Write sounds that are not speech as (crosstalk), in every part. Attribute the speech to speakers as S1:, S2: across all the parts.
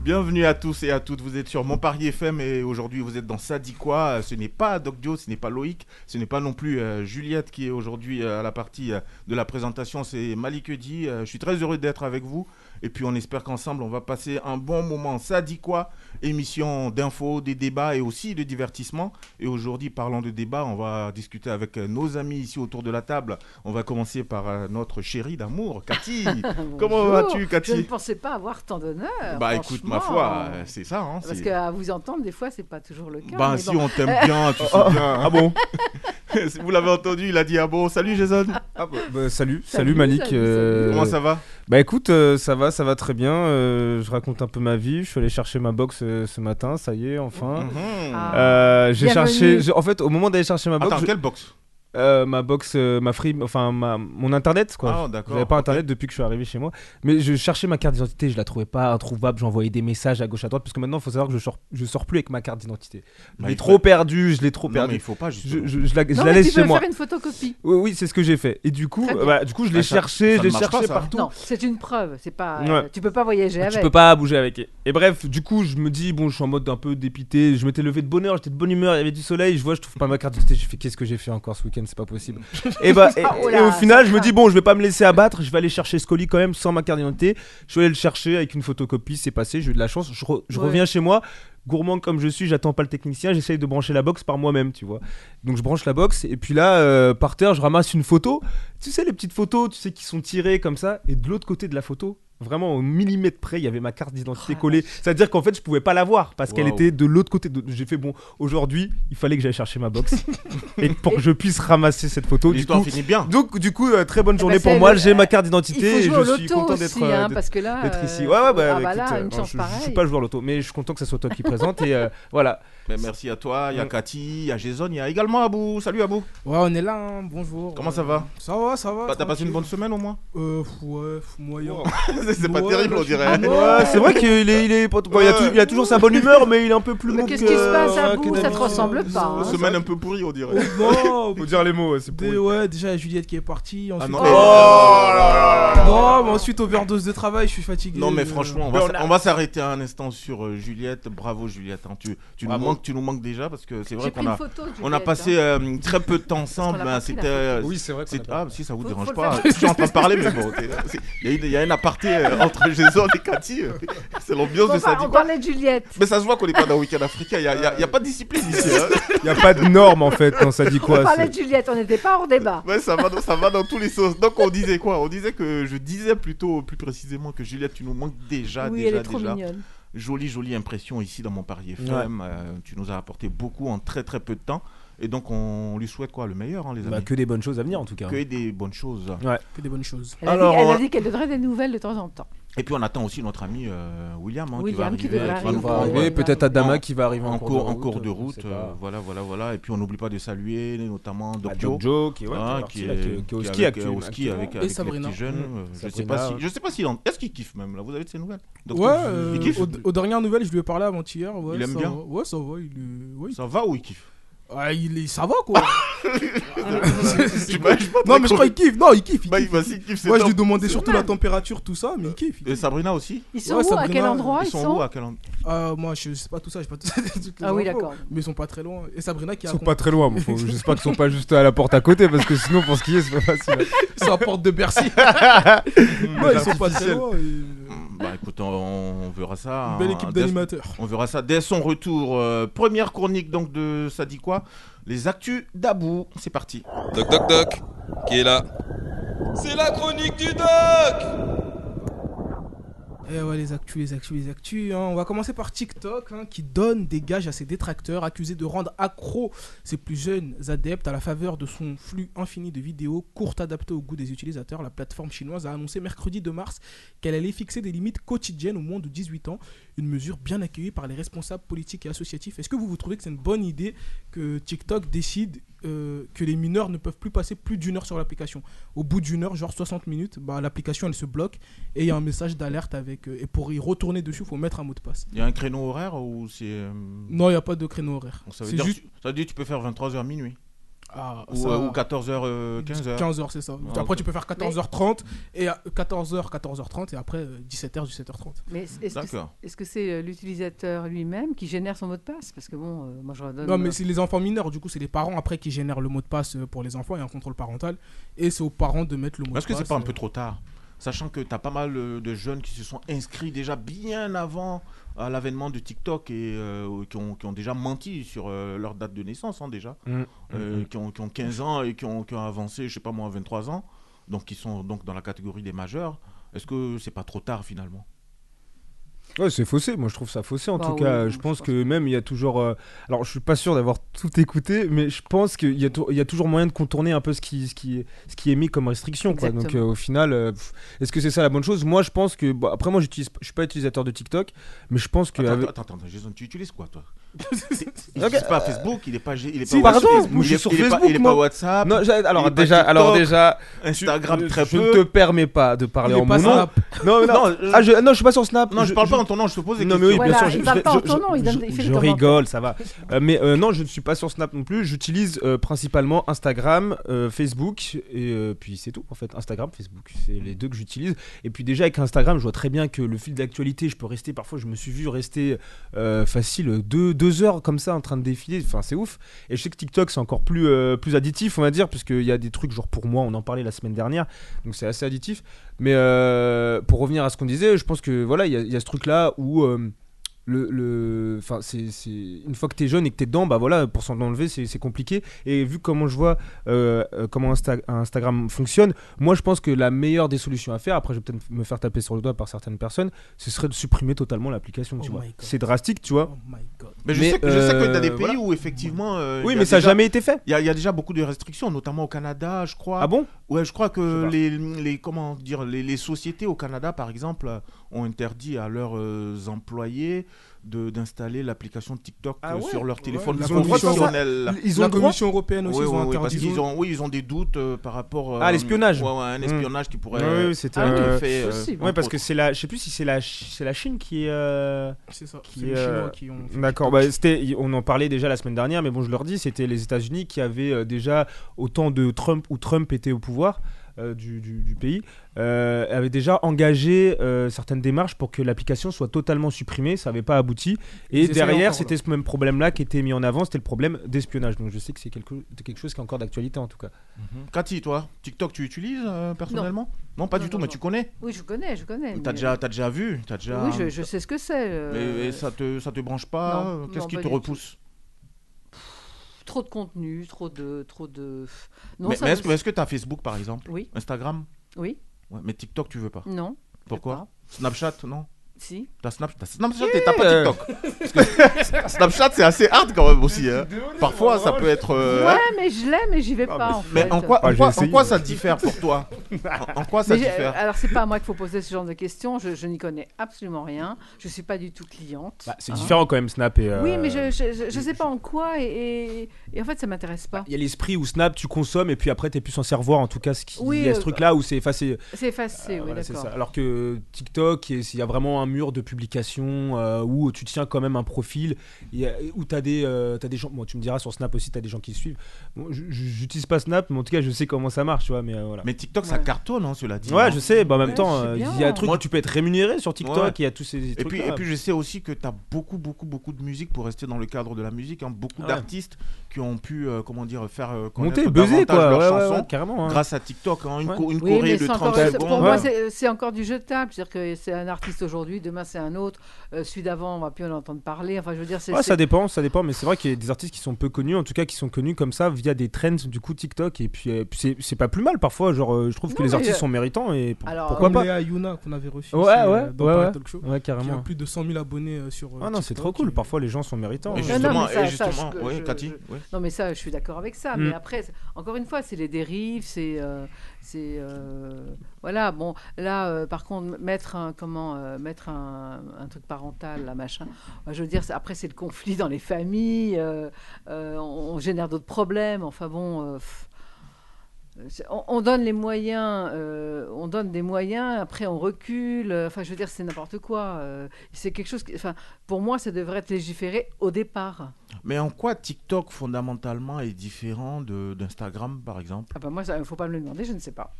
S1: Bienvenue à tous et à toutes, vous êtes sur Mon Paris FM et aujourd'hui vous êtes dans Ça dit quoi Euh, Ce n'est pas Doc Dio, ce n'est pas Loïc, ce n'est pas non plus euh, Juliette qui est aujourd'hui euh, à la partie euh, de la présentation, c'est Malik Eudi. Euh, je suis très heureux d'être avec vous et puis on espère qu'ensemble on va passer un bon moment. Ça dit quoi Émission d'infos, des débats et aussi de divertissement. Et aujourd'hui parlant de débats, on va discuter avec euh, nos amis ici autour de la table. On va commencer par euh, notre chérie d'amour, Cathy. Comment
S2: Bonjour.
S1: vas-tu Cathy
S2: Je ne pensais pas avoir tant
S3: Euh,
S2: d'honneur.
S1: Bah écoute, ma
S2: franchement.
S1: foi, euh, c'est ça. Hein,
S2: Parce
S1: c'est-
S2: qu'à vous entendre, des fois, c'est pas toujours le cas.
S1: Bah
S2: mais
S1: si,
S2: bon.
S1: on t'aime bien,
S3: (laughs)
S1: tu sais
S4: hein.
S1: bien. Ah bon (laughs) Vous l'avez entendu, il a dit ah bon. Salut Jason,
S4: (laughs) Ah bah, bah, salut,
S2: Salut,
S4: salut, Malik.
S2: salut,
S4: euh,
S1: comment ça va
S4: Bah écoute, euh, ça va, ça va très bien. euh, je raconte un peu ma vie. Je suis allé chercher ma box euh, ce matin, ça y est, enfin.
S1: Mhm.
S2: Ah.
S4: hein Euh, j'ai
S2: Bienvenue.
S4: cherché. j'ai- En fait, au moment d'aller chercher ma box,
S1: Attends,
S4: je-
S1: quelle box
S4: euh, ma box, euh, ma free, enfin ma- mon internet quoi.
S1: Ah d'accord.
S4: J'avais pas internet depuis que je suis arrivé chez moi. Mais je cherchais ma carte d'identité, je la trouvais pas introuvable. J'envoyais des messages à gauche à droite parce que maintenant, il faut savoir que je sors, je sors plus avec ma carte d'identité. Je
S1: Bah,
S4: l'ai
S1: il faut-
S4: trop perdue, je l'ai trop
S1: Non mais il
S4: perdue.
S1: faut pas juste.
S4: Je, je- je la, je
S2: Non,
S4: la
S2: mais
S4: laisse
S2: tu peux
S4: chez moi.
S2: faire une photocopie.
S4: Oui, oui, c'est ce que j'ai fait. Et du coup,
S2: Très bien.
S4: euh, bah, du coup, je l'ai
S1: Ah, ça-
S4: cherché,
S1: ça
S4: je l'ai
S1: ne marche pas,
S4: cherché
S1: ça.
S4: partout.
S2: Non, c'est une preuve. C'est pas.
S4: Ouais.
S2: euh, Tu peux pas voyager
S4: Tu
S2: avec.
S4: peux pas bouger avec. Et bref, du coup, je me dis, bon, je suis en mode un peu dépité. Je m'étais levé de bonne heure, j'étais de bonne humeur, il y avait du soleil. Je vois, je trouve pas ma carte d'identité. Je fais, qu'est-ce que j'ai fait encore ce week-end C'est
S2: (laughs)
S4: pas possible. et bah, et,
S2: Oh là,
S4: et au final, je me
S2: ça
S4: dis, bon, je vais pas me laisser abattre. Je vais aller chercher ce colis quand même sans ma carte d'identité. Je suis allé le chercher avec une photocopie. C'est passé, j'ai eu de la chance. Je, re- je
S2: Ouais.
S4: reviens chez moi. Gourmand comme je suis, j'attends pas le technicien, j'essaye de brancher la box par moi-même, tu vois. Donc je branche la box et puis là, euh, par terre, je ramasse une photo. Tu sais, les petites photos, tu sais, qui sont tirées comme ça. Et de l'autre côté de la photo, vraiment au millimètre près, il y avait ma carte d'identité
S2: Ah,
S4: collée. C'est-à-dire qu'en fait, je pouvais pas la voir parce qu'elle
S1: Waouh.
S4: était de l'autre côté. de- J'ai fait, bon, aujourd'hui, il fallait que j'aille chercher ma
S2: (laughs)
S4: box et pour que je puisse ramasser cette photo. Du
S1: L'histoire
S4: coup,
S1: finit bien.
S4: donc, du coup, euh, très bonne journée
S2: bah,
S4: pour
S2: c'est
S4: moi.
S2: le-
S4: J'ai ma carte
S2: Il faut
S4: d'identité et
S2: jouer
S4: je
S2: au
S4: suis
S2: loto
S4: content
S2: aussi,
S4: d'être
S2: hein,
S4: euh, d'être-
S2: parce que là.
S4: d'être ici.
S2: euh,
S4: Ouais, ouais, bah,
S2: ah, bah
S4: écoute,
S2: là,
S4: euh,
S2: une
S4: je-
S2: chance
S4: je, je suis
S2: pareille.
S4: pas joueur loto, mais je suis content que ce soit toi qui présente. et euh,
S2: (laughs)
S4: voilà.
S1: Mais merci à toi, il y a
S4: Mm.
S1: Cathy, il y a Jason, il y a également Abou. Salut Abou.
S3: Ouais, on est là, hein, bonjour.
S1: Comment
S3: Euh,
S1: ça va
S3: Ça va, ça va.
S1: Bah, T'as passé une bonne
S3: tranquille.
S1: semaine au moins
S3: Euh, pff, ouais, pff, moyen.
S1: (laughs) C'est pas
S3: Ouais,
S1: terrible
S3: là,
S1: on
S3: je suis
S1: dirait.
S3: bien.
S4: Ouais, c'est vrai qu'il est, il est pas- bon, il, a tu- il a toujours sa bonne humeur, mais il est un peu plus
S2: Mais
S4: mou
S2: qu'est-ce
S4: que-
S2: qui se passe,
S4: ouais,
S2: Abou
S4: que
S2: Ça te
S4: d'habitude.
S2: ressemble pas. hein.
S3: c'est
S1: Semaine un peu pourrie on dirait.
S3: (laughs) Oh,
S1: (laughs)
S4: Faut dire les mots, ouais, c'est
S3: dé- ouais, déjà Juliette qui est partie. Ensuite...
S1: Ah,
S3: euh,
S1: non,
S4: Oh
S1: mais-
S4: là là là là.
S3: Non, mais ensuite overdose de travail, je suis fatigué.
S1: Non mais
S3: euh.
S1: franchement, on va, s- on va s'arrêter un instant sur euh, Juliette. Bravo Juliette, hein. tu, tu nous
S4: Bravo.
S1: manques, tu nous manques déjà parce que c'est
S2: J'ai
S1: vrai
S2: pris
S1: qu'on
S2: une
S1: a,
S2: photo. de
S1: on a
S2: Juliette,
S1: passé
S2: hein.
S1: euh, très peu de temps ensemble.
S2: qu'on l'a
S1: hein.
S2: pas pris,
S1: C'était,
S2: la
S1: euh,
S4: Oui, c'est vrai. qu'on
S1: c'est-
S4: a pas-
S1: ah si ça vous
S2: Faut-
S1: dérange
S2: faut le
S1: pas.
S2: faire.
S1: Je suis en train de parler mais bon. c'est- Il y, a une- il y a un aparté euh, entre (laughs) Jason et Cathy. euh, C'est l'ambiance de
S2: On
S1: ça.
S2: par-
S1: dit
S2: on
S1: quoi.
S2: parlait de Juliette.
S1: Mais ça se voit qu'on est pas dans un week-end africain. Il y a, il y a- il y a pas de discipline ici. hein.
S4: Il y a pas de norme en fait, non, ça dit
S2: On
S4: quoi
S2: parlait
S4: c'est-
S2: de Juliette. On n'était pas hors débat.
S1: Ouais, ça va, dans, ça va dans tous les sens. Donc on disait quoi On disait que je disais plutôt plus précisément que Juliette, tu nous manques déjà,
S2: Oui,
S1: déjà,
S2: elle est trop
S1: déjà.
S2: mignonne.
S1: Jolie, jolie impression ici dans mon Paris FM. Euh, tu nous as apporté beaucoup en très très peu de temps. Et donc on lui souhaite quoi Le meilleur, hein, les amis.
S4: Bah, que des bonnes choses à venir en tout cas.
S1: Que des bonnes choses.
S3: Que des bonnes choses.
S2: Elle a dit-
S4: Alors,
S2: elle
S4: on-
S2: a dit qu'elle donnerait des nouvelles de temps en temps.
S1: Et puis on attend aussi notre ami euh, William, hein,
S2: William qui
S1: qui va
S2: devrait
S1: arriver.
S4: Qui
S1: nous
S4: va
S1: prendre,
S4: arriver,
S1: ouais,
S4: peut-être Adama qui va arriver
S1: En,
S4: en,
S1: cours, en cours de
S4: on
S1: route,
S4: sait
S1: euh,
S4: pas.
S1: voilà, voilà, voilà. Et puis on n'oublie pas de saluer notamment
S4: Bah,
S1: Doc Joe.
S4: Doc Joe qui ouais,
S1: Ah,
S4: qui est parti, là, qui est- qui est au ski
S1: avec, euh,
S4: actuellement.
S1: au ski avec,
S3: Et
S1: avec les
S3: Sabrina.
S1: petits jeunes.
S4: Mmh.
S1: euh, je sais
S4: Sabrina,
S1: pas si,
S4: ouais.
S1: je sais pas s'il en- est-ce qu'il kiffe même là. Vous avez de ses nouvelles Donc,
S3: ouais,
S1: il
S3: euh,
S1: kiffe
S3: aux, aux dernières nouvelles, je lui ai parlé avant-hier. Ouais,
S1: Il aime
S3: ça
S1: bien
S3: va. Ouais, ça va. Il est... ouais,
S1: Ça va ou il kiffe
S3: il- Ah, il est... Ça va
S1: (laughs)
S3: quoi.
S1: Tu m'imagines pas
S3: non, mais
S1: très
S3: je crois qu'il kiffe. Non, il kiffe.
S1: cool.
S3: Il
S1: Bah,
S3: kiffe.
S1: bah, s'il kiffe, c'est
S3: ouais, je
S1: top.
S3: lui demandais surtout
S2: mal.
S3: la température, tout ça, mais il kiffe. il
S1: Et
S3: kiffe.
S1: Sabrina aussi
S2: Ils sont
S3: Ouais,
S2: où À
S3: Sabrina,
S2: quel endroit
S1: Ils
S2: Ils
S1: sont où
S2: sont
S1: à quel endroit
S3: Euh, moi, je sais pas tout ça, j'ai pas tout ça. toutes les
S2: Ah oui,
S3: infos.
S2: d'accord.
S3: Mais ils sont pas très loin. Et Sabrina qui
S4: Ils
S3: a.
S4: sont pas très loin, mais faut- j'espère qu'ils sont pas juste à la porte à côté parce que sinon pour skier c'est pas facile.
S3: Ils sont à porte
S4: (laughs)
S3: de Bercy. non, ils sont pas très loin. et-
S1: Mmh, Bah écoute, on, on verra ça.
S3: Une belle
S1: hein,
S4: Ah,
S3: équipe
S1: dès-
S3: d'animateurs.
S1: On verra ça dès son retour. Euh, première chronique donc de ça dit quoi Les actus d'Abou. C'est parti.
S5: Doc Doc Doc, qui est là C'est la chronique du Doc
S3: Eh ouais, les actus, les actus, les actus. hein. On va commencer par TikTok hein, qui donne des gages à ses détracteurs accusés de rendre accro ses plus jeunes adeptes à la faveur de son flux infini de vidéos courtes adaptées au goût des utilisateurs. La plateforme chinoise a annoncé mercredi 2 mars qu'elle allait fixer des limites quotidiennes au moins de 18 ans. Une mesure bien accueillie par les responsables politiques et associatifs. Est-ce que vous, vous trouvez que c'est une bonne idée que TikTok décide euh, que les mineurs ne peuvent plus passer plus d'une heure sur l'application Au bout d'une heure, genre 60 minutes, bah, l'application elle se bloque et il y a un message d'alerte avec. euh, et pour y retourner dessus, faut mettre un mot de passe.
S1: Il y a un créneau horaire ou c'est euh,
S3: Non, il n'y a pas de créneau horaire.
S1: ça veut
S3: C'est
S1: dire
S3: juste.
S1: ça veut dire que tu peux faire 23h minuit.
S3: Ah,
S1: Ou,
S3: ça-
S1: euh, ou 14h, euh, 15h.
S3: 15h, c'est ça.
S1: Ah,
S3: après,
S1: ok.
S3: tu peux faire 14h30 et à- 14h, 14h30 et après euh, 17h, 17h30.
S2: Mais est-ce que c'est-
S1: D'accord.
S2: est-ce que c'est euh, l'utilisateur lui-même qui génère son mot de passe Parce que bon, euh, moi je redonne.
S3: Non, mais
S2: euh,
S3: c'est les enfants mineurs, du coup, c'est les parents après qui génèrent le mot de passe euh, pour les enfants et un contrôle parental. Et c'est aux parents de mettre le mot
S1: Parce
S3: de
S1: que
S3: passe.
S1: c'est pas un peu
S3: euh,
S1: trop tard Sachant que tu as pas mal euh, de jeunes qui se sont inscrits déjà bien avant à l'avènement de TikTok et euh, qui, ont, qui ont déjà menti sur euh, leur date de naissance hein, déjà,
S4: Mm.
S1: Euh, qui, ont, qui ont 15 ans et qui ont, qui ont avancé, je sais pas moi, à 23 ans, donc qui sont donc dans la catégorie des majeurs. Est-ce que c'est pas trop tard finalement
S4: Ouais, c'est faussé. Moi, je trouve ça faussé. En
S2: Bah
S4: tout
S2: oui,
S4: cas,
S2: non,
S4: je
S2: je
S4: pense
S2: pense
S4: que même il y a toujours. euh, Alors, je suis pas sûr d'avoir tout écouté, mais je pense qu'il y, a tou- il y a toujours moyen de contourner un peu ce qui, ce qui, ce qui est mis comme restriction. Quoi. Donc,
S2: Exactement.
S4: euh, au final, euh, pff, est-ce que c'est ça la bonne chose Moi, je pense que. bah, après, moi, j'utilise... je suis pas utilisateur de TikTok, mais je pense que.
S1: attends,
S4: avec-
S1: attends, attends, Jason, tu utilises quoi
S4: (laughs)
S1: toi Il
S4: Ok.
S1: n'est pas Facebook, il est pas, il est
S4: Si,
S1: pas
S4: pardon,
S1: WhatsApp,
S4: moi, je
S1: il est-
S4: suis sur
S1: il est pas-
S4: Facebook,
S1: il est
S4: moi.
S1: pas WhatsApp,
S4: Non, j'ai-
S1: il
S4: alors
S1: est pas
S4: déjà, alors
S1: TikTok,
S4: déjà,
S1: Instagram
S4: je-
S1: très
S4: je
S1: peu.
S4: ne te permets pas de parler
S3: il
S4: en
S3: est pas
S4: mon nom.
S3: ça.
S4: Non, non,
S1: Non, je-
S4: ah, je... non, je suis pas sur Snap.
S1: Non, je, parle pas en ton nom, je te pose des
S4: Non mais
S1: questions.
S4: oui,
S2: Voilà,
S4: bien sûr.
S2: il
S4: je-
S2: parle
S4: je-
S2: pas en
S4: je-
S2: ton nom, il
S4: je-
S2: donne- il fait
S4: je
S2: des commentaires.
S4: rigole, ça va. Euh, mais euh, non, je ne suis pas sur Snap non plus. J'utilise euh, principalement Instagram, euh, Facebook et euh, puis c'est tout en fait. Instagram, Facebook, c'est les deux que j'utilise. Et puis déjà avec Instagram, je vois très bien que le fil d'actualité, je peux rester. Parfois, je me suis vu rester euh, facile deux, deux heures comme ça en train de défiler. Enfin, c'est ouf. Et je sais que TikTok c'est encore plus euh, plus additif, on va dire, puisqu'il y a des trucs genre pour moi, on en parlait la semaine dernière. Donc c'est assez additif. Mais euh, pour revenir à ce qu'on disait, je pense que voilà, il y, a- il y a ce truc là où euh, le, le- enfin c'est, c'est- une fois que t'es jeune et que t'es dedans, bah voilà, pour s'en enlever, c'est, c'est compliqué. Et vu comment je vois euh, euh, comment Insta- Instagram fonctionne, moi je pense que la meilleure des solutions à faire, après je vais peut-être me faire taper sur le doigt par certaines personnes, ce serait de supprimer totalement l'application. Tu
S3: Oh
S4: vois,
S3: my God.
S4: c'est drastique, tu vois.
S3: Oh my god.
S1: Mais je
S4: Mais,
S1: sais que, je sais que
S4: euh,
S1: tu as des pays
S4: voilà.
S1: où effectivement. euh,
S4: Oui,
S1: il y a
S4: mais ça n'a
S1: déjà-
S4: jamais été fait.
S1: Il y, a, il y a déjà beaucoup de restrictions, notamment au Canada, je crois.
S4: Ah bon
S1: ouais, je crois
S4: Je sais
S1: que
S4: pas.
S1: les, les- comment dire, les, les sociétés au Canada, par exemple, euh, ont interdit à leurs euh, employés de, d'installer l'application TikTok
S4: Ah
S1: euh,
S4: ouais
S1: sur leur téléphone
S3: la commission.
S1: professionnel.
S4: Ils ont
S3: La
S4: le droit
S3: Commission européenne aussi,
S1: Oui,
S3: ils ont
S1: oui, oui, parce
S3: interdit.
S1: qu'ils ont, oui, ils ont des doutes euh, par rapport euh,
S4: Ah, l'espionnage.
S1: ouais, ouais, un espionnage qui pourrait.
S4: Ouais,
S1: euh,
S4: ouais, c'était,
S2: Ah oui,
S4: euh,
S1: fait, euh,
S2: possible.
S4: Ouais, parce que c'est la, je sais plus si c'est la, Ch- c'est la Chine qui est. euh,
S3: C'est ça.
S4: qui,
S3: C'est les
S4: euh,
S3: Chinois qui ont. fait
S4: D'accord,
S3: TikTok.
S4: bah, c'était- y- on en parlait déjà la semaine dernière, mais bon, je leur dis, c'était les États-Unis qui avaient euh, déjà, au temps de Trump, où Trump était au pouvoir euh, du, du- du pays, euh, avaient déjà engagé euh, certaines démarches pour que l'application soit totalement supprimée, ça n'avait pas abouti.
S3: Ils
S4: Et
S3: essayent
S4: derrière,
S3: encore,
S4: c'était ce même problème-là qui était mis en avant, c'était le problème d'espionnage. Donc je sais que c'est quelque, quelque chose qui est encore d'actualité en tout cas.
S1: Mmh. Cathy, toi, TikTok, tu utilises euh, personnellement non. pas
S2: Non,
S1: du tout,
S2: non,
S1: mais
S2: non.
S1: tu connais.
S2: Oui, je connais, je connais.
S1: T'as
S2: mais- euh,
S1: déjà, t'as déjà vu, t'as déjà.
S2: Oui, je, je sais ce que c'est. euh,
S1: Mais et ça te, ça te branche pas
S2: Non,
S1: euh, Qu'est-ce
S2: non,
S1: qui
S2: pas
S1: te
S2: du
S1: repousse
S2: Trop de contenu, trop de, trop de. Non,
S1: Mais,
S2: ça
S1: mais
S2: me-
S1: est-ce que- est-ce que tu as Facebook par exemple
S2: Oui,
S1: Instagram
S2: oui,
S1: Ouais, Mais TikTok, tu veux pas
S2: non.
S1: Pourquoi
S2: pas.
S1: Snapchat, non
S2: Si.
S1: T'as Snap... t'as Snapchat et t'as pas TikTok Parce
S2: (laughs)
S1: que Snapchat, c'est assez hard quand même aussi. hein. Parfois, ça peut être. euh,
S2: Ouais, mais je l'ai, mais j'y vais
S1: ah,
S2: pas. en
S1: mais
S2: fait.
S1: en quoi,
S4: Ah,
S1: en
S4: j'ai
S1: quoi, en
S4: essayé,
S1: quoi
S4: mais-
S1: ça diffère pour
S2: (laughs)
S1: toi en, en quoi ça
S2: Mais j'ai- euh,
S1: diffère
S2: alors, c'est pas à moi qu'il faut poser ce genre de questions. Je, je n'y connais absolument rien. Je suis pas du tout cliente.
S4: Bah, c'est
S2: hein.
S4: différent quand même, Snap et. euh,
S2: Oui, mais je, je, je- je sais pas en quoi et, et- et en fait, ça m'intéresse pas.
S4: Il y a l'esprit où Snap, tu consommes et puis après, t'es plus censé revoir en tout cas ce qui.
S2: Oui,
S4: il y a ce
S2: euh,
S4: truc-là où c'est effacé.
S2: C'est effacé,
S4: Ah,
S2: oui,
S4: voilà, c'est
S2: d'accord.
S4: ça. Alors que TikTok, et s'il y a vraiment un mur de publication euh, où tu tiens quand même un profil, il y a- où tu as, des gens, bon, tu me diras sur Snap aussi, tu as des gens qui suivent. Bon, j- j- J'utilise pas Snap, mais en tout cas, je sais comment ça marche, tu vois, mais euh, voilà.
S1: Mais TikTok, ça
S2: Ouais.
S1: cartonne, hein, cela dit. hein.
S4: Ouais, je sais, bah, en même
S2: Ouais,
S4: temps,
S2: c'est
S4: euh, il y a
S2: bien.
S4: un truc
S1: Moi-
S4: où tu peux être rémunéré sur TikTok,
S1: Ouais.
S4: il y a tous ces
S1: Et
S4: trucs.
S1: puis, et puis je sais aussi que tu as beaucoup, beaucoup, beaucoup de musique pour rester dans le cadre de la musique. hein. Beaucoup
S4: Ouais.
S1: d'artistes qui ont pu, euh, comment dire, faire euh, connaître
S4: monter, buzzer
S1: davantage
S4: quoi,
S1: leurs
S4: ouais, ouais,
S1: chansons
S4: ouais, carrément. hein.
S1: grâce à TikTok. hein. Une,
S4: Ouais.
S1: co- une
S2: Oui,
S1: choré
S2: mais
S1: de
S2: c'est encore-
S1: 30
S2: c'est-
S1: secondes.
S2: pour moi,
S4: Ouais.
S2: c'est c'est encore du jetable. C'est-à-dire que c'est un artiste aujourd'hui, demain c'est un autre. euh, celui d'avant, on va plus en entendre parler. Enfin, je veux dire, c'est.
S4: Ouais,
S2: c'est-
S4: ça dépend, ça dépend, mais c'est vrai qu'il y a des artistes qui sont peu connus, en tout cas qui sont connus comme ça via des trends du coup TikTok, et puis euh, puis c'est c'est pas plus mal parfois, genre euh, je trouve que
S2: Non,
S4: les
S2: mais,
S4: artistes
S2: euh,
S4: sont méritants et pour-
S2: alors,
S4: pourquoi
S3: Comme
S4: pas
S3: Léa Yuna qu'on avait reçu
S4: Ouais,
S3: aussi, euh,
S4: ouais,
S3: dans
S4: ouais,
S3: Paris
S4: ouais.
S3: Talk Show.
S4: Ouais,
S3: Qui a
S4: carrément.
S3: plus de 100 000 abonnés euh, sur. euh,
S4: Ah non, c'est
S3: TikTok,
S4: trop cool,
S3: et-
S4: parfois les gens sont méritants.
S1: Et
S4: hein.
S2: Non, non,
S1: justement,
S2: mais ça-
S1: et
S2: ça, je-
S1: justement,
S2: je-
S1: ouais,
S2: je-
S1: Cathy, ouais.
S2: Non, mais ça, je suis d'accord avec ça.
S4: Mm.
S2: Mais après, c'est- encore une fois, c'est les dérives, c'est. euh, c'est euh, voilà, bon, là, euh, par contre, mettre un, comment, euh, mettre un, un truc parental, là, machin. Moi, je veux dire, c'est- après, c'est le conflit dans les familles, euh, euh, on, on génère d'autres problèmes, enfin bon. euh, pff. C'est- on, on donne les moyens, euh, on donne des moyens, après on recule. euh, Enfin, je veux dire, c'est n'importe quoi. euh, c'est quelque chose. qui- Enfin, pour moi, ça devrait être légiféré au départ.
S1: Mais en quoi TikTok fondamentalement est différent de- d'Instagram par exemple
S2: Ah bah moi, il ne faut pas me le demander, je ne sais pas.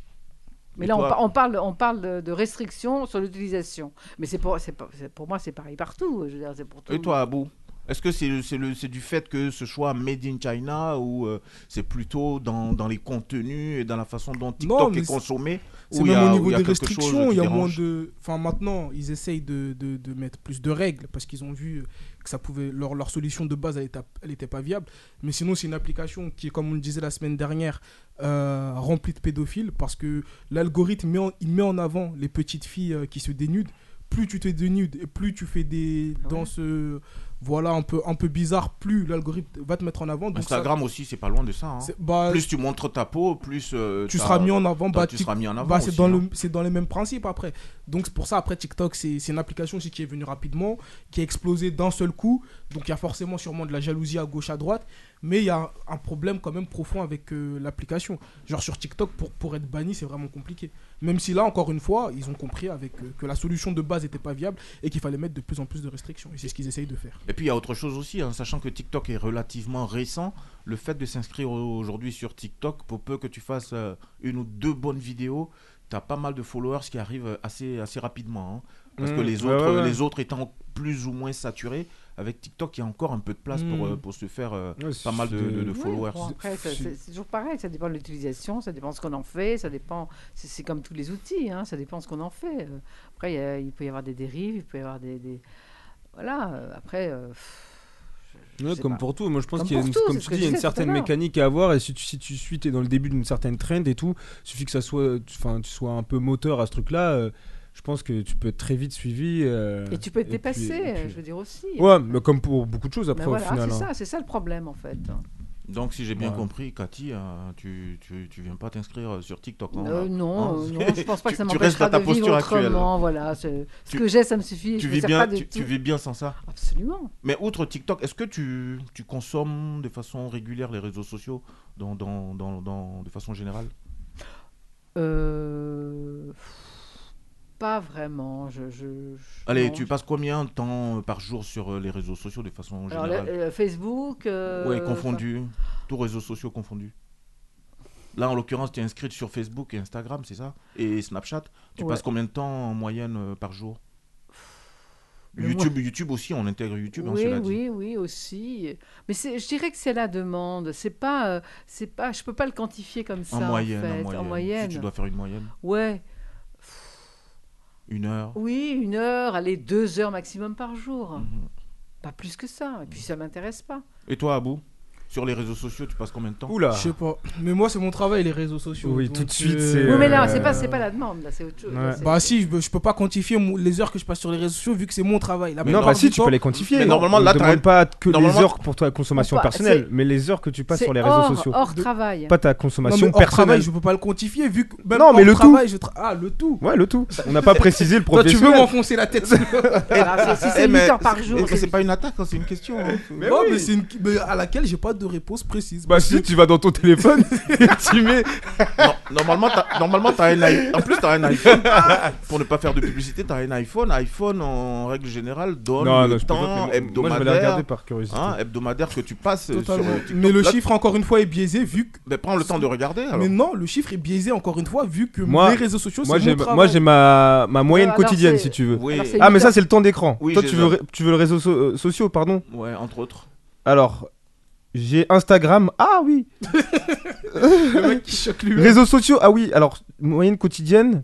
S2: Mais
S1: Et
S2: là, on,
S1: toi
S2: par- on parle, on parle de, de restrictions sur l'utilisation. Mais c'est pour, c'est pas- c'est- pour moi, c'est pareil partout. Je veux dire, c'est pour tout le
S1: Et toi Abou est-ce que c'est c'est le- c'est du fait que ce soit made in China ou euh, c'est plutôt dans, dans les contenus et dans la façon dont TikTok
S3: mais
S1: est
S3: c'est-
S1: consommé
S3: C'est
S1: où il y
S3: même
S1: a- où
S3: au niveau
S1: il y a
S3: des
S1: quelque chose
S3: restrictions,
S1: qui
S3: il y a moins
S1: dérange
S3: de. Enfin, maintenant, ils essayent de, de- de mettre plus de règles parce qu'ils ont vu euh, que ça pouvait. Leur, leur solution de base, elle n'était pas viable. Mais sinon, c'est une application qui est, comme on le disait la semaine dernière, euh, remplie de pédophiles parce que l'algorithme, met en- il met en avant les petites filles euh, qui se dénudent. Plus tu te dénudes et plus tu fais des
S2: Ah ouais.
S3: danses euh, voilà, un, peu, un peu bizarres, plus l'algorithme va te mettre en avant. Donc ça-
S1: Instagram aussi, Bah, c'est pas loin de ça. hein.
S3: c'est- bah,
S1: Plus tu montres ta peau, plus euh,
S3: tu
S1: t'as-
S3: seras mis en avant.
S1: t'as-
S3: Bah,
S1: tu
S3: tu-
S1: seras mis en avant.
S3: bah, c'est
S1: aussi,
S3: dans,
S1: hein.
S3: le, c'est dans les mêmes principes après. Donc c'est pour ça, après TikTok, c'est c'est une application aussi qui est venue rapidement, qui a explosé d'un seul coup. Donc il y a forcément sûrement de la jalousie à gauche, à droite. Mais il y a un problème quand même profond avec euh, l'application. Genre sur TikTok, pour, pour être banni, c'est vraiment compliqué. Même si là, encore une fois, ils ont compris avec, euh, que la solution de base n'était pas viable et qu'il fallait mettre de plus en plus de restrictions. Et c'est ce qu'ils essayent de faire.
S1: Et puis il y a autre chose aussi, hein, sachant que TikTok est relativement récent, le fait de s'inscrire au- aujourd'hui sur TikTok, pour peu que tu fasses euh, une ou deux bonnes vidéos, tu as pas mal de followers qui arrivent euh, assez, assez rapidement. hein. parce que
S4: Mmh,
S1: les
S4: ouais,
S1: autres,
S4: ouais, ouais.
S1: les autres étant plus ou moins saturés, avec TikTok, il y a encore un peu de place pour,
S4: Hmm.
S3: Mmh.
S1: euh, pour se faire euh,
S4: Ouais,
S1: pas mal de,
S4: c'est-
S1: de- de
S2: monde. Ouais,
S1: followers.
S2: bon, après, ça-
S4: C'est-
S2: c'est c'est toujours pareil. Ça dépend de l'utilisation, ça dépend de ce qu'on en fait, ça dépend. C'est c'est comme tous les outils, hein, ça dépend de ce qu'on en fait. Euh, Après, il, y a- il peut y avoir des dérives, il peut y avoir des. des- Voilà. euh, Après. euh, pff, je- je
S4: Ouais,
S2: sais
S4: comme
S2: pas.
S4: pour tout, moi je pense
S2: Comme
S4: qu'il y a,
S2: pour
S4: une-
S2: tout,
S4: comme
S2: c'est
S4: tu
S2: ce que
S4: dis, il y
S2: je
S4: a une
S2: disais tout à
S4: certaine
S2: l'heure.
S4: mécanique à avoir et si tu, si tu suis, t'es dans le début d'une certaine trend et tout, suffit que ça soit, tu, 'fin, tu sois un peu moteur à ce truc-là, euh, je pense que tu peux être très vite suivi. euh,
S2: Et tu peux être
S4: puis-
S2: dépassé,
S4: et puis-
S2: je veux dire aussi.
S4: Ouais, mais comme pour beaucoup de choses
S2: Mais
S4: après au
S2: voilà,
S4: final.
S2: c'est
S4: hein.
S2: ça, c'est ça le problème en fait. hein.
S1: Donc si j'ai bien
S4: Ouais.
S1: compris, Cathy, euh, tu, tu, tu viens pas t'inscrire euh, sur TikTok. hein,
S2: Euh,
S1: là.
S2: non,
S1: Hein
S2: non, je pense pas
S1: Tu-
S2: que ça
S1: tu restes
S2: m'empêchera
S1: dans ta
S2: de vivre
S1: posture actuelle.
S2: autrement. Voilà, ce, ce
S1: Tu-
S2: que j'ai, ça me suffit.
S1: tu,
S2: je me
S1: vis
S2: sers
S1: bien,
S2: pas de
S1: tu, tu
S2: tout.
S1: vis bien sans ça.
S2: Absolument.
S1: Mais outre TikTok, est-ce que tu, tu consommes de façon régulière les réseaux sociaux dans, dans, dans, dans- de façon générale
S2: Euh, Pas vraiment. Je, je- je-
S1: Allez,
S2: non.
S1: tu passes combien de temps par jour sur euh, les réseaux sociaux de façon
S2: Alors,
S1: générale
S2: le- euh, Facebook. euh,
S1: Ouais, confondu, tous réseaux sociaux confondus. Là, en l'occurrence, tu es inscrite sur Facebook et Instagram, c'est ça Et Snapchat. Tu
S2: Ouais.
S1: passes combien de temps en moyenne euh, par jour
S2: Le
S1: YouTube, YouTube aussi, on intègre YouTube, hein,
S2: oui,
S1: cela dit.
S2: oui, oui, aussi. Mais c'est- je dirais que c'est la demande. C'est pas, euh, c'est pas. Je peux pas le quantifier comme ça
S1: En,
S2: en,
S1: moyenne,
S2: fait.
S1: en moyenne,
S2: En moyenne.
S1: Si tu dois faire une moyenne,
S2: Ouais.
S1: une heure.
S2: Oui, une heure, allez, deux heures maximum par jour.
S1: Mhm.
S2: Pas plus que ça. Et puis ça m'intéresse pas.
S1: Et toi, Abou Sur les réseaux sociaux, tu passes combien de temps
S4: Oula.
S3: Je sais pas. Mais moi, c'est mon travail, les réseaux sociaux.
S4: Ah. Oui,
S3: Donc,
S4: tout de suite,
S3: euh,
S4: c'est,
S2: Oui, mais
S4: Euh,
S2: là, c'est pas, c'est pas la demande, là, c'est autre chose.
S4: Ouais.
S2: là, c'est-
S3: Bah si, je, peux- je peux pas quantifier mon- les heures que je passe sur les réseaux sociaux vu que c'est mon travail. La
S4: Mais non,
S3: plupart
S4: bah
S3: du
S4: si, tu
S3: temps-
S4: peux les quantifier.
S1: Mais normalement,
S4: On
S1: là,
S4: te
S1: t'arrêtes-
S4: demande pas que les
S1: normalement-
S4: heures pour ta consommation
S2: Pas-
S4: personnelle,
S2: c'est-
S4: mais les heures que tu passes
S2: c'est
S4: sur les réseaux
S2: hors,
S4: sociaux.
S2: Hors travail.
S4: Pas ta
S3: Non,
S4: consommation
S3: mais hors travail,
S4: personnelle.
S3: je peux pas le quantifier vu que même
S4: Non,
S3: hors
S4: mais le
S3: travail, je tra- ah le tout.
S4: Ouais, le tout. On n'a pas précisé le
S3: Toi, tu veux
S4: professionnel.
S3: m'enfoncer la tête.
S2: Voilà, si si Ah, c'est
S1: Eh,
S2: 8
S1: mais-
S2: heures par jour,
S1: mais
S2: c'est
S1: c'est pas une attaque, hein, c'est une question. hein.
S4: (laughs) Mais
S3: Ouais,
S4: oui.
S3: mais c'est une mais à laquelle j'ai pas de réponse précise.
S4: Bah si, tu vas dans ton téléphone et tu mets
S1: Non, normalement, t'as, normalement, t'as un iPhone. En plus, t'as un iPhone. Pour ne pas faire de publicité, t'as un iPhone. iPhone, en règle générale, donne le
S4: je plaisante,
S1: temps
S4: mais bon, Moi, je vais la regarder
S1: hebdomadaire,
S4: par curiosité.
S1: hein, hebdomadaire que tu passes euh,
S3: Totalement.
S1: sur euh, TikTok.
S3: Mais le
S1: Là,
S3: chiffre encore une fois est biaisé vu que
S1: ben, prends le temps de regarder. alors.
S3: mais non, le chiffre est biaisé encore une fois vu que
S4: Moi-
S3: les réseaux sociaux
S4: moi,
S3: c'est
S4: j'ai
S3: mon
S4: ma, moi,
S3: travail.
S4: j'ai ma, ma moyenne
S2: Euh, alors,
S4: quotidienne,
S2: c'est-
S4: si tu veux.
S1: Oui,
S2: Alors, c'est-
S4: Ah, mais ça, c'est le temps d'écran.
S1: Oui,
S4: Toi,
S1: j'ai
S4: tu veux,
S1: ça.
S4: ré- tu veux le réseau so- euh, sociaux, pardon
S1: ouais, entre autres.
S4: Alors, j'ai Instagram. Ah oui
S3: le
S4: (laughs)
S3: mec qui choque lui.
S4: Réseaux sociaux, ah oui. Alors, moyenne quotidienne,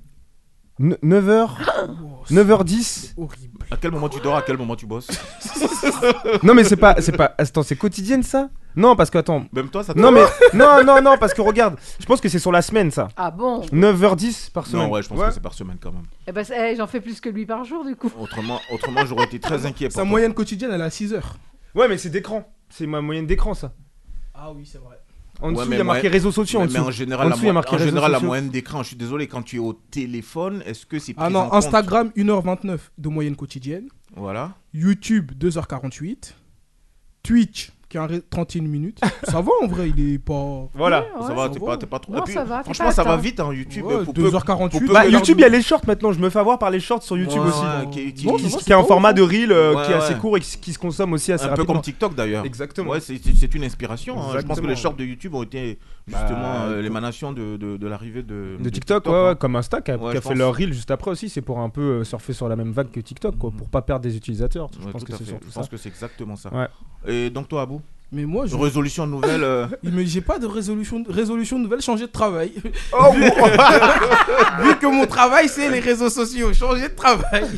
S4: 9h,
S3: Oh, c'est
S4: 9h10.
S3: horrible.
S1: À quel moment tu dors, à quel moment tu bosses
S4: Non, mais c'est pas, c'est pas. Attends, c'est quotidienne ça Non, parce que attends.
S1: Même toi, ça te
S4: Non, mais. Non, non, non, parce que regarde, je pense que c'est sur la semaine ça.
S2: Ah bon
S4: 9h10 par semaine.
S1: Non, ouais, je pense que c'est par semaine quand même.
S2: Eh ben, c'est- eh, j'en fais plus que lui par jour, du coup.
S1: Autrement, autrement j'aurais été très inquiet. pour
S3: Sa
S1: toi.
S3: moyenne quotidienne elle est à 6 heures.
S4: Ouais, mais c'est d'écran. C'est ma moyenne d'écran ça.
S3: Ah oui, c'est vrai.
S4: En
S1: Ouais,
S4: dessous, il
S1: mais
S4: y a marqué
S1: moi-
S4: réseaux sociaux en
S1: mais, mais
S4: dessous.
S1: en général,
S4: En
S1: la,
S4: dessous, il y a
S1: mo-
S4: marqué
S1: en
S4: réseaux
S1: général la
S4: sociaux.
S1: moyenne d'écran, je suis désolé, quand tu es au téléphone, est-ce que c'est
S3: Ah
S1: pris en
S3: non,
S1: compte
S3: Instagram 1h29 de moyenne quotidienne,
S1: Voilà.
S3: YouTube 2h48, Twitch qui a un ré- 31 minutes. ça va en vrai, il est pas.
S4: Voilà.
S2: Ouais,
S1: (laughs) ça
S2: ouais.
S1: va,
S3: ça
S1: t'es
S3: va.
S1: pas, t'es pas trop.
S2: Non,
S1: Et puis,
S2: ça va, t'es
S1: franchement,
S2: pas
S1: ça va
S2: atteint.
S1: vite hein, YouTube.
S3: Ouais,
S1: pour peu-
S3: 2h48.
S1: pour peu
S4: Bah,
S1: que-
S4: YouTube, il y a les shorts maintenant. Je me fais avoir par les shorts sur YouTube
S1: Ouais,
S4: aussi.
S1: ouais, qui- qui-
S3: Non,
S1: qui-
S3: ça va,
S4: Qui
S3: c'est
S4: a un
S3: pas
S4: format
S3: ouf,
S4: de reel euh,
S1: Ouais,
S4: qui est assez
S1: ouais.
S4: court et qui, qui se consomme aussi assez
S1: un peu comme
S4: rapidement.
S1: TikTok d'ailleurs.
S4: Exactement.
S1: Ouais, c'est- c'est c'est une inspiration. hein. Je pense que
S4: Exactement.
S1: les shorts de YouTube ont été justement
S4: Bah,
S1: euh, l'émanation de, de, de l'arrivée de,
S4: de TikTok, ouais,
S1: hein.
S4: ouais, comme Insta qui a,
S1: Ouais,
S4: qui a
S1: je
S4: fait
S1: pense.
S4: leur reel juste après aussi, c'est pour un peu euh, surfer sur la même vague que TikTok, quoi, pour pas perdre des utilisateurs. Je
S1: Mhm. Ouais,
S4: pense
S1: tout
S4: que
S1: à
S4: c'est
S1: fait.
S4: surtout
S1: Je
S4: ça.
S1: pense que c'est exactement ça.
S4: Ouais.
S1: Et donc toi, Abou,
S3: hein. Mais moi, je.
S1: résolution nouvelle. euh, (laughs)
S3: Mais j'ai pas de résolution, résolution nouvelle, changer de travail. (laughs)
S4: Oh,
S3: Vu que mon travail, c'est les réseaux sociaux, changer de travail. (laughs)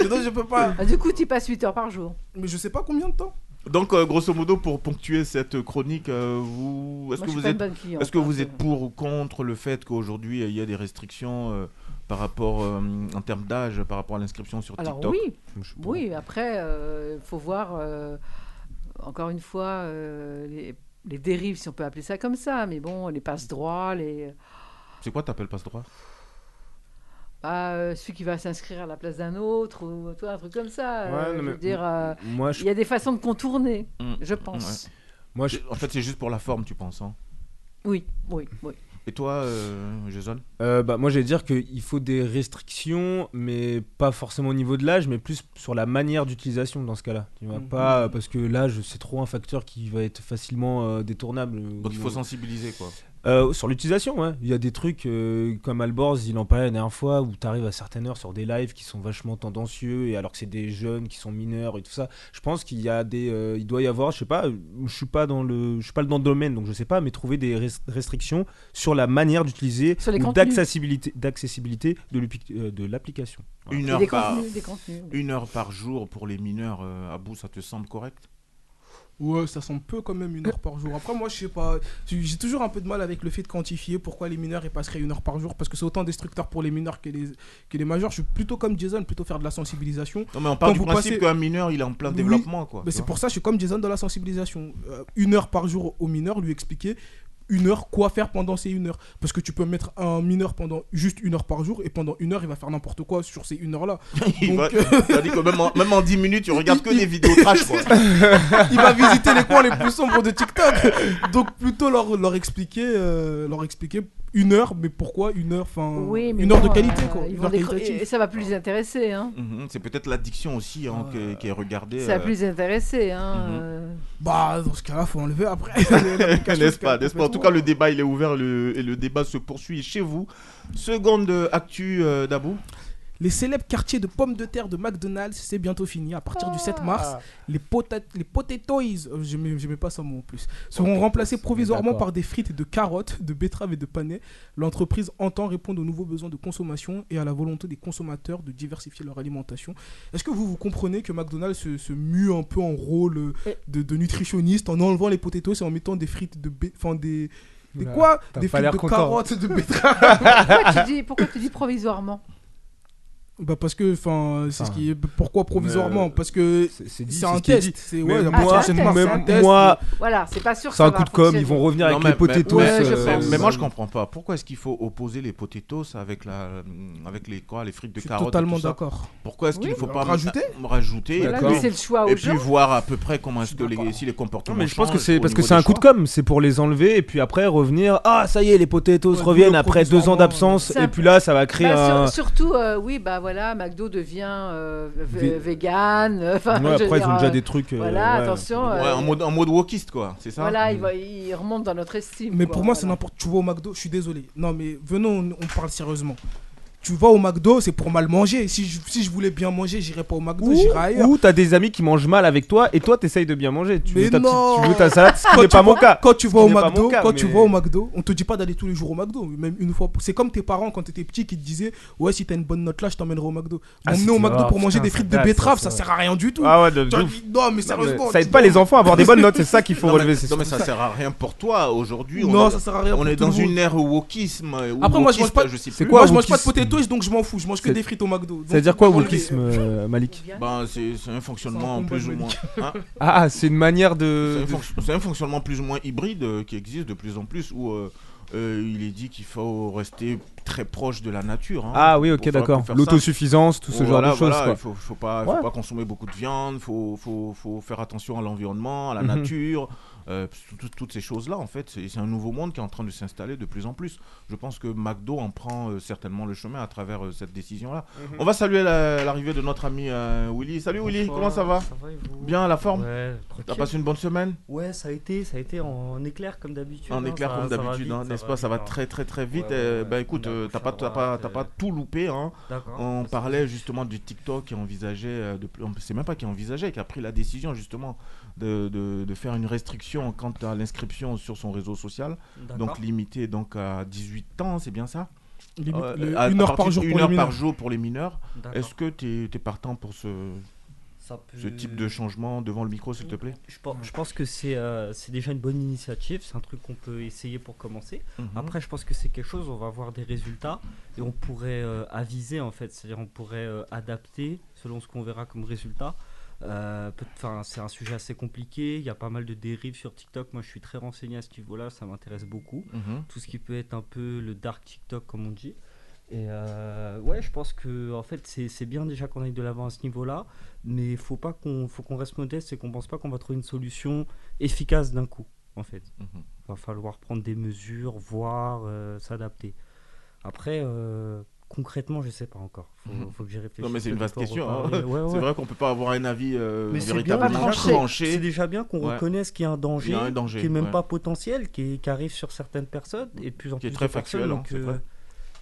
S3: Sinon, je peux pas.
S2: Ah, du coup, tu passes 8 heures par jour.
S3: Mais je sais pas combien de temps.
S1: Donc euh, grosso modo, pour ponctuer cette chronique, euh, vous, est-ce
S2: Moi,
S1: que
S2: je suis
S1: vous
S2: pas une
S1: êtes,
S2: bonne cliente,
S1: est-ce que
S2: hein,
S1: vous
S2: je-
S1: êtes pour ou contre le fait qu'aujourd'hui euh, il y a des restrictions euh, par rapport euh, en termes d'âge, par rapport à l'inscription sur
S2: Alors
S1: TikTok
S2: oui,
S1: Je sais pas.
S2: oui. Après, il faut voir, euh, encore une fois, euh, les, les dérives, si on peut appeler ça comme ça. Mais bon, les passes droits, les... euh,
S1: C'est quoi t'appelles passe droit
S2: bah, euh, celui qui va s'inscrire à la place d'un autre, ou tu vois, un truc comme ça. euh,
S4: Ouais, non,
S2: je
S4: mais-
S2: veux dire, euh,
S4: Moi, je,
S2: il y a des façons de contourner,
S1: Mm.
S2: je pense.
S4: moi, je-
S1: En fait, c'est juste pour la forme, tu penses. hein.
S2: Oui, oui, oui.
S1: Et toi, euh, Jason
S4: euh, bah, moi, j'allais dire qu'il faut des restrictions, mais pas forcément au niveau de l'âge, mais plus sur la manière d'utilisation dans ce cas-là. Tu vois,
S3: Mhm.
S4: pas euh, parce que l'âge, c'est trop un facteur qui va être facilement euh, détournable.
S1: Donc il faut sensibiliser quoi.
S4: Euh, sur l'utilisation, ouais. Il y a des trucs euh, comme Alborz, il en parlait la dernière fois, où tu arrives à certaines heures sur des lives qui sont vachement tendancieux, et alors que c'est des jeunes qui sont mineurs et tout ça. Je pense qu'il y a des, euh, il doit y avoir, je sais pas, euh, je suis pas dans le, je suis pas dans le domaine, donc je sais pas, mais trouver des res- restrictions sur la manière d'utiliser
S2: Sur les
S4: ou
S2: contenus.
S4: d'accessibilité, d'accessibilité de l'upi- euh, de l'application. Voilà.
S1: Une
S2: Et
S1: heure
S2: des
S1: par
S2: contenus, des contenus. oui.
S1: une heure par jour pour les mineurs euh, à bout, ça te semble correct
S3: Ouais, ça semble peu quand même une heure par jour. Après, moi, je sais pas. J'ai j'ai toujours un peu de mal avec le fait de quantifier pourquoi les mineurs ils passeraient une heure par jour. Parce que c'est autant destructeur pour les mineurs que les, que les majeurs. Je suis plutôt comme Jason, plutôt faire de la sensibilisation.
S1: Non mais on parle
S3: Quand
S1: du
S3: vous
S1: principe
S3: passez-
S1: qu'un mineur il est en plein
S3: Oui,
S1: développement quoi.
S3: Mais
S1: Ah, tu
S3: c'est
S1: vois.
S3: pour ça, je suis comme Jason dans la sensibilisation. Euh, une heure par jour aux mineurs, lui expliquer une heure quoi faire pendant ces une heure. Parce que tu peux mettre un mineur pendant juste une heure par jour et pendant une heure, il va faire n'importe quoi sur ces une heure-là.
S1: (laughs) Il
S3: Donc,
S1: va- C'est-à-dire que même en, même en 10 minutes, tu regardes que
S3: (laughs)
S1: des vidéos trash quoi.
S3: il va visiter les coins les plus sombres de TikTok. Donc plutôt leur, leur expliquer euh, leur expliquer une heure, mais pourquoi une heure enfin
S2: Oui, mais
S3: une heure
S2: bon,
S3: de qualité
S2: euh,
S3: quoi.
S2: ils
S3: une
S2: vont
S3: heure
S2: décro-
S3: qualitative.
S2: et ça va plus les intéresser. Hein.
S1: Mhm, c'est peut-être l'addiction aussi hein, qui, est- qui est regardée.
S2: Ça va
S1: euh,
S2: plus les intéresser. Hein.
S1: Mhm.
S2: euh.
S3: Bah dans ce cas-là, faut enlever après.
S1: (laughs)
S2: (laughs)
S1: N'est-ce pas, n'est-ce pas En tout cas, le débat
S2: euh,
S1: il est ouvert le- et le débat se poursuit chez vous. Seconde euh, actu euh, d'Abou.
S3: les célèbres quartiers de pommes de terre de McDonald's, c'est bientôt fini à partir du 7 mars.
S4: Ah.
S3: Les, pota- les potatoes, euh, j'aimais j'aimais pas ça mot en plus, seront
S4: Potatoes,
S3: remplacés
S4: mais
S3: provisoirement
S4: d'accord.
S3: par des frites de carottes, de betteraves et de panais. L'entreprise entend répondre aux nouveaux besoins de consommation et à la volonté des consommateurs de diversifier leur alimentation. Est-ce que vous, vous comprenez que McDonald's se, se mue un peu en rôle euh,
S2: Et-
S3: de, de nutritionniste en enlevant les potatoes et en mettant des frites de... be- Enfin des... Des
S4: Oula,
S3: quoi
S4: t'as
S3: Des
S4: pas
S3: frites
S4: l'air
S3: de
S4: content.
S3: carottes, de betteraves
S2: Pourquoi, tu dis, pourquoi tu dis provisoirement
S3: Bah parce que, enfin, c'est ce
S4: Enfin,
S3: qui est... Pourquoi provisoirement
S4: euh,
S3: Parce que...
S4: C'est c'est dit,
S3: C'est
S4: c'est
S3: un
S4: ce qui est dit.
S3: test, c'est
S4: Mais
S3: ouais,
S2: moi,
S3: moi, c'est
S2: même
S3: un
S4: Même
S3: test.
S4: moi,
S2: Voilà, c'est pas sûr que
S4: c'est
S2: ça
S4: un
S2: va
S4: coup de com,
S2: fonctionner.
S4: ils vont revenir
S1: Non,
S4: avec
S1: mais-
S4: les euh, potatoes.
S2: ouais,
S1: Mais,
S2: je pense.
S1: euh, mais moi je comprends pas. Pourquoi est-ce qu'il faut opposer les potatoes avec la, euh, avec les quoi, les frites de
S3: Je suis
S1: carottes et
S3: totalement
S1: tout ça
S3: d'accord.
S1: Pourquoi est-ce qu'il ne
S3: Oui,
S1: faut pas
S3: rajouter
S1: rajouter
S2: Voilà,
S4: D'accord.
S2: laisser le choix aux
S1: et
S2: gens.
S1: puis voir à peu près comment est-ce que les,
S3: d'accord.
S1: si les comportements.
S4: Non, mais je pense que
S1: changent
S4: c'est
S1: au
S4: parce que
S1: niveau
S4: c'est un
S1: des
S4: coup de
S1: choix.
S4: com, c'est pour les enlever et puis après revenir. Ah, ça y est, les potatoes
S3: Ouais,
S4: reviennent
S3: le
S4: après deux ans
S3: provisoirement,
S4: d'absence
S2: ouais.
S4: et puis là, ça va créer
S2: Bah, sur-
S4: un.
S2: surtout, euh, oui, bah voilà, McDo devient euh, v-
S4: Vé-
S2: vegan. euh, Enfin,
S4: Ouais,
S2: je veux
S4: après, ils
S2: dire,
S4: ont déjà
S2: euh,
S4: des trucs. euh,
S2: Voilà,
S4: ouais.
S2: attention.
S1: Ouais,
S2: euh,
S1: en mode en mode wokiste quoi, c'est ça.
S2: Voilà, ils, vont- ils remontent dans notre estime.
S3: Mais
S2: quoi,
S3: pour moi, c'est
S2: voilà.
S3: n'importe. Tu vas au McDo, je suis désolé. Non, mais venons, on, on parle sérieusement. Tu vas au McDo, c'est pour mal manger. Si je, si je voulais bien manger, j'irais pas au McDo,
S4: Ou,
S3: j'irais ailleurs.
S4: ou t'as des amis qui mangent mal avec toi et toi t'essayes de bien manger. Tu
S3: Mais
S4: veux, ta petite-
S3: non.
S4: tu veux ta salade, ce qui
S3: Quand
S4: n'est
S3: tu
S4: pas mon
S3: vas-
S4: cas.
S3: Quand tu vas au
S4: Ce n'est pas
S3: McDo,
S4: mon cas,
S3: quand tu
S4: mais-
S3: vas au McDo, on te dit pas d'aller tous les jours au McDo, même une fois. pour- C'est comme tes parents quand t'étais petit qui te disaient ouais si t'as une bonne note là, je t'emmènerai au McDo.
S4: Ah,
S3: M'emmener
S4: c'était-
S3: au McDo
S4: oh,
S3: pour manger
S4: putain,
S3: des
S4: ça
S3: frites de
S4: date,
S3: betterave,
S4: ça,
S3: ça
S4: ça.
S3: sert à rien du tout.
S4: Ah ouais, de-
S3: Tu vois,
S4: de ouf.
S3: non mais
S4: Non, mais
S3: sérieusement.
S4: ça
S3: tu
S4: aide pas
S3: dois-
S4: les enfants à avoir des bonnes notes, c'est ça qu'il
S1: (laughs)
S4: faut
S1: Non, mais-
S4: relever. c'est
S1: non mais
S4: surtout
S1: ça,
S4: ça.
S1: sert à rien pour toi aujourd'hui. on
S3: Non,
S1: est-
S3: ça sert à rien.
S1: on
S3: pour
S1: est
S3: tout le
S1: dans
S3: monde.
S1: une ère wokisme. euh, ou
S3: Après, moi, je
S1: wokiste,
S3: mange pas de-
S1: sais
S4: C'est
S1: plus.
S4: quoi
S3: moi, je mange pas de
S4: wokisme
S3: potatoes, donc je m'en fous. Je mange que
S4: C'est-
S3: des frites au McDo. donc-
S4: Ça veut dire quoi,
S3: Voilà.
S4: wokisme, euh, Malik
S1: Ben, c'est c'est un fonctionnement
S3: C'est un
S1: plus ou moins.
S3: combat
S1: hein,
S3: (laughs)
S4: Ah, c'est une manière
S1: c'est
S4: de.
S1: un fonc- c'est un fonctionnement plus ou moins hybride euh, qui existe de plus en plus où euh, euh, il est dit qu'il faut rester très proche de la nature. hein,
S4: Ah oui, ok,
S1: pour faire-
S4: d'accord.
S1: pour faire simple.
S4: L'autosuffisance, tout ce genre
S1: Voilà,
S4: de choses.
S1: voilà,
S4: quoi.
S1: Il faut, faut pas, faut
S4: Ouais.
S1: pas consommer beaucoup de viande, faut, faut, faut faire attention à l'environnement, à la
S4: Mhm.
S1: nature, euh, tout- tout- toutes ces choses-là. En fait, c'est c'est un nouveau monde qui est en train de s'installer de plus en plus. Je pense que McDo en prend euh, certainement le chemin à travers euh, cette décision-là.
S3: Mhm.
S1: On va saluer la- l'arrivée de notre ami euh, Willy. Salut Willy, comment ça va
S6: et vous
S1: Bien à la forme
S6: Ouais,
S1: T'as
S6: tranquille.
S1: passé une bonne semaine
S6: Ouais, ça a été, ça a été en éclair comme d'habitude.
S1: En
S6: hein,
S1: éclair
S6: ça-
S1: comme
S6: ça va
S1: d'habitude,
S6: vite,
S1: hein, n'est-ce
S6: va
S1: pas Ça va
S6: vite, hein.
S1: très très très vite.
S6: Ouais, ouais,
S1: Euh,
S6: ouais.
S1: Bah écoute,
S6: On a
S1: euh,
S6: couché
S1: t'as pas, t'as
S6: à
S1: pas,
S6: droite,
S1: t'as
S6: euh,
S1: pas tout loupé, hein.
S6: D'accord.
S1: On
S6: Parce que-
S1: parlait justement du TikTok qui envisageait, euh, de, plus- on sait même pas qui envisageait, qui a pris la décision justement de, de- de faire une restriction quant à l'inscription sur son réseau social,
S6: D'accord.
S1: donc limitée donc à 18 ans, c'est bien ça
S3: Limite,
S1: Euh,
S3: le-
S1: à-
S3: une
S1: à
S3: heure par
S1: partir
S3: jour
S1: d'une
S3: pour les
S1: heure
S3: mineurs.
S1: par jour pour les mineurs.
S6: D'accord.
S1: Est-ce que tu es, partant pour ce,
S6: Ça peut-
S1: ce type de changement devant le micro, s'il te plaît
S6: Je pense, je pense que c'est euh, c'est déjà une bonne initiative, c'est un truc qu'on peut essayer pour commencer.
S1: Mhm.
S6: Après, je pense que c'est quelque chose, on va voir des résultats et on pourrait euh, aviser en fait, c'est-à-dire on pourrait euh, adapter selon ce qu'on verra comme résultat. Euh, peut- 'fin, c'est un sujet assez compliqué, il y a pas mal de dérives sur TikTok. Moi, je suis très renseigné à ce niveau-là, ça m'intéresse beaucoup.
S1: Mhm.
S6: Tout ce qui peut être un peu le dark TikTok, comme on dit. Et euh, ouais, je pense que en fait, c'est c'est bien déjà qu'on aille de l'avant à ce niveau-là, mais il faut pas qu'on faut qu'on reste modeste et qu'on pense pas qu'on va trouver une solution efficace d'un coup, en fait
S1: Mhm.
S6: va falloir prendre des mesures, voir, euh, s'adapter. Après, euh, concrètement, je sais pas encore. Faut,
S1: Mhm.
S6: faut que j'y réfléchisse.
S1: Non, mais c'est une
S6: peut-être
S1: vaste
S6: qu'on
S1: question,
S6: reparle.
S1: hein.
S6: Ah Ouais,
S1: (laughs) C'est
S6: ouais.
S1: vrai qu'on peut pas avoir un avis euh,
S6: Mais c'est bien
S1: véritablement
S6: tranché. C'est
S1: tranché.
S6: déjà bien qu'on
S1: Ouais.
S6: reconnaisse qu'il y a un danger,
S1: Il y a un danger,
S6: qui est même
S1: ouais.
S6: pas potentiel, qui, est- qui arrive sur certaines personnes et de plus en
S1: Qui est
S6: plus
S1: très
S6: de personnes,
S1: factuel, hein,
S6: donc, euh,
S1: c'est vrai.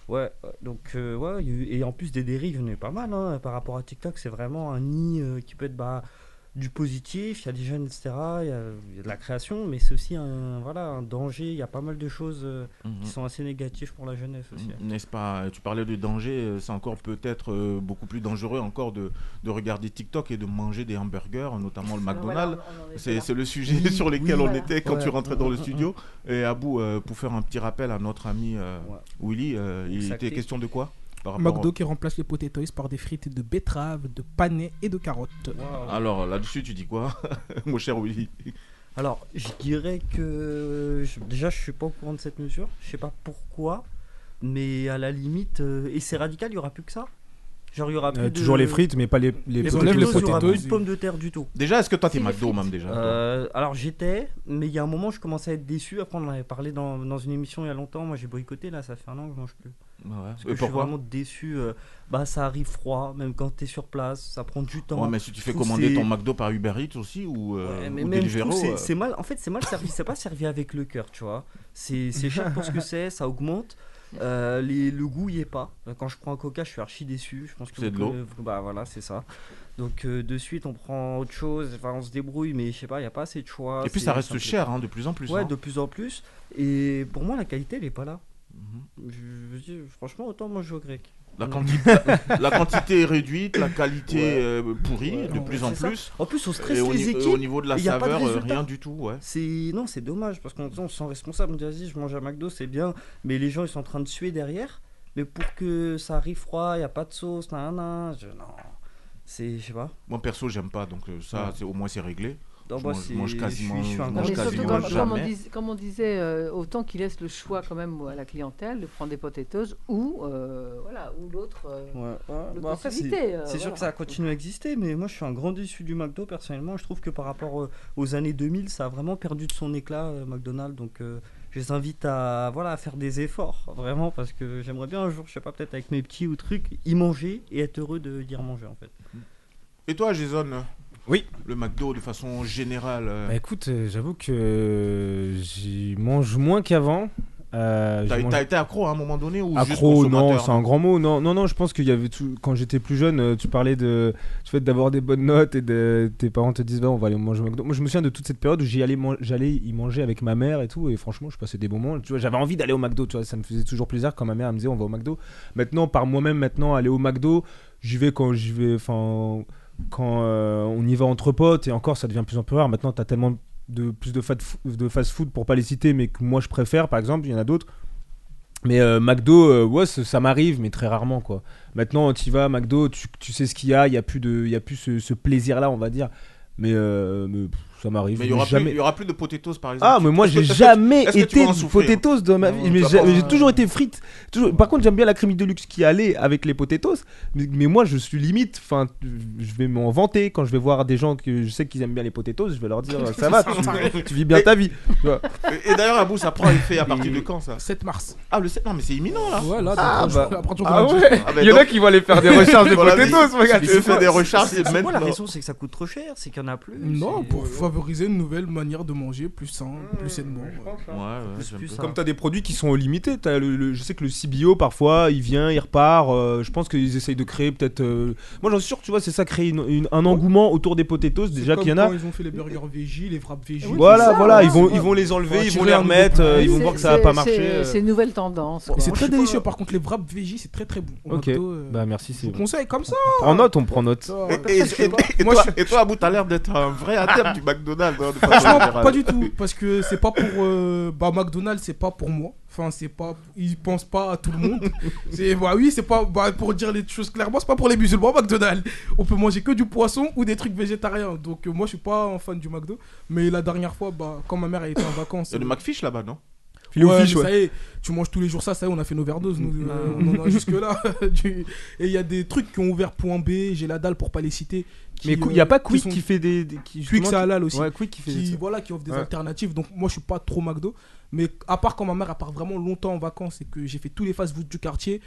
S6: ouais, euh, donc euh, ouais, il y a eu- et en plus des dérives, il y en a eu pas mal hein, par rapport à TikTok. C'est vraiment un nid euh, qui peut être bah, du positif. Il y a des jeunes, etc. Il y a, il y a de la création, mais c'est aussi un voilà un danger. Il y a pas mal de choses euh,
S1: Mhm.
S6: qui sont assez négatives pour la jeunesse aussi. hein.
S1: Mm, N'est-ce pas Tu parlais de danger, euh, c'est encore peut-être euh, beaucoup plus dangereux encore de, de regarder TikTok et de manger des hamburgers, notamment le
S6: Ah
S1: McDonald's. C'est c'est le sujet (laughs)
S6: Oui,
S1: sur lequel
S6: oui,
S1: on
S6: voilà.
S1: était quand
S6: Ouais.
S1: tu rentrais dans le studio. Et Abou, euh, pour faire un petit rappel à notre ami euh,
S6: Ouais.
S1: Willy, euh, il
S6: Exacté.
S1: était question de quoi par rapport
S3: McDo qui remplace les potatoes par des frites de betterave, de panais et de carottes.
S1: au- Alors là-dessus, tu dis quoi, (laughs) mon cher Willy
S6: Alors, je dirais que je- déjà, je suis pas au courant de cette mesure. Je sais pas pourquoi, mais à la limite, euh, et c'est radical, il y aura plus que ça. Genre, il y aura plus
S4: Euh,
S6: de-
S4: Toujours les frites, mais pas les, les
S6: Les
S3: Ils
S4: potatoes,
S3: enlèvent les
S6: potatoes,
S4: les
S6: il y aura
S4: potatoes.
S6: plus de pommes de terre du tout.
S1: Déjà, est-ce que toi, t'es
S2: C'est les
S1: McDo
S2: frites.
S1: même déjà toi
S6: Euh, alors j'étais, mais il y a un moment je commençais à être déçu. Après on en avait parlé dans, dans une émission il y a longtemps. Moi j'ai boycotté là, ça fait un an que je mange plus.
S1: Ouais. Et
S6: Parce que je suis
S1: Euh, Pourquoi
S6: vraiment déçu. euh, bah ça arrive froid, même quand t'es sur place, ça prend du temps.
S1: Ouais, mais si tu fais
S6: trouve
S1: commander
S6: c'est-
S1: ton McDo par Uber Eats aussi ou, euh,
S6: Ouais, mais
S1: ou
S6: même, je
S1: Deliveroo,
S6: trouve c'est-
S1: euh,
S6: c'est mal. En fait, c'est mal servi. c'est pas servi avec le cœur, tu vois. C'est c'est cher pour ce que c'est, ça augmente. Euh, les- le goût y est pas. Euh, Quand je prends un Coca, je suis archi déçu. Je pense que
S1: C'est
S6: vous
S1: de l'eau.
S6: pouvez- Bah voilà, c'est ça. Donc euh, de suite, on prend autre chose. Enfin, on se débrouille, mais je sais pas, il y a pas assez de choix.
S1: Et puis ça
S6: c'est- c'est un
S1: reste
S6: peu-
S1: cher hein, de plus en plus.
S6: Ouais,
S1: hein.
S6: de plus en plus. Et pour moi, la qualité, elle est pas là.
S1: Mhm.
S6: Je- je dis, franchement, autant moi je joue au grec.
S1: La,
S6: Mm.
S1: quanti- la- la quantité est réduite, la qualité
S6: Ouais.
S1: euh, pourrie
S6: Ouais,
S1: de
S6: non,
S1: plus
S6: c'est
S1: en
S6: ça.
S1: plus.
S6: En plus, on stresse
S1: Et au,
S6: les
S1: ni-
S6: équipes.
S1: au niveau de la
S6: et y a pas de
S1: saveur, euh,
S6: résultat.
S1: rien du tout. Ouais.
S6: C'est non, c'est dommage parce qu'on on se sent responsable. On dit vas-y, je mange à McDo, c'est bien, mais les gens ils sont en train de suer derrière. Mais pour que ça arrive froid, il y a pas de sauce, nan, nan, je... non. C'est je sais pas.
S1: Moi perso, j'aime pas, donc euh, ça,
S6: Ouais.
S1: c'est- au moins c'est réglé.
S6: Non,
S1: Je
S6: moi,
S1: mange- je
S6: c'est-
S1: mange quasiment-
S6: je suis, je suis un
S1: je
S6: grand
S2: Non,
S1: mange
S2: mais
S6: fan.
S1: quasiment
S2: surtout, comme, comme on
S1: jamais.
S2: dis- comme on disait, euh, autant qu'il laisse le choix quand même euh, à la clientèle de prendre des potatoes ou euh, voilà ou l'autre. euh,
S6: Ouais, ouais.
S2: l'autre
S6: Bah, après, c'est
S2: possibilité, euh,
S6: c'est sûr
S2: voilà.
S6: que ça continue à exister, mais moi je suis un grand déçu du McDo personnellement. Je trouve que par rapport euh, aux années 2000, ça a vraiment perdu de son éclat, euh, McDonald's. Donc euh, je les invite à, voilà, à faire des efforts, vraiment, parce que j'aimerais bien un jour, je sais pas, peut-être avec mes petits ou trucs, y manger et être heureux de y remanger en fait.
S1: Et toi, Jason
S4: Oui.
S1: Le McDo de façon générale. euh,
S4: Bah écoute, euh, j'avoue que euh, j'y mange moins qu'avant. Euh,
S1: T'as
S4: j'y mange-
S1: t'as été accro hein, à un moment donné ou juste
S4: Accro, non,
S1: consommateur
S4: c'est un grand mot. Non, non, non, je pense qu'il y avait tout. Quand j'étais plus jeune, euh, tu parlais de, du fait d'avoir des bonnes notes et de tes parents te disent, bah, on va aller manger au McDo. Moi, je me souviens de toute cette période où j'y allais, man- j'allais y manger avec ma mère et tout. Et franchement, je passais des bons moments. Tu vois, j'avais envie d'aller au McDo. Tu vois, ça me faisait toujours plaisir quand ma mère elle me disait, on va au McDo. Maintenant, par moi-même, maintenant, aller au McDo, j'y vais quand j'y vais. Enfin, quand euh, on y va entre potes. Et encore, ça devient de plus en plus rare. Maintenant, t'as tellement de plus de, fat fo- de fast food pour pas les citer, mais que moi je préfère, par exemple, il y en a d'autres. Mais euh, McDo, euh, ouais, ça, ça m'arrive, mais très rarement, quoi. Maintenant, tu y vas, McDo, tu, tu sais ce qu'il y a, il n'y a plus, de, il y a plus ce, ce plaisir-là, on va dire. Mais, euh, mais pff, ça m'arrive.
S1: Mais il y
S4: mais
S1: aura,
S4: jamais.
S1: plus, il y aura plus de potatoes par exemple.
S4: Ah, mais moi, j'ai
S1: Est-ce que-
S4: jamais
S1: est-ce que tu
S4: été
S1: vas en
S4: du
S1: souffrir
S4: potatoes dans ma
S1: Non,
S4: vie.
S1: tu
S4: Mais
S1: vas
S4: j'ai
S1: pas
S4: mais j'ai
S3: en-
S4: toujours été frites. Toujours... Par contre, j'aime bien la crème de luxe qui allait avec les potatoes. Mais, mais moi, je suis limite. Enfin, je vais m'en vanter quand je vais voir des gens que je sais qu'ils aiment bien les potatoes. Je vais leur (laughs) dire ça va, tu, tu vis bien
S1: Et-
S4: ta vie.
S1: (laughs) Et, et d'ailleurs, Abou, ça prend effet à partir de quand ça
S3: 7 mars.
S1: Ah, le 7 Non, mais c'est imminent là.
S3: Ouais, là,
S4: Ah,
S3: dans trois
S4: bah.
S3: jours, après, tu
S4: Ah
S3: vois,
S4: ouais
S1: Ah, mais
S4: Il y en a
S1: donc-
S4: qui vont aller
S1: (laughs)
S4: faire des recherches de
S1: Voilà,
S4: potatoes, regarde.
S1: Tu fais des recharges
S6: C'est
S1: et
S6: c'est quoi la
S1: maintenant.
S6: raison C'est que ça coûte trop cher, c'est qu'il y en a plus.
S3: Non,
S6: c'est-
S3: pour favoriser une nouvelle manière de manger plus sain, plus sainement. ouais.
S1: Ouais, ouais,
S6: Plus,
S1: j'aime
S6: plus,
S1: bien.
S6: ça.
S4: Comme t'as des produits qui sont limités, t'as le- le- je sais que le CBO parfois il vient, il repart. euh, je pense qu'ils essayent de créer peut-être. euh, Moi j'en suis sûr, tu vois, c'est ça créer une- une- un engouement autour des potatoes. Déjà
S3: C'est
S4: qu'il y en
S3: comme
S4: a.
S3: quand Ils ont fait les burgers végis, les frappes végis.
S4: Voilà,
S2: c'est ça,
S4: voilà,
S2: ouais,
S4: ils vont,
S3: c'est
S4: ils vont les
S3: Faut
S4: enlever, ils vont
S3: attirer
S4: les
S3: un nouveau
S4: remettre, euh, ils vont
S3: public.
S4: voir que ça va
S2: C'est-
S4: pas
S2: c'est-
S4: marcher. euh.
S2: C'est une nouvelle tendance.
S3: Et
S2: quoi.
S3: c'est très délicieux. Par contre, les wraps végis, c'est très très bon. Au
S4: Ok.
S3: McDo, euh,
S4: Bah merci,
S3: je
S4: c'est
S3: vous conseille comme ça.
S4: On prend note, on prend note.
S1: Et, et- et- et
S3: Moi,
S1: toi,
S3: je-
S1: et toi, Abou, t'as l'air d'être un vrai adepte du McDonald's. hein, de façon
S3: Franchement,
S1: générale.
S3: pas du tout. Parce que c'est pas pour. euh, bah, McDonald's, c'est pas pour moi. Enfin, c'est pas. Ils pensent pas à tout le monde. C'est, bah oui, c'est pas. Bah, pour dire les choses clairement, c'est pas pour les musulmans, McDonald's. On peut manger que du poisson ou des trucs végétariens. Donc, euh, moi, je suis pas un fan du McDo. Mais la dernière fois, bah, quand ma mère elle était en vacances.
S1: Il y a le McFish là-bas, non
S4: Filet au
S3: Ouais,
S4: fish,
S3: mais
S4: ouais.
S3: Ça y est, tu manges tous les jours ça, ça y est, on a fait une overdose. Nous, euh, on en a jusque-là. (laughs) Du- Et il y a des trucs qui ont ouvert point B, j'ai la dalle pour pas les citer. qui,
S4: Mais il n'y a
S3: euh,
S4: pas Quick
S3: sont-
S4: qui fait des. des- qui,
S3: Quick,
S4: justement,
S3: ça
S4: qui-
S3: halal aussi.
S4: Ouais, Quick qui fait des-
S3: qui, voilà, qui offrent des
S4: Ouais.
S3: alternatives. Donc moi, je suis pas trop McDo. Mais à part quand ma mère elle part vraiment longtemps en vacances et que j'ai fait tous les fast-food du quartier,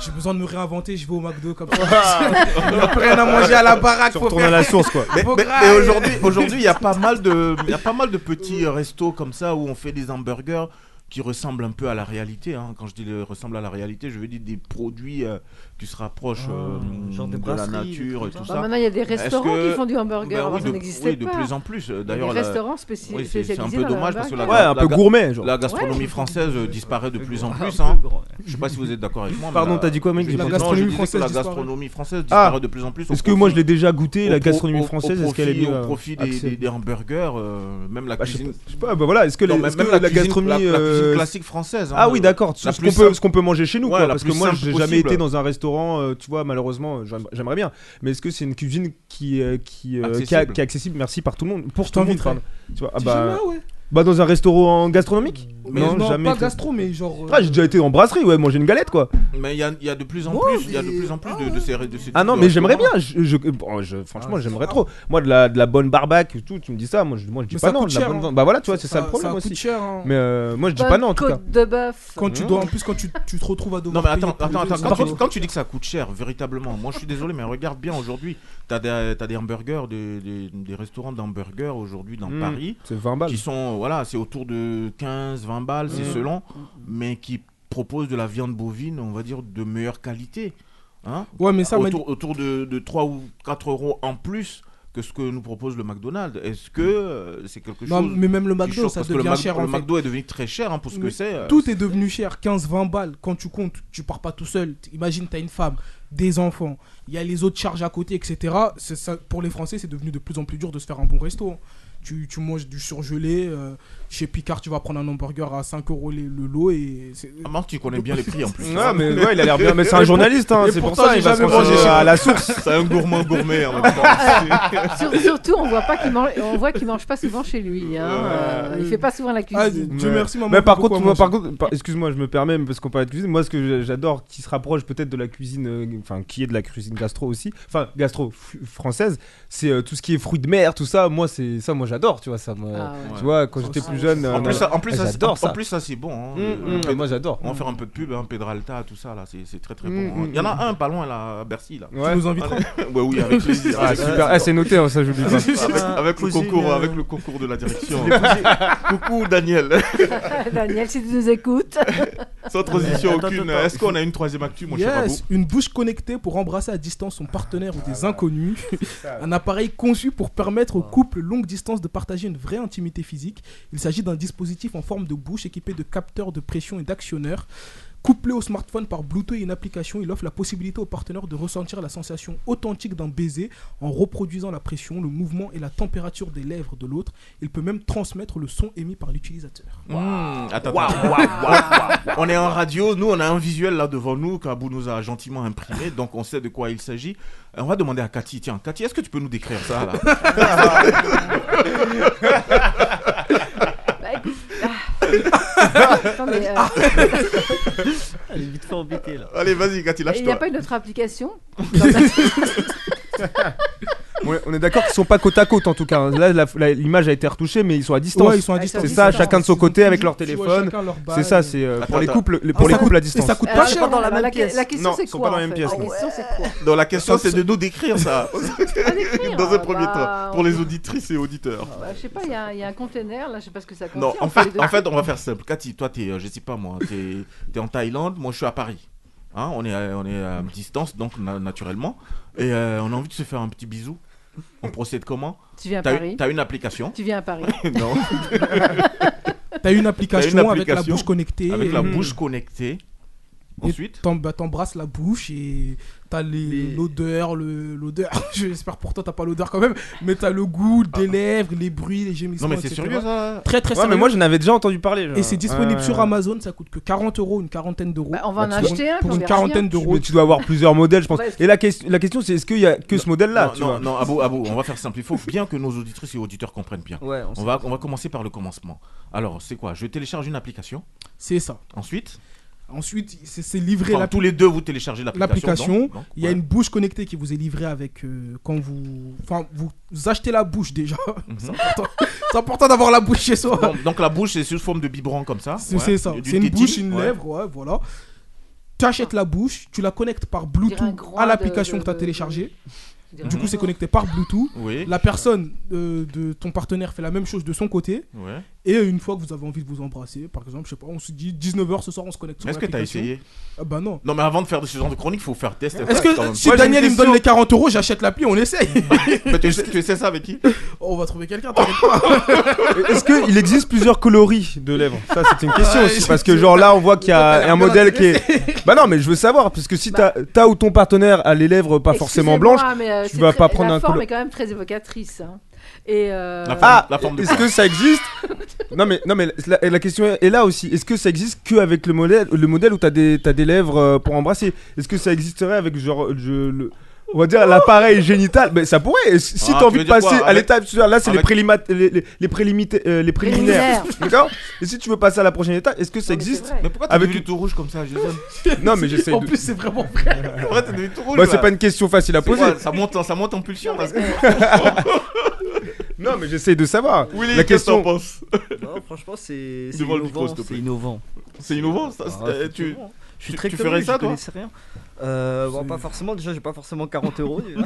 S3: j'ai besoin de me réinventer, je vais au McDo comme ça. (laughs) Il n'y a plus rien à manger à la baraque.
S4: Tu
S3: Faut
S4: retournes à
S3: faire...
S4: la source quoi.
S1: Mais,
S3: Faut
S1: mais-
S3: grailler.
S1: mais aujourd'hui, aujourd'hui, il y a pas mal de, il y a pas mal de petits restos comme ça où on fait des hamburgers qui ressemblent un peu à la réalité. hein. Quand je dis le- ressemble à la réalité, je veux dire des produits euh, qui se rapprochent euh,
S6: Ah, genre des
S1: de la
S6: brasseries, des
S1: nature et
S6: trucs
S1: tout
S6: comme
S2: Bah,
S1: ça.
S2: maintenant, il y a des restaurants
S1: que-
S2: qui font du hamburger.
S1: Ben
S2: avant,
S1: oui,
S2: ça
S1: de,
S2: n'existait
S1: oui, de
S2: pas.
S1: plus en plus. Euh,
S2: Il y a des
S1: D'ailleurs, la,
S2: restaurants spéci-
S1: oui, c'est- c'est un
S2: spécialisés.
S1: peu
S2: dans le
S1: dommage parce que la-
S4: Ouais,
S2: hamburger.
S4: un peu gourmet genre.
S1: la gastronomie
S2: Ouais.
S1: française euh, disparaît de plus en
S6: Un
S1: plus.
S6: peu
S1: hein.
S6: grand.
S1: Je sais pas si vous êtes d'accord avec moi. mais
S4: Pardon,
S1: la-
S4: t'as dit quoi, mec
S1: je-
S4: J'ai pas
S1: non,
S3: entendu.
S1: je disais que
S3: La gastronomie
S1: la
S3: française
S1: gastronomie française disparaît
S4: Ah.
S1: de plus en plus. au
S4: Est-ce que moi je
S1: profit-
S4: l'ai déjà goûté
S1: au-
S4: la
S1: au-
S4: gastronomie
S1: au
S4: française Est-ce qu'elle est
S1: profit-
S4: mieux
S1: Au profit des- des des hamburgers, euh, même la
S4: Bah, je sais
S1: cuisine.
S4: pas- je sais pas, bah voilà, est-ce que,
S1: Non,
S4: la-
S1: mais
S4: est-ce
S1: même
S4: que
S1: la,
S4: la
S1: cuisine-
S4: gastronomie.
S1: la- la cuisine
S4: euh,
S1: classique française. hein,
S4: Ah oui,
S1: euh,
S4: d'accord, ce
S1: la
S4: ce
S1: plus
S4: qu'on peut,
S1: simple-
S4: ce qu'on peut manger chez nous,
S1: Ouais,
S4: quoi,
S1: la
S4: parce que
S1: plus
S4: moi
S1: simple
S4: j'ai jamais
S1: possible.
S4: été dans un restaurant, euh, tu vois, malheureusement, euh, j'aim- j'aimerais bien, mais est-ce que c'est une cuisine qui, euh, qui, euh, qui, a-
S1: Accessible.
S4: qui est accessible, merci, par tout le monde, pour
S3: Je
S4: tout le monde,
S3: t'inviterai.
S4: pardon. Tu vois, ah
S3: Si
S4: bah,
S3: jamais, ouais.
S4: bah, dans un restaurant gastronomique
S3: Mais non, pas
S4: été.
S3: gastro, mais genre.
S4: Ah, j'ai déjà été en brasserie, ouais, manger une galette, quoi.
S1: Mais il y a, il y a de plus en
S3: Ouais,
S1: plus, il y a de
S3: mais-
S1: plus en plus de, de ces, de ces
S4: Ah non,
S1: types de
S4: mais j'aimerais bien,
S1: restaurants.
S4: je, je- bon,
S3: Ah,
S4: je- franchement, j'aimerais trop. Moi, de la, de la bonne barbac, et tout, tu me dis ça, moi je, moi, je dis
S3: Mais
S4: pas
S3: ça
S4: non,
S3: coûte
S4: de la
S3: cher,
S4: bonne
S3: hein.
S4: vin- Bah voilà, tu vois, c'est ça le problème
S3: Ça
S4: aussi.
S3: coûte cher. hein.
S4: Mais Hmm. euh, moi je dis
S2: Bonne
S4: pas non, en tout cas.
S2: Côte de bœuf.
S3: Quand tu dois, en plus, quand tu, tu te retrouves à
S1: Non
S3: devoir.
S1: mais
S3: payer
S1: attends,
S3: pour les
S1: attends,
S3: deux,
S1: attends.
S3: c'est
S1: Quand
S3: pas
S1: tu,
S3: drôle.
S1: quand tu dis que ça coûte cher, véritablement, moi je suis désolé, mais regarde bien aujourd'hui, t'as des, t'as des hamburgers, des, des, des restaurants d'hamburgers aujourd'hui dans
S4: Mm.
S1: Paris
S4: C'est 20 balles.
S1: qui sont, voilà, c'est autour de 15, 20 balles, c'est
S4: Mm.
S1: selon, mais qui proposent de la viande bovine, on va dire, de meilleure qualité. Hein
S3: Ouais, mais ça, m'a dit-
S1: autour, autour de, de 3 ou 4 euros en plus que ce que nous propose le McDonald's. Est-ce que euh, c'est quelque
S3: Non,
S1: chose
S3: Bah, mais même le
S1: qui
S3: McDo,
S1: choque
S3: ça
S1: Parce que le,
S3: devient
S1: Mac-
S3: cher
S1: le
S3: en fait.
S1: McDo est devenu très cher hein, pour ce que
S3: Mais
S1: c'est. euh,
S3: Tout est devenu cher, 15-20 balles. Quand tu comptes, tu pars pas tout seul. Imagine, t'as une femme, des enfants, il y a les autres charges à côté, etc. C'est ça- pour les Français, c'est devenu de plus en plus dur de se faire un bon resto. hein. Tu, tu manges du surgelé, euh, chez Picard, tu vas prendre un hamburger à 5 euros les- le lot et. c'est-
S1: Ah, Marc, tu connais bien les prix en
S3: (laughs)
S1: plus.
S4: Ouais, mais ouais, il a l'air bien. Mais c'est un journaliste, hein,
S1: Mais
S4: c'est pour
S1: pourtant,
S4: ça,
S1: j'ai
S4: il va se
S1: jamais
S4: rendre,
S1: mangé
S4: euh,
S1: chez
S4: à
S1: vous.
S4: la source.
S1: C'est un gourmand gourmet en même
S4: Ah,
S1: temps.
S2: Bah, Sur- surtout, on voit pas qu'il mange, on voit qu'il mange pas souvent chez lui. Hein.
S1: Ouais.
S2: Euh, il fait pas souvent la
S3: Ah,
S2: cuisine.
S3: Dieu
S4: Ouais.
S3: merci, maman.
S4: Mais par
S3: pourquoi
S4: contre, moi,
S3: manger
S4: par contre, par- excuse-moi, je me permets mais parce qu'on parlait de cuisine. Moi, ce que j'a- j'adore, qui se rapproche peut-être de la cuisine, euh, enfin, qui est de la cuisine gastro aussi, enfin, gastro f- française, c'est euh, tout ce qui est fruits de mer, tout ça. Moi, c'est ça, moi, j'adore, tu vois ça. moi.
S2: Ah ouais.
S4: Tu vois, quand j'étais
S2: ça,
S4: plus
S2: ouais.
S4: jeune, euh,
S1: En plus, ça, en plus,
S4: Ah,
S1: ça, c'est-
S4: j'adore
S1: en-
S4: ça.
S1: en plus, ça, c'est bon. hein.
S4: Mm,
S1: Euh,
S4: mm, moi, j'adore.
S1: On va faire un peu de pub, hein, Pedralta, tout ça, là, c'est c'est très très
S4: Mm,
S1: bon. hein.
S4: mm,
S1: Il y en a un pas loin, là, à Bercy, là.
S4: Ouais.
S3: Tu nous invites
S1: Ouais, oui, avec (laughs) plaisir.
S4: Ah,
S1: Avec-
S4: super. Ah, c'est noté, hein, ça, j'oublie pas.
S1: Avec, avec le
S4: Cousine,
S1: concours,
S4: euh,
S1: avec le concours de la direction. (laughs) Coucou Daniel,
S2: (laughs) Daniel, si tu nous écoutes.
S1: sans transition
S6: Attends,
S1: aucune.
S6: attends, attends.
S1: Est-ce qu'on a une troisième actu, mon cher Abou
S3: Yes, une bouche connectée pour embrasser à distance son partenaire ou
S1: Ah,
S3: des inconnus. (laughs) un appareil conçu pour permettre aux couples longue distance de partager une vraie intimité physique. Il s'agit d'un dispositif en forme de bouche équipé de capteurs de pression et d'actionneurs Couplé au smartphone par Bluetooth et une application, il offre la possibilité aux partenaires de ressentir la sensation authentique d'un baiser en reproduisant la pression, le mouvement et la température des lèvres de l'autre. Il peut même transmettre le son émis par l'utilisateur.
S1: Mmh, attends, attends. on est en radio, nous on a un visuel là devant nous qu'Abou nous a gentiment imprimé, donc on sait de quoi il s'agit. Euh, On va demander à Cathy, tiens, Cathy, est-ce que tu peux nous décrire ça là
S2: Bah, écoute, ah. Non, mais, euh,
S6: Elle est vite fait embêtée là.
S1: (laughs) Allez, vas-y, Cathy,
S2: il n'y a
S1: lâche-toi.
S2: pas une autre application
S4: Ouais, (laughs) on est d'accord qu'ils sont pas côte à côte en tout cas. Là, la- la- l'image a été retouchée, mais ils sont à distance.
S3: Ouais, ils sont
S2: Ah,
S3: à
S2: ils sont
S3: distance.
S4: C'est ça,
S2: distance.
S4: chacun de son
S3: Ils ont
S4: côté avec
S3: toujours-
S4: leur
S3: tu vois,
S4: téléphone.
S3: chacun leur balle.
S4: C'est ça, c'est euh, pour les
S1: Attends,
S4: couples, les-
S3: Ah,
S4: pour les
S3: ça
S4: couples à
S3: coûte- Et
S4: distance.
S3: ça coûte
S1: Euh,
S2: Alors,
S3: pas cher.
S2: attends,
S7: dans la même
S2: la
S7: pièce.
S2: la question
S4: Non,
S2: c'est
S4: ils sont
S2: quoi
S4: pas dans la
S2: en
S4: même
S2: fait
S4: pièce,
S2: La
S4: non.
S2: question c'est quoi
S1: Dans la question,
S3: Attends,
S1: c'est de nous décrire
S2: (laughs)
S1: ça,
S2: À décrire,
S1: dans un
S2: euh,
S1: premier
S2: bah,
S1: temps, pour les auditrices et auditeurs.
S2: on- bah, je sais pas, il y, a un- il y a un container là, je sais pas ce que ça contient.
S1: Non,
S2: on
S1: en
S2: fait les
S1: fait,
S2: deux.
S1: en fait, on va faire simple. Cathy, toi, t'es, euh, je sais pas moi, t'es es en Thaïlande, moi je suis à Paris. Hein, on, est à, on est à distance, donc na- naturellement. Et euh, on a envie de se faire un petit bisou. On procède comment
S2: tu viens à
S1: T'as
S2: Paris.
S1: une- t'as une application
S2: Tu viens à Paris.
S1: Non.
S3: T'as une application,
S1: T'as une
S3: avec la
S1: application
S3: bouche connectée.
S1: Avec la
S3: et-
S1: bouche connectée.
S3: Et
S1: Ensuite
S3: t'em- bah, T'embrasses la bouche et t'as les-
S6: Les-
S3: l'odeur, le- l'odeur. (laughs) J'espère pour toi t'as pas l'odeur quand même, mais t'as le goût des lèvres, les bruits, les gémissements.
S1: Non, mais c'est
S3: etc.
S1: sérieux ça
S3: Très très
S4: Ouais, mais
S3: sérieux.
S4: moi j'en avais déjà entendu parler. genre.
S3: Et c'est disponible
S4: Ouais.
S3: sur Amazon, ça coûte que 40 euros, une quarantaine d'euros.
S2: Bah, on va en
S3: Pour-
S2: acheter un,
S3: pour
S2: qu'on
S3: une
S2: verra
S3: quarantaine
S2: bien.
S3: d'euros.
S4: Mais tu dois avoir plusieurs modèles, je pense.
S2: Bref.
S4: Et la, question la question, c'est est-ce qu'il y a que ce modèle-là
S1: Non,
S4: tu
S1: non,
S4: vois
S1: non, Abou, Abou, on va faire simple. Il faut bien que nos auditrices et auditeurs comprennent bien.
S6: Ouais,
S1: On va, on va commencer par le commencement. Alors, c'est quoi Je télécharge une application.
S3: C'est ça.
S1: Ensuite,
S3: Ensuite, c'est c'est livré.
S1: enfin,
S3: la-
S1: tous les deux, vous téléchargez l'application.
S3: L'application,
S1: donc- donc,
S3: Il y a
S1: ouais.
S3: une bouche connectée qui vous est livrée avec euh, quand vous, enfin, vous achetez la bouche déjà. (laughs)
S1: Mhm.
S3: C'est important, C'est important d'avoir la bouche chez soi.
S1: Bon, donc la bouche c'est sous forme de biberon comme ça.
S3: C'est
S1: ouais,
S3: c'est ça.
S1: du- du
S3: C'est une
S1: tétine,
S3: bouche, une
S1: ouais.
S3: lèvre, ouais, voilà. Tu achètes la bouche, tu la connectes par
S2: dirait un
S3: Bluetooth
S2: groin
S3: à l'application
S2: de-
S3: que tu as
S2: de-
S3: téléchargée.
S1: Mhm.
S2: Je dirais
S3: Du coup,
S2: non.
S3: c'est connecté par Bluetooth.
S1: Oui.
S3: La personne euh, de ton partenaire fait la même chose de son côté.
S1: ouais.
S3: Et une fois que vous avez envie de vous embrasser, par exemple, je sais pas, on se dit 19h ce soir, on se connecte sur
S1: Est-ce que t'as
S3: l'application.
S1: essayé
S3: Ah bah non.
S1: Non mais avant de faire ce genre de chronique, faut faire test.
S3: Est-ce
S1: quand
S3: que
S1: même.
S3: si
S4: Moi, j'ai
S3: Daniel
S4: une
S3: il me donne
S4: question.
S3: les 40 euros, j'achète l'appli,
S1: (laughs)
S3: on essaye (laughs) Oh,
S1: Mais tu, essaies, tu essaies ça avec qui
S3: On va trouver quelqu'un, t'inquiète
S1: (laughs)
S3: pas.
S4: Est-ce qu'il existe plusieurs coloris de lèvres Ça, c'est une question
S3: Ah,
S4: aussi.
S3: je-
S4: Parce que, genre là, on voit qu'il y
S3: T'as l'air
S4: a un
S3: bien
S4: modèle qui est. Bah non, mais je veux savoir. Parce que si t'as t'as ou ton partenaire a les lèvres pas forcément
S2: Excusez-moi,
S4: blanches.
S2: mais, euh,
S4: tu
S2: c'est
S4: vas
S2: très-
S4: pas prendre
S2: la
S4: un
S2: forme
S4: colo-
S2: est quand même très évocatrice. hein. Et euh,
S1: La forme-
S4: Ah
S1: la forme de
S4: Est-ce
S1: quoi
S4: que
S2: (laughs)
S4: ça existe Non, mais, non, mais la, la question est là aussi. Est-ce que ça existe que avec le modèle, le modèle où t'as des, t'as des lèvres euh, pour embrasser Est-ce que ça existerait avec, genre, je- le. On va dire l'appareil génital, mais ça pourrait. Si
S1: Oh Ah,
S4: t'as
S1: tu
S4: envie
S1: veux
S4: de
S1: dire
S4: passer
S1: quoi,
S4: à
S1: avec-
S4: l'étape, supérieure, là c'est les,
S1: avec-
S4: prélimata- les, les, les prélimita- euh, les préliminaires.
S2: Préliminaires.
S4: (laughs) D'accord Et si tu veux passer à la prochaine étape, est-ce que ça
S2: non, mais c'est
S4: existe
S2: vrai.
S1: Mais pourquoi t'es
S4: Avec
S1: devenu tout rouge comme ça, Jason
S4: Non, mais j'essaie
S3: En
S4: de.
S3: plus,
S1: (laughs)
S3: c'est vraiment vrai.
S1: Pourquoi t'es devenu tout rouge
S4: Bah,
S1: là
S4: c'est pas une question facile à
S1: C'est
S4: poser.
S1: quoi, ça monte, en- ça monte en pulsion. parce que-
S4: Non, mais j'essaie de savoir.
S1: Willy,
S4: la
S1: qu'est-ce que t'en
S4: question.
S1: penses
S6: Non, franchement,
S1: (laughs)
S6: c'est c'est
S1: Devant le micro,
S6: innovant.
S1: s'il te plaît.
S6: C'est innovant.
S1: C'est innovant. Ça, c'est-
S6: Ah,
S1: euh, tu...
S6: effectivement. Je suis
S1: tu-
S6: très
S1: tu
S6: curieux,
S1: ferais ça,
S6: je
S1: toi
S6: connaissais rien. Euh, bon, pas forcément, déjà j'ai pas forcément 40 euros. déjà.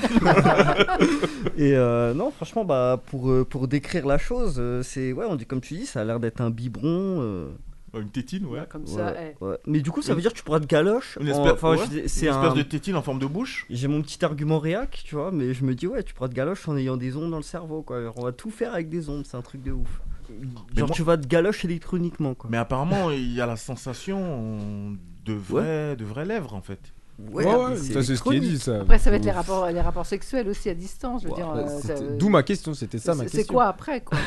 S1: (laughs)
S6: Et euh, non, franchement, bah, pour, euh, pour décrire la chose, euh, c'est ouais, on dit comme tu dis, ça a l'air d'être un biberon. euh,
S1: Une tétine, ouais.
S2: Comme ça,
S6: ouais,
S2: eh.
S6: ouais. Mais du coup, ça
S1: Une-
S6: veut dire que tu pourras te galoche.
S1: Une
S6: en-
S1: espèce,
S6: enfin,
S1: ouais,
S6: je-
S1: une
S6: c'est
S1: espèce
S6: un-
S1: de tétine en forme de bouche.
S6: J'ai mon petit argument réac, tu vois, mais je me dis, ouais, tu pourras te galoche en ayant des ondes dans le cerveau, quoi. Alors, on va tout faire avec des ondes, c'est un truc de ouf. Genre,
S1: moi-
S6: tu vas te galoche électroniquement, quoi.
S1: Mais apparemment, il y a la sensation de vraies de vraies lèvres en fait.
S3: Ouais, ouais,
S6: mais
S4: Ça, c'est ce qui est dit, ça.
S2: Après, ça va être les rapports, les rapports sexuels aussi à distance. Je veux dire, euh, ça-
S4: C'était- D'où ma question, c'était ça ma
S2: c'est-
S4: question.
S2: c'est quoi après quoi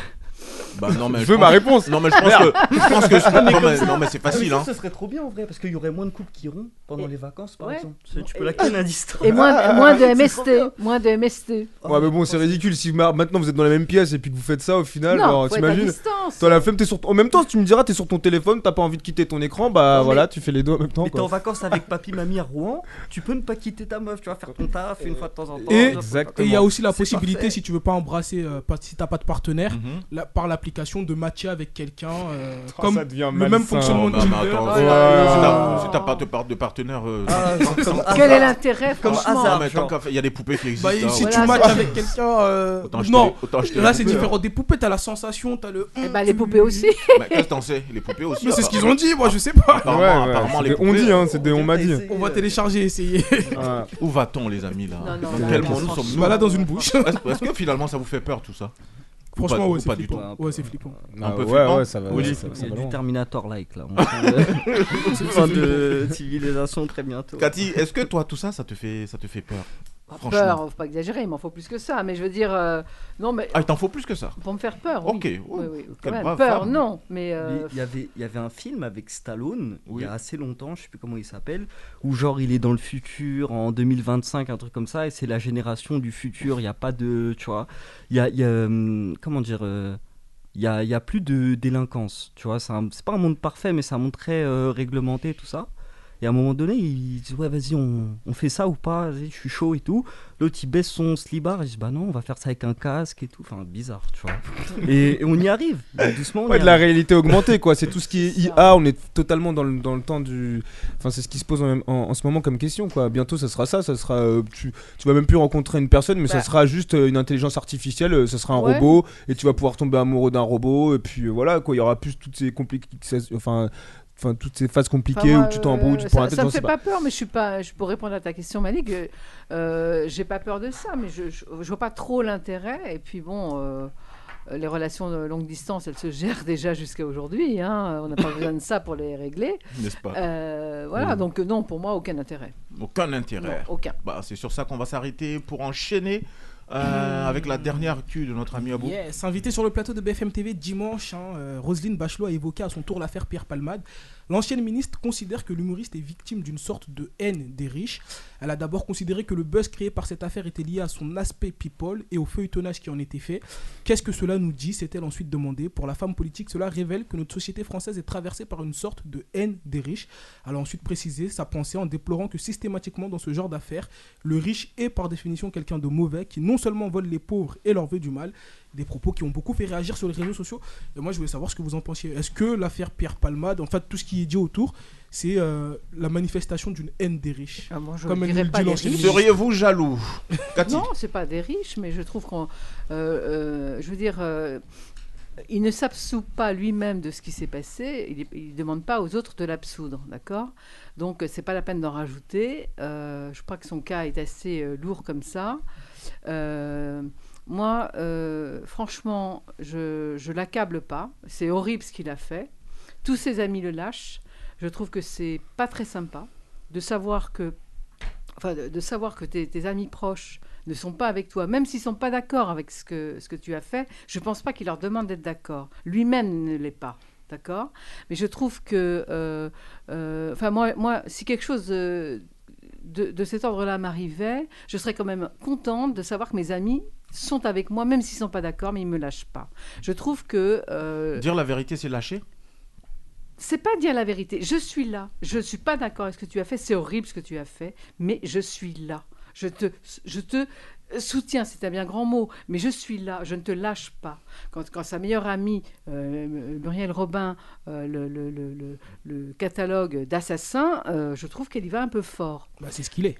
S1: Bah non mais
S4: Je veux ma réponse.
S1: Non mais je pense que je pense que je
S6: mais
S1: non,
S6: comme
S1: mais,
S6: ça.
S1: non, mais c'est
S6: Ah, mais
S1: facile
S6: ça,
S1: hein.
S6: ça serait trop bien en vrai, parce qu'il y aurait moins de couples qui iront pendant
S2: Et-
S6: les vacances, par
S2: ouais.
S6: exemple. Tu sais, Tu peux
S2: (laughs) Et-
S6: la canne à distance.
S2: Et moins, moins de
S6: trop
S2: MST, moins de MST.
S4: Ouais,
S6: Oh,
S4: mais bon, c'est ridicule si ma- maintenant vous êtes dans la même pièce et puis que vous faites ça au final,
S2: non,
S4: genre,
S2: faut être à
S4: t'imagines
S2: distance.
S4: Toi, la flemme, t'es sur. En même temps, si tu me diras, t'es sur ton téléphone, t'as pas envie de quitter ton écran, bah
S6: Non, mais-
S4: voilà, tu fais les deux en même temps.
S6: Mais t'es
S4: quoi.
S6: en vacances avec papy, mamie à Rouen, tu peux ne pas quitter ta meuf, tu vas faire ton taf une fois de temps en temps.
S3: Et-
S6: deux fois de temps en temps.
S3: Et il y a aussi la
S6: C'est
S3: possibilité,
S6: parfait.
S3: si tu veux pas embrasser, euh, pas- si t'as pas de partenaire,
S1: Mhm.
S3: la- par l'application de matcher avec quelqu'un.
S1: (laughs)
S3: euh,
S4: Oh,
S3: comme
S4: ça devient
S3: le
S4: malsain.
S3: même fonctionnement
S1: Oh,
S3: de
S1: bah, mais
S3: Tinder.
S1: attends,
S2: Oh là
S1: Si
S2: là.
S3: hein
S1: t'as- si t'as pas de, par- de partenaire, euh,
S6: Ah, genre comme
S2: Quel
S6: hasard.
S2: est l'intérêt,
S6: Comme
S2: franchement
S1: non,
S6: hasard.
S1: mais tant
S6: genre.
S1: qu'à faire- il y a des poupées qui existent.
S3: Bah,
S1: hein,
S3: si
S1: ouais.
S3: tu
S2: Voilà,
S3: matches
S2: c'est-
S3: avec quelqu'un. euh,
S1: Autant acheter-
S3: Non,
S1: autant acheter
S3: là
S1: des
S3: c'est
S1: poupées,
S3: différent. Des poupées, t'as la sensation, t'as le.
S2: Eh ben, les
S3: Mm.
S2: poupées aussi.
S1: hein. Mais qu'est-ce que t'en sais Les poupées aussi.
S3: (laughs)
S1: hein, bah,
S3: Mais c'est ce
S1: apparemment.
S3: qu'ils ont dit, moi je sais pas.
S4: Ouais,
S1: Apparemment,
S4: ouais,
S1: apparemment,
S4: c'est
S1: les
S4: des- on
S1: poupées-
S4: dit, hein, c'est
S6: ah,
S4: des on m'a dit.
S3: On
S6: euh,
S1: euh,
S3: va télécharger, essayer.
S4: Ouais.
S1: Où va-t-on, les amis là
S2: Non, non,
S1: Dans
S2: là,
S1: quel monde
S2: là,
S1: nous
S2: franchement.
S1: sommes-nous
S3: Bah là dans une bouche.
S1: Est-ce est-ce que finalement ça vous fait peur tout ça
S3: Franchement,
S1: pas,
S3: ouais,
S1: ou
S3: c'est
S1: pas du
S3: flippant.
S1: tout.
S6: tout.
S3: Ouais, c'est flippant.
S1: Un peu
S4: ouais,
S1: flippant.
S4: ouais, ça va.
S1: Oui,
S4: ça-
S1: c'est
S4: ça-
S6: Il
S4: ça
S6: y
S4: va
S6: a
S4: loin.
S6: du
S4: (laughs)
S6: Terminator-like là. On (laughs) parle de- fin de civilisation très bientôt.
S1: Cathy, est-ce que toi, tout ça, ça te fait, ça te fait peur
S2: Pas
S1: Franchement.
S2: peur, faut pas exagérer, il m'en faut plus que ça. Mais je veux dire, euh, non, mais
S1: Ah, il t'en faut plus que ça.
S2: pour me faire peur. oui.
S1: Ok.
S2: Oui,
S1: oh,
S2: oui, quand
S1: quelle
S2: même.
S1: brave
S2: Peur,
S1: femme.
S2: non, mais euh,
S6: Il y, avait, il y avait un film avec Stallone,
S1: Oui.
S6: il y a assez longtemps, je sais plus comment il s'appelle, où genre il est dans le futur, en 2025, un truc comme ça, et c'est la génération du futur, il n'y a pas de... Tu vois, il y a... il y a, hum, comment dire euh, Il n'y a, il y a plus de délinquance, tu vois, c'est un- c'est pas un monde parfait, mais c'est un monde très euh, réglementé, tout ça. Et à un moment donné, il dit Ouais, vas-y, on, on fait ça ou pas, vas-y, je suis chaud et tout. L'autre, il baisse son slibard, il dit Bah non, on va faire ça avec un casque et tout. Enfin, bizarre, tu vois.
S4: (laughs)
S6: Et, et on y arrive, doucement. on
S4: Ouais,
S6: y
S4: de la
S6: arrive.
S4: réalité augmentée, quoi. C'est tout ce qui est
S2: C'est ça.
S4: IA. On est totalement dans le, dans le temps du. Enfin, c'est ce qui se pose en, même- en- en ce moment comme question, quoi. Bientôt, ça sera ça. ça sera, euh, tu, tu vas même plus rencontrer une personne, mais ça
S2: Bah.
S4: sera juste euh, une intelligence artificielle. euh, ça sera un
S2: Ouais.
S4: robot. Et tu vas pouvoir tomber amoureux d'un robot. Et puis euh, voilà, quoi. Il y aura plus toutes ces complications. Enfin. Enfin, toutes ces phases
S2: Enfin,
S4: compliquées
S2: moi,
S4: où tu
S2: euh,
S4: t'embrouilles, tu prends
S2: ça,
S4: la tête.
S2: ça me
S4: j'en sais
S2: fait
S4: pas.
S2: pas peur, mais je suis pas. Je, pour répondre à ta question, Malik, euh, euh, j'ai pas peur de ça, mais je, je, je vois pas trop l'intérêt. Et puis bon. euh, les relations de longue distance, elles se gèrent (laughs) déjà jusqu'à aujourd'hui. hein. On n'a pas besoin de ça pour les régler.
S1: N'est-ce pas
S2: Euh, voilà, donc euh, non, pour moi, aucun intérêt.
S1: Aucun
S2: Non,
S1: intérêt.
S2: aucun.
S1: Bah, c'est sur ça qu'on va s'arrêter pour enchaîner euh, avec la dernière actu de notre ami Abou.
S3: Yes, invité sur le plateau de BFM TV dimanche, hein, euh, Roselyne Bachelot a évoqué à son tour l'affaire Pierre Palmade. L'ancienne ministre considère que l'humoriste est victime d'une sorte de haine des riches. Elle a d'abord considéré que le buzz créé par cette affaire était lié à son aspect people et au feuilletonnage qui en était fait. Qu'est-ce que cela nous dit s'est-elle ensuite demandé. Pour la femme politique, cela révèle que notre société française est traversée par une sorte de haine des riches. Elle a ensuite précisé sa pensée en déplorant que systématiquement dans ce genre d'affaires, le riche est par définition quelqu'un de mauvais qui non seulement vole les pauvres et leur veut du mal, des propos qui ont beaucoup fait réagir sur les réseaux sociaux. Et moi, je voulais savoir ce que vous en pensiez. Est-ce que l'affaire Pierre Palmade, en fait, tout ce qui est dit autour, c'est euh, la manifestation d'une haine des riches
S2: Ah, moi, je
S3: Comme elle
S2: dirais
S3: nous le
S2: pas
S3: dit
S2: les
S3: l'ancienne
S2: riches.
S1: Seriez-vous jaloux Cathy
S2: Non, c'est pas des riches, mais je trouve qu'on, euh, euh, je veux dire, euh, il ne s'absout pas lui-même de ce qui s'est passé. Il- Il ne demande pas aux autres de l'absoudre, d'accord Donc euh, c'est pas la peine d'en rajouter. Euh, je crois que son cas est assez euh, lourd comme ça. Euh, moi, euh, franchement, je, je l'accable pas. C'est horrible ce qu'il a fait. Tous ses amis le lâchent. Je trouve que c'est pas très sympa de savoir que, enfin, de, de savoir que tes, tes amis proches ne sont pas avec toi, même s'ils sont pas d'accord avec ce que, ce que tu as fait. Je pense pas qu'il leur demande d'être d'accord. Lui-même ne l'est pas. D'accord Mais je trouve que. euh, euh, Enfin, moi, moi, si quelque chose de, de, de cet ordre-là m'arrivait, je serais quand même contente de savoir que mes amis sont avec moi, même s'ils sont pas d'accord, mais ils me lâchent pas. Je trouve que. euh,
S1: Dire la vérité, c'est lâcher
S2: c'est pas dire la vérité. Je suis là. Je ne suis pas d'accord avec ce que tu as fait. C'est horrible ce que tu as fait, mais je suis là. Je te, je te soutiens, c'est un bien grand mot, mais je suis là. Je ne te lâche pas. Quand, quand sa meilleure amie, euh, Muriel Robin, euh, le, le- le- le- le catalogue d'assassins, euh, je trouve qu'elle y va un peu fort.
S3: bah, C'est ce qu'il est.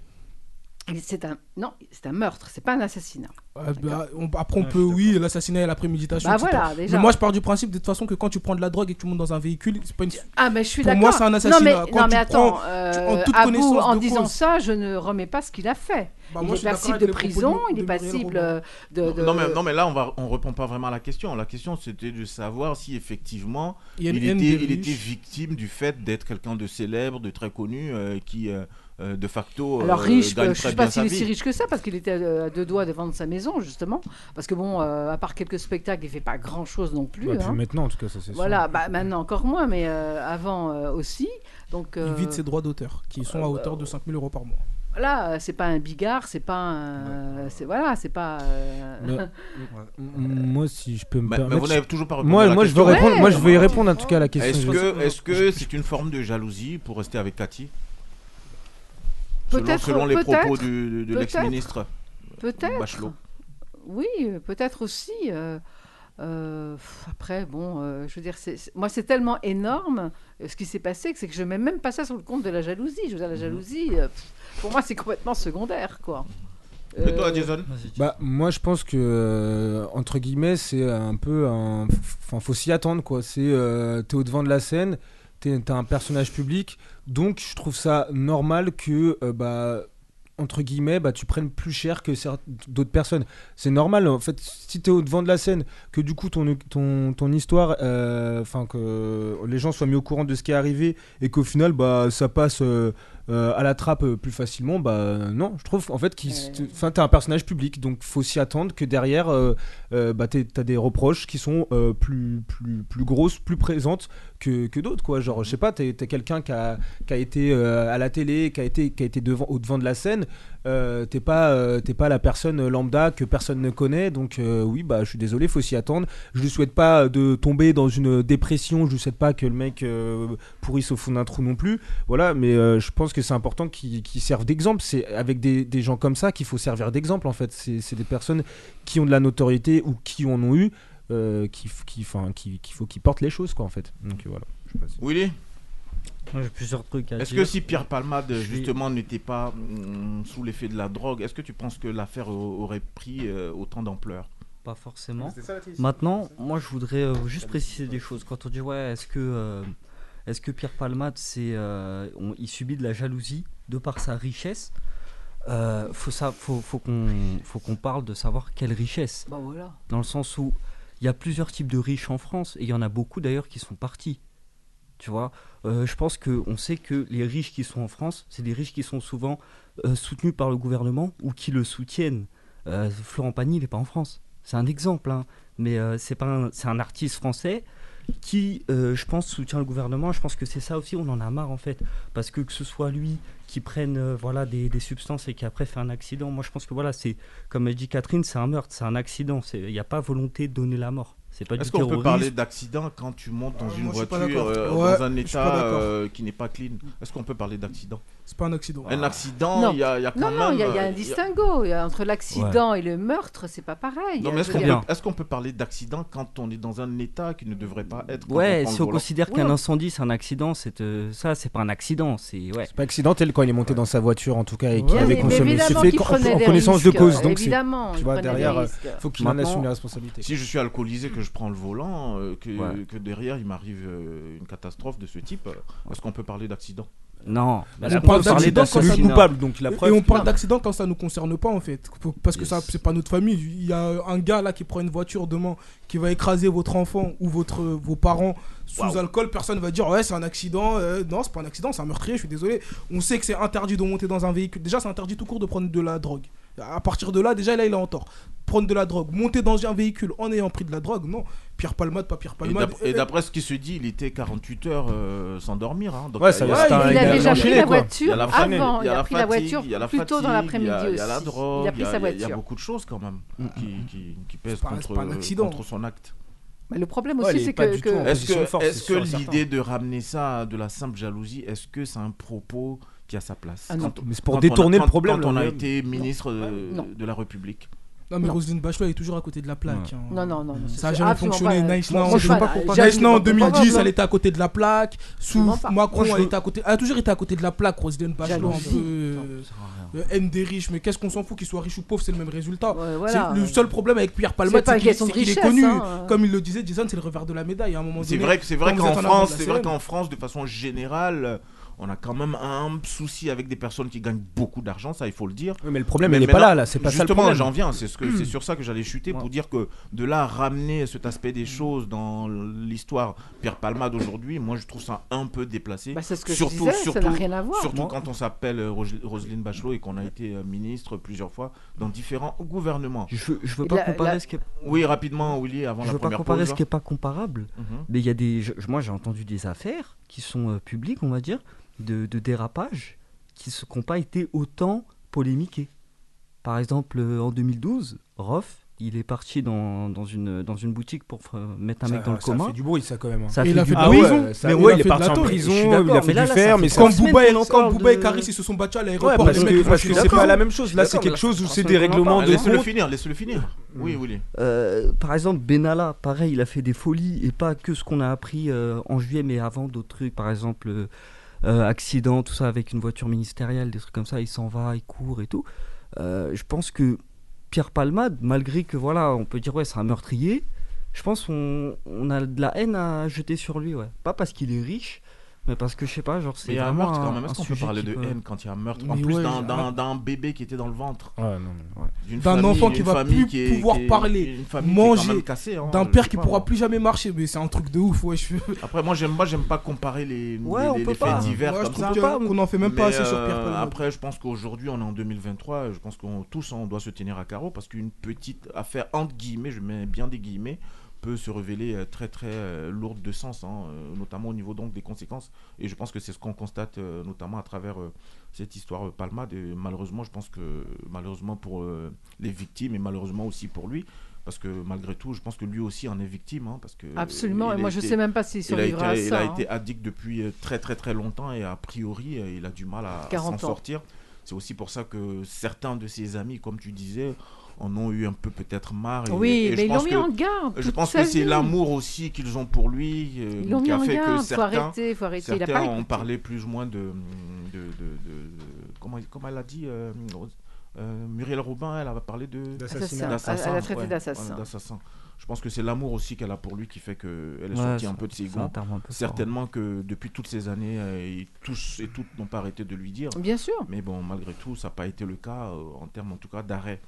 S2: Et C'est un, non, c'est un meurtre, c'est pas un assassinat.
S3: Ah, bah, on- après, on peut, oui, l'assassinat et la préméditation.
S2: Bah
S3: etc.
S2: voilà, déjà.
S3: Mais moi, je pars du principe de toute façon que quand tu prends de la drogue et que tu montes dans un véhicule, c'est pas une.
S2: Ah, mais je suis
S3: Pour
S2: d'accord.
S3: moi, c'est un assassinat.
S2: Non, mais,
S3: Quand
S2: non,
S3: tu
S2: mais attends,
S3: prends-
S2: euh,
S3: en toute
S2: à bout,
S3: connaissance
S2: en
S3: de
S2: disant
S3: cause.
S2: ça, je ne remets pas ce qu'il a fait.
S3: Bah,
S2: il
S3: moi, je
S2: est
S3: suis d'accord
S2: passible
S3: avec
S2: de
S3: les propos
S2: prison,
S3: de-
S2: il
S3: de
S2: est
S3: Muriel
S2: passible
S3: Robin.
S2: euh, de. de-
S1: non, mais, non, mais là, on va, on répond pas vraiment à la question. La question, c'était de savoir si effectivement,
S3: Il y a une
S1: il
S3: haine
S1: était,
S3: des
S1: il était
S3: riches.
S1: victime du fait d'être quelqu'un de célèbre, de très connu, euh, qui euh, euh, de facto euh,
S2: Alors riche,
S1: gagne
S2: euh, je
S1: très
S2: sais pas
S1: bien sa
S2: s'il est si
S1: vie.
S2: riche que ça, parce qu'il était euh, à deux doigts de vendre sa maison, justement. Parce que bon, euh, à part quelques spectacles, il fait pas grand-chose non plus.
S4: Ouais, Bah, puis
S2: hein.
S4: maintenant, en tout cas, ça c'est sûr.
S2: Voilà, bah, maintenant encore moins, mais euh, avant euh, aussi. Donc
S3: Il
S2: euh,
S3: vide ses droits d'auteur, qui sont à hauteur de 5000 euros par mois.
S2: voilà, euh, c'est pas un bigard, c'est pas un, c'est voilà, c'est pas. euh, (laughs)
S4: Mais- M- Moi, si je peux me
S1: Mais, mais
S4: permettre.
S1: Bah, vous n'avez toujours pas répondu à
S4: Moi,
S1: la
S4: moi, je veux
S1: question.
S4: répondre. Moi, je veux y
S2: Ouais.
S4: répondre en tout cas à la question.
S1: Est-ce
S4: Je-
S1: que est-ce que c'est une forme de jalousie pour rester avec Cathy Selon-
S2: Peut-être,
S1: selon, les
S2: peut-être,
S1: propos du- de, de
S2: peut-être.
S1: l'ex-ministre
S2: Peut-être.
S1: Bachelot.
S2: Oui, euh, peut-être aussi. euh, euh, pff, après, bon, euh, je veux dire, c'est- c'est- moi, c'est tellement énorme euh, ce qui s'est passé que c'est que je mets même pas ça sur le compte de la jalousie. Je veux dire,
S1: Mhm.
S2: la jalousie, euh, pff, pour moi, c'est complètement secondaire, quoi.
S1: Et toi,
S2: Euh,
S1: Jason
S6: Vas-y,
S4: Bah, moi, je pense que, euh, entre guillemets, c'est un peu un. Enfin, faut s'y attendre, quoi. C'est. euh, t'es au-devant de la scène, t'es, t'as un personnage public. Donc, je trouve ça normal que, euh, bah. entre guillemets, bah, tu prennes plus cher que certes- d'autres personnes. C'est normal, en fait, si tu es au devant de la scène, que du coup ton, ton, ton histoire, euh, enfin que les gens soient mis au courant de ce qui est arrivé et qu'au final, bah, ça passe euh, euh, à la trappe euh, plus facilement, bah non, je trouve en fait que
S2: Ouais.
S4: tu as un personnage public, donc faut s'y attendre que derrière, euh, euh, bah, tu as des reproches qui sont euh, plus, plus, plus grosses, plus présentes que, que d'autres. quoi. Genre, je sais pas, tu es, quelqu'un qui a, qui a été euh, à la télé, qui a été, qui a été devant, au devant de la scène, euh, t'es pas euh, t'es pas la personne lambda que personne ne connaît donc euh, oui bah je suis désolé faut s'y attendre je lui souhaite pas de tomber dans une dépression je lui souhaite pas que le mec euh, pourrisse au fond d'un trou non plus voilà mais euh, je pense que c'est important qu'il qu'il serve d'exemple c'est avec des, des gens comme ça qu'il faut servir d'exemple en fait c'est c'est des personnes qui ont de la notoriété ou qui en ont eu euh, qui f- qui enfin qui, qu'il faut qu'ils portent les choses quoi en fait donc voilà je sais pas si-
S1: Willy,
S6: Moi, J'ai plusieurs trucs à
S1: est-ce
S6: dire.
S1: que si Pierre Palmade
S6: suis-
S1: justement n'était pas mm, sous l'effet de la drogue, est-ce que tu penses que l'affaire au- aurait pris euh, autant d'ampleur
S6: Pas forcément. Maintenant, moi, je voudrais euh, juste préciser des choses. Quand on dit, ouais, est-ce que, euh, est-ce que Pierre Palmade, c'est, euh, on- il subit de la jalousie de par sa richesse Euh, faut, ça, faut, faut qu'on faut qu'on parle de savoir quelle richesse.
S2: Bah voilà.
S6: Dans le sens où il y a plusieurs types de riches en France, et il y en a beaucoup d'ailleurs qui sont partis. Tu vois, Euh, je pense qu'on sait que les riches qui sont en France, c'est des riches qui sont souvent euh, soutenus par le gouvernement ou qui le soutiennent. Euh, Florent Pagny, il n'est pas en France. C'est un exemple, hein. mais euh, c'est pas un- c'est un artiste français qui, euh, je pense, soutient le gouvernement. Je pense que c'est ça aussi, on en a marre en fait. Parce que que ce soit lui qui prenne euh, voilà, des, des substances et qui après fait un accident, moi je pense que voilà, c'est comme a dit Catherine, c'est un meurtre, c'est un accident. C'est- Il n'y a pas volonté de donner la mort. C'est pas du
S1: Est-ce qu'on
S6: terrorisme.
S1: peut parler d'accident quand tu montes dans
S3: Ah,
S1: une
S3: moi, je suis pas
S1: voiture
S3: d'accord.
S1: euh,
S3: Ouais,
S1: dans un
S3: je suis pas
S1: état
S3: d'accord.
S1: euh, qui n'est pas clean Est-ce qu'on peut parler d'accident
S3: C'est pas un accident.
S6: Ah.
S1: Un accident,
S2: Non.
S1: il y, a il y a quand
S2: Non, non,
S1: même.
S2: il y, a- il y a
S1: euh, il y
S2: un
S1: a-
S2: distinguo. Il y a- entre l'accident et le meurtre, c'est pas pareil.
S1: Non, mais est-ce
S2: Je
S1: qu'on
S2: veux
S1: peut,
S2: dire,
S6: bien.
S1: est-ce qu'on peut parler d'accident quand on est dans un état qui ne devrait pas être quand
S6: Ouais,
S1: on prend
S6: si
S1: le
S6: on
S1: volant
S6: considère
S2: Ouais.
S6: qu'un incendie c'est un accident, c'est euh, ça, c'est pas un accident, c'est ouais.
S4: c'est pas accidentel quand il est monté dans sa voiture en tout cas et qu'il
S2: mais-
S4: avait
S2: mais
S4: consommé
S2: évidemment
S4: c'est fait
S2: qu'il
S4: qu'en-
S2: prenait
S4: en
S2: des
S4: connaissance de
S2: risques,
S4: cause donc c'est
S2: évidemment,
S4: tu
S2: il
S4: vois,
S2: prenait des
S4: derrière, euh,
S2: risques.
S4: faut qu'il en
S6: Maintenant-
S4: assume la responsabilité
S1: Si je suis alcoolisé, que je prends le volant, euh, que,
S6: Ouais.
S1: que derrière il m'arrive euh, une catastrophe de ce type, euh, est-ce qu'on peut parler d'accident
S6: Non,
S4: Bah, on
S6: Est-ce qu'on peut
S4: parle
S6: parler
S4: d'accident quand
S6: d'accident
S4: c'est coupable, donc la
S3: Et-
S4: preuve.
S3: et on
S4: que-
S3: parle d'accident quand ça nous concerne pas en fait, Faut- parce que ça
S6: Yes.
S3: c'est pas notre famille. Il y a un gars là qui prend une voiture demain, qui va écraser votre enfant ou votre vos parents sous
S1: Waouh.
S3: alcool, personne va dire ouais c'est un accident, Euh, non c'est pas un accident, c'est un meurtrier, je suis désolé. On sait que c'est interdit de monter dans un véhicule. Déjà c'est interdit tout court de prendre de la drogue. À partir de là déjà là il est en tort. Prendre de la drogue, monter dans un véhicule en ayant pris de la drogue, non. Pierre Palmade, pas Pierre
S1: Et
S3: Palmade.
S1: d'ap- Et d'après ce qui se dit, il était 48 heures euh, sans dormir. hein. Donc,
S4: Ouais,
S1: il
S4: ça
S1: y a-
S4: veut dire
S1: il y a-
S4: que
S2: Il
S4: il
S2: a
S4: a
S2: déjà pris
S4: enchaîné,
S2: la
S4: quoi.
S1: il y
S2: voiture
S1: a la fatigue,
S2: avant,
S1: il y a la
S2: pris la
S1: fatigue,
S2: voiture
S1: il y a la
S2: plus tôt dans
S1: fatigue, il y
S2: l'après-midi
S1: a-
S2: aussi.
S1: Il y a la drogue,
S2: Il a pris sa
S1: il y a
S2: voiture.
S1: beaucoup de choses quand même
S4: Mm,
S1: qui, qui, qui pèsent
S3: C'est pas-
S1: contre,
S3: c'est pas un accident.
S1: contre son acte.
S2: Mais le problème
S4: Ouais,
S2: aussi,
S4: elle est
S2: c'est
S4: pas
S2: que,
S4: du
S2: que-
S4: tout en
S1: Est-ce
S4: position
S1: que,
S4: de force,
S1: est-ce
S4: c'est
S1: que
S4: sûr et certain.
S1: l'idée de ramener ça à de la simple jalousie, est-ce que c'est un propos qui a sa place
S2: Ah non.
S1: Quand-
S4: Mais c'est pour
S1: quand
S4: détourner
S1: on a-
S4: le problème.
S1: Quand on
S4: là,
S1: a
S4: même.
S1: été ministre euh,
S2: Non.
S1: de la République.
S3: Non mais
S2: Non.
S3: Roselyne Bachelot elle est toujours à côté de la plaque. hein.
S2: non, non, non, non,
S3: Ça a
S2: c'est
S3: jamais
S2: absolument
S3: fonctionné.
S2: pas- euh,
S3: Nice
S2: Moi,
S3: Now,
S2: moi,
S3: je sais pas
S2: voilà,
S3: pourquoi.
S2: j'ai
S3: Nice Now en
S2: absolument pas-
S3: 2010, elle était à côté de la plaque. Sous
S2: Absolument pas.
S3: Macron,
S6: Moi, je
S3: elle
S6: veux-
S3: était à côté. Elle a toujours été à côté de la plaque, Roselyne Bachelot, un
S2: Jalousie.
S3: peu. euh, euh, haine des riches, mais qu'est-ce qu'on s'en fout qu'il soit riche ou pauvre, c'est le même résultat.
S2: Ouais, voilà.
S3: C'est le seul problème avec Pierre
S2: C'est
S3: Palmade,
S2: pas
S3: c'est
S2: une
S3: qu'il
S2: question de
S3: c'est qu'il est
S2: richesse,
S3: connu.
S2: hein.
S3: Comme il le disait, Jason, c'est le revers de la médaille à un moment
S1: C'est
S3: donné.
S1: vrai, que- c'est vrai
S3: quand vous
S1: qu'en
S3: êtes en
S1: France,
S3: avant de la
S1: c'est vrai
S3: scène.
S1: qu'en France, de façon générale, on a quand même un souci avec des personnes qui gagnent beaucoup d'argent, ça il faut le dire.
S4: Oui, mais le problème,
S1: Mais
S4: il est pas
S1: maintenant-
S4: là, là. C'est pas ça le
S1: Justement,
S4: problème.
S1: j'en viens. C'est ce que c'est sur ça que j'allais chuter pour dire que de là à ramener cet aspect des choses dans l'histoire Pierre Palmade d'aujourd'hui, moi je trouve ça un peu déplacé.
S2: Bah, c'est ce que
S1: Surtout-
S2: je disais, ça
S1: surtout-
S2: n'a rien à voir.
S1: Surtout
S2: moi.
S1: quand on s'appelle euh, Roj- Roselyne Bachelot et qu'on a été euh, ministre plusieurs fois dans différents gouvernements.
S6: Je, je veux
S2: Et
S6: pas
S2: la-
S6: comparer
S2: la-
S6: ce qui est,
S1: Oui, rapidement, Willy, avant
S6: je
S1: la
S6: veux pas
S1: première
S6: comparer
S1: pause.
S6: ce qui est pas comparable,
S1: Mhm.
S6: mais il y a des je- moi j'ai entendu des affaires qui sont euh, publiques, on va dire, de, de dérapages qui se- qui n'ont pas été autant polémiqués. Par exemple, euh, en 2012, Roff, il est parti dans, dans une, dans une boutique pour euh, mettre un
S4: Ça-
S6: mec dans le
S4: ça
S6: commun.
S4: fait du bruit, ça quand même. hein.
S6: Ça
S3: Et
S6: fait
S3: il a
S6: du Ah
S3: fait de
S6: bruit.
S3: la prison.
S4: ça-
S3: Mais
S4: ouais,
S3: ouais,
S4: il
S3: il
S4: est
S3: a fait de
S4: parti
S3: la
S4: en
S3: tôle.
S4: prison,
S6: Je suis
S4: il
S6: d'accord,
S4: a fait
S6: mais là,
S4: du
S6: là,
S4: fer,
S6: ça
S4: mais
S6: fait
S4: ça.
S3: Quand
S6: Semaine
S3: Bouba et
S6: qu'on
S3: Lancan,
S6: sort
S3: Bouba et
S6: de-
S3: Caris, ils se sont battus à
S4: Ouais,
S3: l'aéroport.
S4: parce
S3: les
S4: que,
S3: mecs ont
S4: parce
S3: tué
S4: que
S3: les
S4: c'est
S3: gens.
S4: pas la même chose. Là, c'est
S6: D'accord,
S4: quelque
S6: mais
S4: chose où
S6: là,
S4: c'est
S6: ça
S4: des
S6: fait longtemps.
S4: règlements de
S1: Laisse-le
S4: compte.
S1: finir, laisse-le finir. Oui, Willy.
S6: Euh, par exemple, Benalla, pareil, il a fait des folies et pas que ce qu'on a appris euh, en juillet, mais avant d'autres trucs, par exemple, euh, euh, accident, tout ça, avec une voiture ministérielle, des trucs comme ça, il s'en va, il court et tout. Euh, je pense que Pierre Palmade, malgré que voilà, on peut dire ouais, c'est un meurtrier, je pense qu'on on a de la haine à jeter sur lui, ouais. Pas parce qu'il est riche, mais parce que je sais pas, genre
S1: Mais
S6: c'est
S1: il y a un
S6: vraiment
S1: meurtre quand même. Est-ce
S6: un
S1: qu'on peut
S6: sujet
S1: parler
S6: qui
S1: de
S6: peut-
S1: haine quand il y a un meurtre En
S3: Mais
S1: plus
S3: ouais,
S1: d'un-
S3: j'ai-
S1: d'un d'un bébé qui était dans le ventre. d'une
S3: D'un
S1: famille-
S3: enfant qui
S1: une
S3: va
S1: famille
S3: plus
S1: qui est-
S3: pouvoir
S1: qui est-
S3: parler,
S1: une famille qui est quand
S3: manger,
S1: même cassée, hein,
S3: D'un
S1: je
S3: père
S1: sais
S3: qui
S1: pas,
S3: pourra
S1: moi.
S3: plus jamais marcher, mais c'est un truc de ouf, ouais. Je...
S1: Après, moi, j'aime, moi, j'aime pas comparer les,
S6: Ouais,
S1: les-
S6: on
S1: les-
S6: peut
S1: les
S6: pas.
S1: faits divers
S3: Moi, je
S1: comme ça.
S3: trouve que- qu'on en fait même pas
S1: Mais,
S3: assez sur
S1: euh,
S3: Pierre Palmade.
S1: Après, je pense qu'aujourd'hui, on est en 2023. Je pense qu'on tous, on doit se tenir à carreau parce qu'une petite affaire entre guillemets, je mets bien des guillemets, peut se révéler euh, très très euh, lourde de sens, hein, euh, notamment au niveau donc des conséquences. Et je pense que c'est ce qu'on constate euh, notamment à travers euh, cette histoire euh, Palmade. Et malheureusement, je pense que malheureusement pour euh, les victimes et malheureusement aussi pour lui. Parce que malgré tout, je pense que lui aussi en est victime. hein, parce que euh,
S2: Absolument.
S1: il
S2: Et
S1: a
S2: moi, je
S1: été-
S2: sais même pas s'il
S1: il a, été,
S2: survivra à
S1: il
S2: ça.
S1: a
S2: hein.
S1: été addict depuis euh, très très très longtemps et a priori euh, il a du mal à, à
S2: 40
S1: s'en
S2: ans.
S1: sortir. C'est aussi pour ça que certains de ses amis, comme tu disais, en ont eu un peu peut-être marre. et-
S2: Oui,
S1: et je
S2: mais ils
S1: pense
S2: l'ont mis
S1: que-
S2: en garde.
S1: Je
S2: toute
S1: pense
S2: sa
S1: que c'est
S2: vie.
S1: l'amour aussi qu'ils ont pour lui euh,
S2: Ils l'ont
S1: qui
S2: mis
S1: a
S2: en
S1: fait que
S2: garde. Faut
S1: certains,
S2: arrêter, faut arrêter. Il a
S1: certains
S2: pas
S1: ont
S2: écouté.
S1: parlé plus ou moins de... de, de, de- comment, comment elle a dit euh, euh, Muriel Robin, elle a parlé de...
S2: Assassin.
S1: D'assassin,
S2: Elle Ah, a traité
S1: ouais,
S2: d'assassin.
S1: voilà, d'assassin. Je pense que c'est l'amour aussi qu'elle a pour lui qui fait qu'elle est
S6: Ouais,
S1: sortie un
S6: ça-
S1: peu de ses
S6: c'est un
S1: gonds.
S6: terme un peu fort.
S1: Certainement que depuis toutes ces années, euh, ils- tous et toutes n'ont pas arrêté de lui dire.
S2: Bien sûr.
S1: Mais bon, malgré tout, ça n'a pas été le cas euh, en termes en tout cas d'arrêt.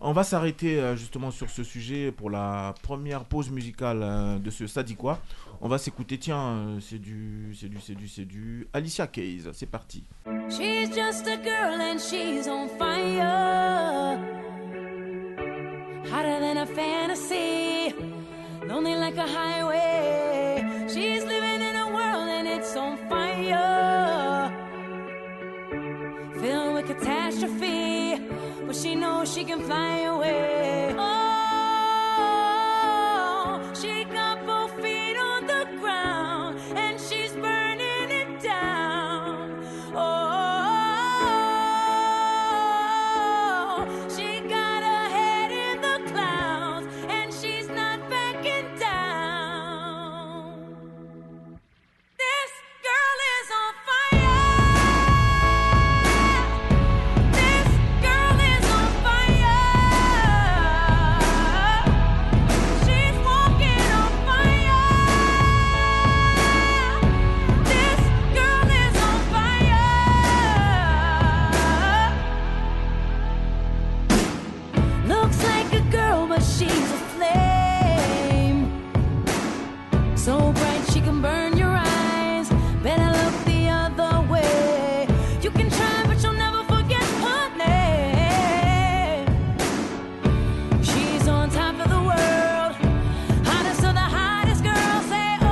S1: On va s'arrêter euh, justement sur ce sujet pour la première pause musicale euh, de ce Ça dit quoi On va s'écouter, tiens, euh, c'est du, c'est du, c'est du, c'est du Alicia Keys. C'est parti.
S8: She's just a girl and she's on fire. Hotter than a fantasy, lonely like a highway. She's living in a world and it's on fire. Filled with catastrophe, but she knows she can fly away. Oh, she got both feet on the ground and she's burning it down. Oh, she got her head in the clouds and she's not backing down. This girl is on fire. This girl is on fire. She's walking on fire. This girl is on fire. Looks like a girl, but she's a flame. So bright she can burn your eyes. Better look the other way. You can try, but you'll never forget her name. She's on top of the world. Hottest of the hottest girls say, Oh,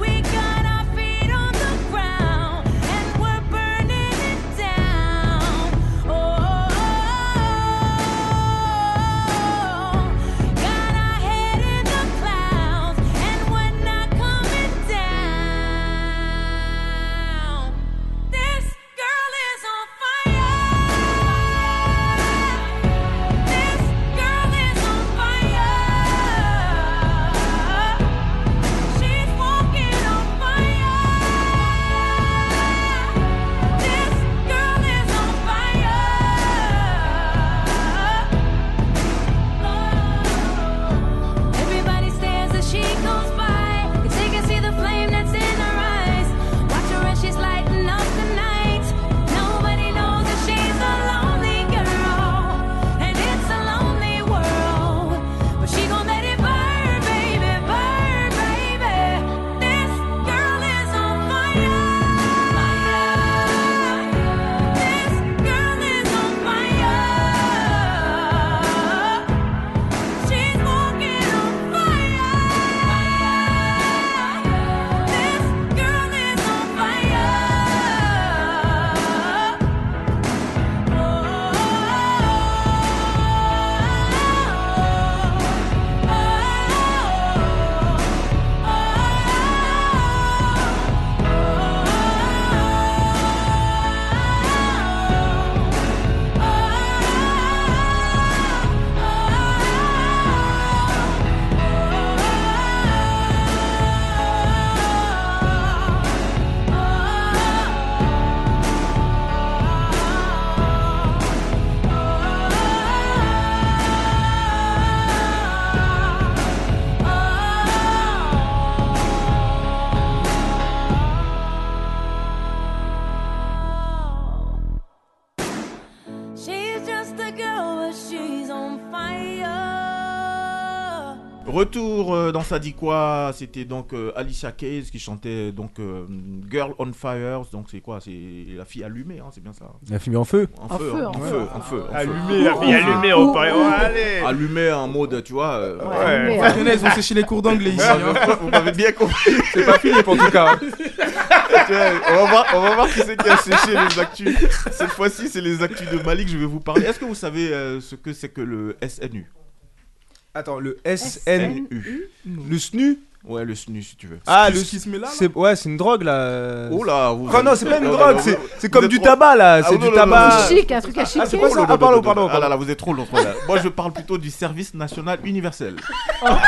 S8: we got our feet on the ground and we're burning it down. Oh, got our head in the clouds
S1: euh, dans ça dit quoi C'était donc euh, Alicia Keys qui chantait donc euh, Girl on Fire. Donc c'est quoi C'est la fille allumée, hein, c'est bien ça.
S4: Il a fumé en feu.
S1: En,
S2: En
S1: feu, hein.
S2: feu,
S1: en,
S2: en
S1: feu, en feu, en feu.
S9: Allumé, la fille
S2: Ah.
S9: allumée, on
S2: Ouh,
S9: parlait.
S2: ouh,
S9: oh,
S2: ouh.
S9: allez
S1: Allumé en mode, tu vois. euh,
S2: Ouais,
S9: Ouais.
S2: mais, euh,
S3: Tenez, ils ont séché les cours d'anglais ici. hein.
S1: Vous m'avez bien compris. (laughs)
S4: C'est pas Philippe en tout cas.
S1: Tu vois, on, va voir, on va voir qui c'est qui a séché les actus. Cette fois-ci, c'est les actus de Mali que je vais vous parler. Est-ce que vous savez euh, ce que c'est que le SNU
S4: Attends, le SN. Le SNU
S1: Ouais, le SNU si tu veux.
S4: Ah,
S3: Ce
S4: le
S3: qui se met là, là.
S4: C'est ouais, c'est une drogue là.
S1: Oh là vous-
S4: Ah non, c'est pas une
S1: Oh là
S4: drogue,
S1: là,
S4: c'est
S1: vous-
S4: c'est
S1: vous
S4: comme
S1: êtes
S4: du
S1: trop-
S4: tabac là,
S1: Ah,
S4: c'est
S1: non, non,
S4: du
S1: non,
S4: tabac.
S1: non,
S2: chic, un truc à chic.
S4: c'est
S1: Oh
S4: pas ça
S1: là
S4: Ah,
S1: là,
S4: pardon,
S1: là là,
S4: pardon,
S1: Ah là
S4: pardon.
S1: là, vous êtes trop long. trop là. Moi, je parle plutôt du service national universel. Ah,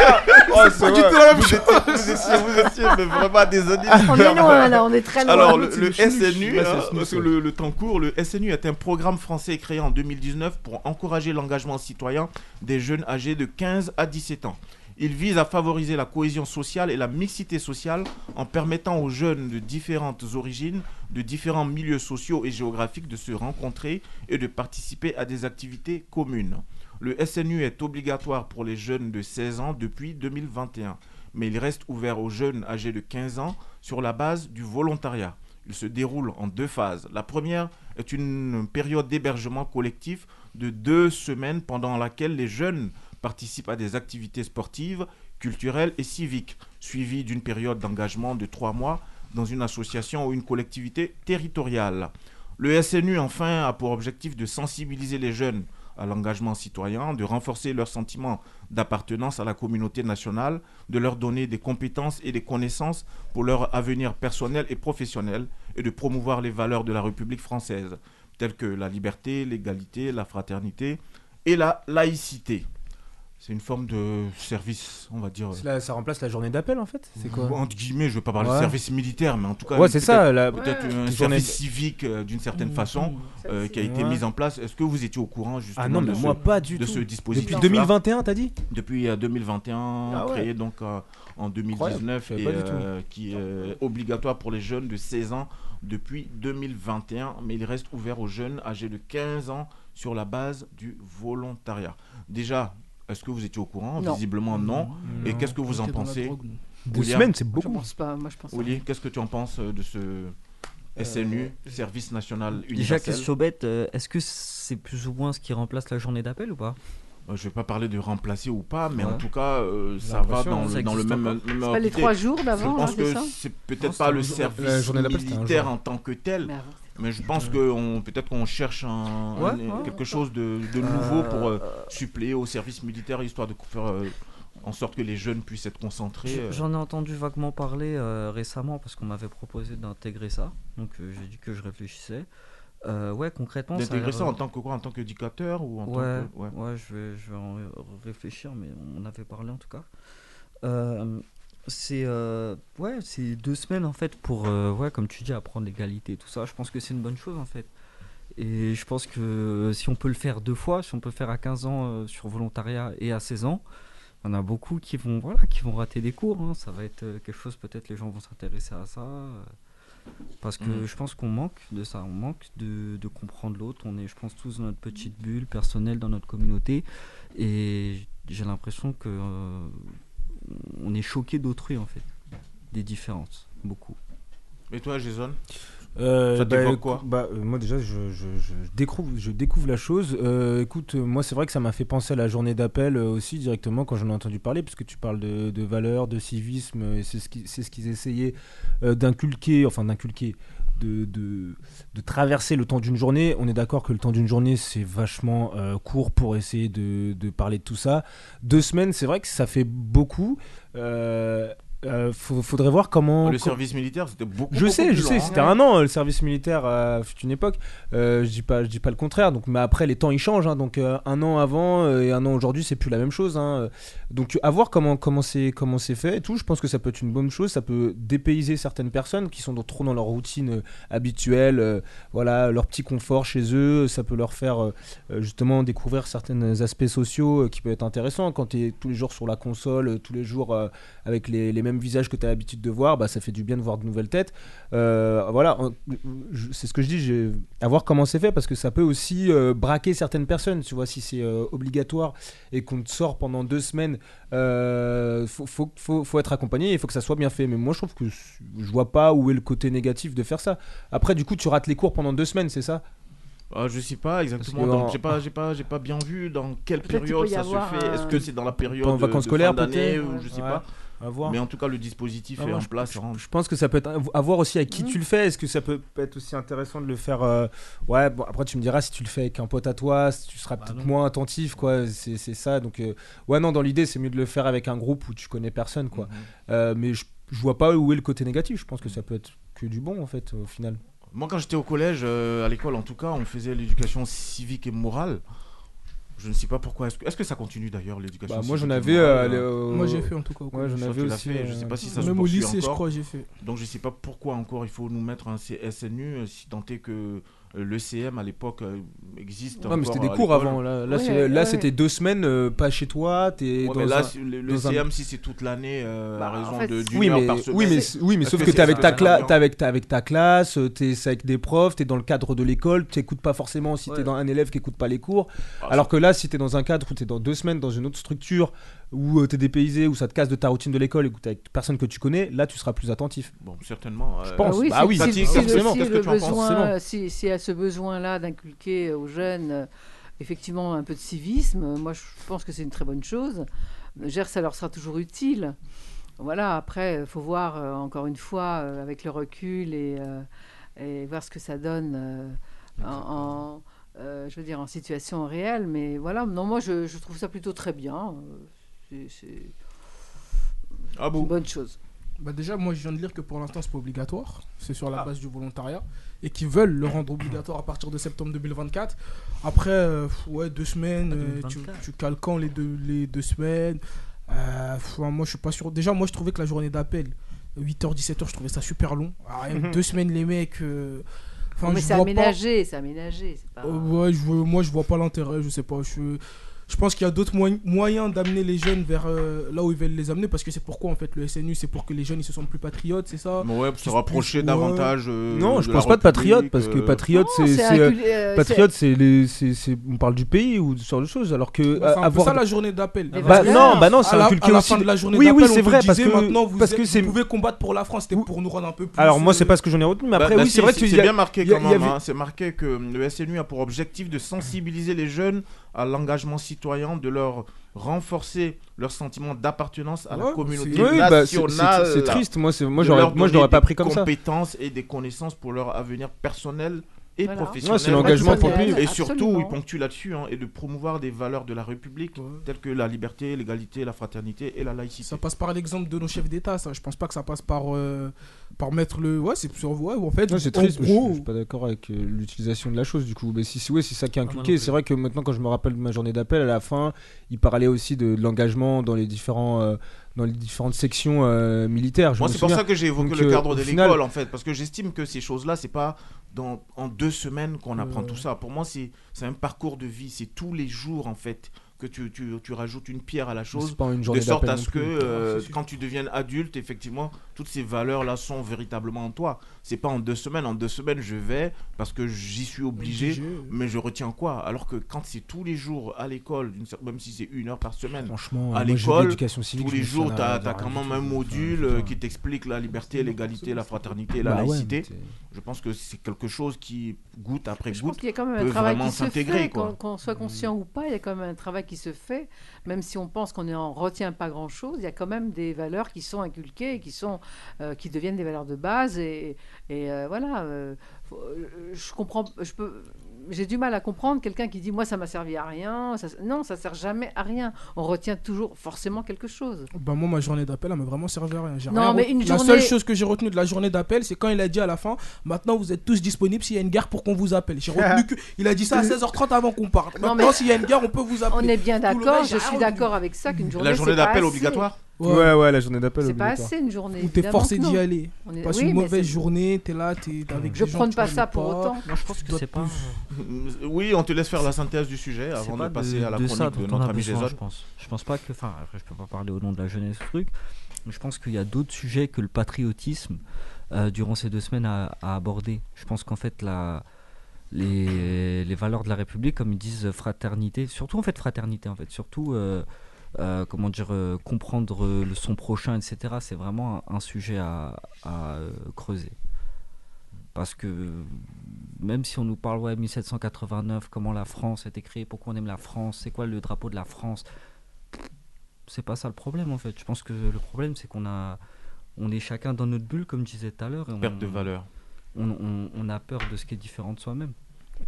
S4: Oh, c'est vrai.
S1: Vous étiez, vous étiez, vous étiez, mais vraiment désolé.
S2: Ah, On est loin euh, là, on est très loin.
S1: Alors, le, le
S4: Ah, C'est
S1: SNU,
S4: le SNU,
S1: hein,
S4: c'est le
S1: parce que
S4: SNU,
S1: le, le temps court, le SNU est un programme français créé en 2019 pour encourager l'engagement citoyen des jeunes âgés de 15 à 17 ans. Il vise à favoriser la cohésion sociale et la mixité sociale en permettant aux jeunes de différentes origines, de différents milieux sociaux et géographiques de se rencontrer et de participer à des activités communes. Le SNU est obligatoire pour les jeunes de 16 ans depuis 2021, mais il reste ouvert aux jeunes âgés de 15 ans sur la base du volontariat. Il se déroule en deux phases. La première est une période d'hébergement collectif de deux semaines pendant laquelle les jeunes participent à des activités sportives, culturelles et civiques, suivie d'une période d'engagement de trois mois dans une association ou une collectivité territoriale. Le SNU, enfin, a pour objectif de sensibiliser les jeunes à l'engagement citoyen, de renforcer leur sentiment d'appartenance à la communauté nationale, de leur donner des compétences et des connaissances pour leur avenir personnel et professionnel et de promouvoir les valeurs de la République française, telles que la liberté, l'égalité, la fraternité et la laïcité. C'est une forme de service, on va dire.
S4: C'est là, Ça remplace la journée d'appel en fait C'est quoi
S1: Entre guillemets, je ne veux pas parler
S4: Ouais.
S1: de service militaire, mais en tout cas,
S4: Ouais, c'est ça. la-
S1: peut-être
S2: Ouais.
S1: un
S4: Qui
S1: service
S4: tournait-
S1: civique euh, d'une certaine
S3: Mmh.
S1: façon euh, qui a été
S4: Ouais.
S1: mis en place. Est-ce que vous étiez au courant justement
S4: Ah non, mais
S1: de,
S4: moi
S1: ce,
S4: pas du
S1: de ce
S4: tout.
S1: dispositif
S4: Depuis 2021, t'as dit
S1: depuis euh, 2021,
S4: Ah ouais.
S1: créé donc euh, en 2019
S4: Incroyable, je
S1: et
S4: savais pas du
S1: euh, qui est obligatoire pour les jeunes de 16 ans depuis 2021, mais il reste ouvert aux jeunes âgés de 15 ans sur la base du volontariat. Déjà, est-ce que vous étiez au courant
S2: Non.
S1: Visiblement non. Et qu'est-ce que vous en
S3: J'étais dans la
S1: pensez
S3: drogue, nous.
S4: Deux
S1: William.
S4: semaines, c'est
S2: Je
S4: beaucoup.
S2: pense pas, moi je pense.
S1: Oli, qu'est-ce que tu en penses euh, de ce SNU, Service National
S6: Déjà,
S1: Universel
S6: question bête, euh, est-ce que c'est plus ou moins ce qui remplace la journée d'appel ou pas
S1: Euh, Je vais pas parler de remplacer ou pas, mais en
S6: Ouais.
S1: tout cas, euh,
S4: J'ai
S1: ça va
S4: l'impression,
S1: dans,
S6: ça
S1: le- dans le
S6: existe
S1: même,
S6: encore.
S1: même
S2: Pas les
S1: idée.
S2: trois jours
S1: Je
S2: d'avant, là,
S1: pense
S2: c'est
S1: que
S2: ça
S1: c'est peut-être
S4: Non,
S1: pas
S4: c'était
S1: le
S4: un jour- la
S1: service
S4: journée d'appel, c'était un
S1: militaire
S4: jour.
S1: en tant que tel,
S2: Mais avant, c'était-
S1: mais je pense que on- peut-être qu'on cherche un,
S6: Ouais,
S1: un-
S6: ouais.
S1: quelque chose de, de nouveau pour euh, suppléer au service militaire, histoire de faire euh, en sorte que les jeunes puissent être concentrés.
S6: J-
S1: euh.
S6: J'en ai entendu vaguement parler euh, récemment parce qu'on m'avait proposé d'intégrer ça. Donc euh, j'ai dit que je réfléchissais. Euh, ouais, concrètement, ça a
S1: D'intégrer
S6: l'air-
S1: ça en tant que quoi En tant que dictateur ou en
S6: euh, ouais,
S1: tant que... ouais.
S6: ouais, je vais, je vais en ré- réfléchir, mais on en avait parlé en tout cas. Euh, c'est euh, ouais, c'est deux semaines en fait pour euh, ouais, comme tu dis, apprendre l'égalité et tout ça. Je pense que c'est une bonne chose en fait. Et je pense que euh, si on peut le faire deux fois, si on peut le faire à 15 ans euh, sur volontariat et à 16 ans, on a beaucoup qui vont voilà, qui vont rater des cours. hein. Ça va être euh, quelque chose peut-être les gens vont s'intéresser à ça. euh, parce que
S1: Mhm.
S6: je pense qu'on manque de ça, on manque de, de comprendre l'autre. On est, je pense, tous dans notre petite bulle personnelle, dans notre communauté. Et j'ai l'impression que euh, on est choqué d'autrui, en fait, des différences, beaucoup.
S1: Et toi, Jason
S4: Euh,
S1: Ça
S4: bah,
S1: t'évoque
S4: écou-
S1: quoi
S4: bah, euh, Moi déjà, je, je- je découvre, je découvre la chose. Euh, écoute, euh, moi c'est vrai que ça m'a fait penser à la journée d'appel euh, aussi directement quand j'en ai entendu parler, parce que tu parles de, de valeurs, de civisme, euh, et c'est ce qui- c'est ce qu'ils essayaient euh, d'inculquer, enfin d'inculquer. De, de, de traverser le temps d'une journée. On est d'accord que le temps d'une journée, c'est vachement euh, court pour essayer de, de parler de tout ça. Deux semaines, c'est vrai que ça fait beaucoup. Euh, euh, faut- faudrait voir comment...
S1: Le
S4: co-
S1: service militaire, c'était beaucoup
S4: je
S1: beaucoup
S4: sais,
S1: plus
S4: je
S1: long,
S4: sais,
S1: hein.
S4: c'était un an euh, le service militaire euh, fut une époque. Euh, je dis pas, je dis pas le contraire. Donc, mais après les temps ils changent. hein. donc euh, un an avant euh, et un an aujourd'hui, c'est plus la même chose. hein. Donc à voir comment comment c'est comment c'est fait et tout. Je pense que ça peut être une bonne chose. Ça peut dépayser certaines personnes qui sont dans- trop dans leur routine euh, habituelle. euh, voilà, leur petit confort chez eux. Ça peut leur faire euh, euh, justement découvrir certains aspects sociaux euh, qui peuvent être intéressants quand tu es tous les jours sur la console, euh, tous les jours euh, avec les, les mêmes mêmes visages que tu as l'habitude de voir, bah, ça fait du bien de voir de nouvelles têtes. Euh, voilà, on- je- c'est ce que je dis, j'ai- à voir comment c'est fait, parce que ça peut aussi euh, braquer certaines personnes, tu vois, si c'est euh, obligatoire et qu'on te sort pendant deux semaines, euh, faut, faut, faut- faut être accompagné, il faut que ça soit bien fait. Mais moi, je trouve que c- je vois pas où est le côté négatif de faire ça. Après, du coup, tu rates les cours pendant deux semaines, c'est ça
S1: Ah, je sais pas exactement,
S4: que
S1: donc
S4: en-
S1: j'ai pas, j'ai pas, j'ai pas bien vu dans quelle
S2: Peut-être qu'il
S1: période
S2: peut y
S1: ça se
S2: avoir
S1: fait.
S2: un-
S1: Est-ce que c'est dans la période
S4: Pendant
S1: de-
S4: vacances
S1: de
S4: scolaires,
S1: fin d'année
S4: peut-être
S1: ou je sais
S4: Ouais.
S1: pas.
S4: À voir.
S1: Mais en tout cas, le dispositif
S4: Ah
S1: est
S4: ouais,
S1: en
S4: je-
S1: place.
S4: je,
S1: hein.
S4: je pense que ça peut être à voir aussi à qui
S2: Mm.
S4: tu le fais. Est-ce que ça peut être aussi intéressant de le faire euh, Ouais, bon, après tu me diras si tu le fais avec un pote à toi, si tu seras
S6: Bah
S4: peut-être
S6: non.
S4: moins attentif, quoi. C'est c'est ça. Donc, euh, ouais, non, dans l'idée, c'est mieux de le faire avec un groupe où tu connais personne, quoi.
S1: Mhm.
S4: Euh, mais je, je vois pas où est le côté négatif. Je pense que ça peut être que du bon, en fait, au final.
S1: Moi, quand j'étais au collège, euh, à l'école en tout cas, on faisait l'éducation civique et morale. Je ne sais pas pourquoi. Est-ce que, est-ce que ça continue d'ailleurs l'éducation
S4: Bah, moi, j'en
S1: civique et
S4: avais.
S1: morale, hein
S4: euh, le- au-
S3: Moi, j'ai fait en tout cas. au
S4: Ouais,
S3: collège.
S4: j'en
S1: Toi, tu
S4: avais
S1: l'as
S4: aussi. euh.
S1: fait, je sais pas si ça se
S3: Même au
S1: poursuit
S3: lycée, je
S1: encore.
S3: crois, j'ai fait.
S1: Donc je sais pas pourquoi encore il faut nous mettre un CSNU, euh, si tant est que euh, le CM à l'époque euh, existe.
S4: Non,
S1: encore
S4: mais
S1: euh,
S4: c'était des
S1: à
S4: cours
S1: l'école.
S4: avant. Là, là,
S2: Ouais,
S4: c'est- là,
S2: ouais.
S4: c'était deux semaines, euh, pas chez toi. T'es
S1: Ouais,
S4: dans
S1: mais là,
S4: un-
S1: si- le, le
S4: dans un-
S1: CM, si c'est toute l'année, euh,
S2: Bah,
S1: à raison
S2: en fait,
S1: de-
S2: c'est-
S1: d'une
S4: Oui
S1: heure
S4: mais,
S1: par semaine.
S4: oui, mais, oui, mais
S1: Parce
S4: sauf
S1: que
S4: que,
S1: c'est
S4: t'es avec,
S1: ça,
S4: ta
S1: c'est
S4: cla-
S1: l'ambiance.
S4: t'es avec, t'es avec ta classe, euh, t'es c'est avec des profs, t'es dans le cadre de l'école, t'écoutes pas forcément si t'es
S6: Ouais.
S4: dans un élève qui écoute pas les cours.
S1: Ah,
S4: Alors que là, si t'es dans un cadre où t'es dans deux semaines dans une autre structure où euh, t'es dépaysé, où ça te casse de ta routine de l'école et où t'es avec personne que tu connais, là tu seras plus attentif.
S1: Bon, certainement.
S4: Je
S1: euh,
S4: pense.
S2: Ah oui,
S4: bah
S2: si-
S4: oui,
S2: si-
S1: Patrick,
S2: si le-
S1: forcément.
S2: si
S1: Qu'est-ce que
S2: le
S1: tu en penses
S2: besoin,
S4: Forcément.
S2: euh, si, si à ce besoin-là d'inculquer aux jeunes euh, effectivement un peu de civisme, euh, moi je pense que c'est une très bonne chose. Gère, ça leur sera toujours utile. Voilà, après, il faut voir euh, encore une fois euh, avec le recul et, euh, et voir ce que ça donne euh, en, en, euh, je veux dire, en situation réelle. Mais voilà, non, moi je, je trouve ça plutôt très bien. Euh, c'est- C'est
S1: Ah
S2: une
S1: bon
S2: bonne chose.
S3: Bah déjà, moi, je viens de lire que pour l'instant, c'est pas obligatoire. C'est sur la
S1: Ah.
S3: base du volontariat. Et qu'ils veulent le rendre obligatoire à partir de septembre 2024. Après, euh, pff, ouais, deux semaines,
S6: Ah,
S3: euh, tu,
S6: 2024.
S3: tu cales quand les deux, les deux semaines Euh, pff, ouais, Moi, je suis pas sûr. Déjà, moi, je trouvais que la journée d'appel, 8h, 17h, je trouvais ça super long. Ah,
S4: Mhm.
S3: rien que deux semaines, les mecs. euh, enfin,
S2: mais
S3: je
S2: c'est
S3: vois pas-
S2: aménagé, c'est aménagé. c'est pas-
S3: euh, ouais, je vois- moi je vois pas l'intérêt, je sais pas. Je, je pense qu'il y a d'autres moy- moyens d'amener les jeunes vers euh, là où ils veulent les amener parce que c'est pourquoi en fait le SNU, c'est pour que les jeunes ils se sentent plus patriotes, c'est
S4: Euh,
S3: ça
S1: Mais ouais, pour se
S3: Juste
S1: rapprocher
S3: plus-
S1: davantage. euh,
S4: non, je
S1: la
S4: pense pas de patriote
S1: République,
S4: parce que
S1: euh,
S4: patriote
S2: Non,
S4: c'est c'est, euh,
S2: incul- euh,
S4: patriote c'est les c'est- c'est- on parle du pays ou de ce genre de choses alors que
S3: Bah,
S4: euh,
S3: c'est un peu
S4: avoir
S3: ça la journée d'appel.
S2: Mais
S4: bah,
S2: valeurs.
S4: non, bah non,
S3: à
S4: c'est
S3: la, à
S4: inculqué
S3: la
S4: aussi
S3: fin de la journée
S4: Oui,
S3: d'appel,
S4: oui, c'est
S3: on te
S4: vrai, parce
S3: disait,
S4: que-
S3: maintenant vous,
S4: parce
S3: êtes-
S4: que c'est-
S3: vous pouvez combattre pour la France, c'était pour nous rendre un peu plus.
S4: Alors moi
S3: euh,
S4: c'est pas ce que j'en ai retenu mais
S1: Bah,
S4: après
S1: bah,
S4: oui,
S1: si,
S4: c'est vrai
S1: si,
S4: que tu
S1: C'est
S4: y a-
S1: bien marqué
S4: il y a-
S1: quand
S4: il y
S1: même.
S4: avait-
S1: hein. C'est marqué que le SNU a pour objectif de sensibiliser les jeunes à l'engagement citoyen, de leur renforcer leur sentiment d'appartenance à la
S3: Ouais,
S1: communauté
S4: Oui, bah, c'est-
S1: nationale.
S4: c'est- c'est triste. Moi, c'est- moi,
S1: de
S4: j'aurais,
S1: leur
S4: moi, je
S1: donner
S4: l'aurais pas
S1: des
S4: pris comme ça.
S1: compétences et des connaissances pour leur avenir personnel et
S2: Voilà.
S1: professionnel.
S4: Ouais, c'est l'engagement pour le pays.
S1: Et surtout,
S2: Absolument.
S1: il ponctue là-dessus, hein, et de promouvoir des valeurs de la République, telles que la liberté, l'égalité, la fraternité et la laïcité.
S3: Ça passe par l'exemple de nos chefs d'État, ça. Je pense pas que ça passe par, euh, par mettre le. Ouais, c'est sur. Ouais, en fait.
S4: Non, c'est
S3: en
S4: triste, mais je-
S3: gros,
S4: je, suis pas d'accord avec euh, l'utilisation de la chose du coup. Mais si c'est ouais, c'est ça qui est
S6: moi non
S4: inculqué,
S6: plus.
S4: c'est vrai que maintenant quand je me rappelle de ma journée d'appel à la fin, il parlait aussi de, de l'engagement dans les différents euh, dans les différentes sections euh, militaires. Je
S1: Moi,
S4: me
S1: c'est pour ça
S4: souviens.
S1: que j'ai évoqué
S4: Donc,
S1: le
S4: euh,
S1: cadre
S4: au
S1: de
S4: final-
S1: l'école, en fait, parce que j'estime que ces choses-là, c'est pas dans, en deux semaines qu'on apprend
S3: Euh.
S1: tout ça. Pour moi, c'est c'est un parcours de vie, c'est tous les jours, en fait, que tu, tu, tu rajoutes une pierre à la chose,
S4: C'est pas une
S1: de
S4: journée
S1: sorte
S4: d'appel
S1: à
S4: non
S1: ce que,
S4: plus.
S1: euh,
S3: Ah, c'est sûr.
S1: quand tu deviennes adulte, effectivement, toutes ces valeurs-là sont véritablement en toi. C'est pas en deux semaines, en deux semaines, je vais parce que j'y suis obligé.
S3: obligé, euh.
S1: Mais je retiens quoi Alors que quand c'est tous les jours à l'école, d'une cer- même si c'est une heure par semaine,
S4: Franchement,
S1: à
S4: euh, moi, j'ai
S1: l'école,
S4: de l'éducation civique.
S1: tous
S4: je
S1: les
S4: me
S1: jours,
S4: souviens
S1: t'as
S4: de
S1: as
S4: rien
S1: quand
S4: du
S1: même
S4: tout.
S1: un module
S4: Enfin,
S1: euh, qui t'explique la liberté, l'égalité, la fraternité, la
S4: Bah ouais,
S1: laïcité.
S4: mais t'es-
S1: Je pense que c'est quelque chose qui, goutte après
S2: Je pense
S1: goutte,
S2: qu'il y a quand même
S1: peut
S2: un travail
S1: vraiment
S2: qui se
S1: s'intégrer,
S2: fait,
S1: quoi. Mm.
S2: qu'on qu'on soit conscient ou pas, il y a quand même un travail qui se fait, même si on pense qu'on n'en retient pas grand-chose, il y a quand même des valeurs qui sont inculquées, et qui, sont, euh, qui deviennent des valeurs de base. Et, et, euh, voilà, euh, faut- euh, je comprends, je peux... J'ai du mal à comprendre quelqu'un qui dit moi ça m'a servi à rien. ça- non, ça sert jamais à rien. On retient toujours forcément quelque chose.
S3: Bah moi ma journée d'appel elle m'a vraiment servi à rien. J'ai
S2: Non,
S3: rien
S2: mais
S3: retenu.
S2: une
S3: la
S2: journée-
S3: seule chose que j'ai retenue de la journée d'appel c'est quand il a dit à la fin maintenant vous êtes tous disponibles s'il y a une guerre pour qu'on vous appelle. J'ai
S6: (laughs)
S3: retenu que il a dit ça à 16h30 avant qu'on parte.
S2: Non,
S3: Maintenant
S2: mais-
S3: s'il y a une guerre on peut vous
S2: On
S3: appeler.
S2: est bien
S3: Tout le
S2: d'accord.
S3: reste,
S2: Je
S3: j'ai rien
S2: suis
S3: retenu.
S2: d'accord avec ça qu'une journée.
S1: ah la journée
S2: c'est pas
S1: d'appel
S2: assez.
S1: obligatoire.
S3: Ouais.
S4: Ouais, ouais, la journée d'appel.
S2: C'est pas
S4: obligatoire.
S2: assez une journée.
S3: Ou t'es
S2: évidemment
S3: forcé
S2: que non.
S3: d'y aller.
S2: On est-
S3: Passe
S2: oui,
S3: une
S2: mais
S3: mauvaise
S2: c'est-
S3: journée, t'es là, t'es t'es avec
S2: Je
S3: des gens
S2: prône
S3: que tu
S2: pas
S3: connais
S2: ça pour autant.
S6: Moi, je pense que
S3: dois
S6: c'est pas.
S1: Oui, on te laisse faire la synthèse du sujet
S6: c'est
S1: avant
S6: pas
S1: de passer à la
S6: de
S1: chronique
S6: ça
S1: de
S6: dont on
S1: notre
S6: a
S1: ami
S6: besoin,
S1: Jason.
S6: Je pense. Je pense pas que. Enfin, après, je peux pas parler au nom de la jeunesse, ce truc. Mais je pense qu'il y a d'autres sujets que le patriotisme euh, durant ces deux semaines à, à aborder. Je pense qu'en fait, la, les, les valeurs de la République, comme ils disent, euh, fraternité, surtout en fait fraternité, en fait, surtout euh, euh, comment dire, euh, comprendre euh, le son prochain, etc. C'est vraiment un, un sujet à, à, euh, creuser. Parce que euh, même si on nous parle ouais 1789, comment la France a été créée, pourquoi on aime la France, c'est quoi le drapeau de la France, c'est pas ça le problème en fait. Je pense que le problème c'est qu'on a, on est chacun dans notre bulle comme je disais tout à l'heure. et on-
S1: Perte de valeur.
S6: on, on- on a peur de ce qui est différent de soi-même.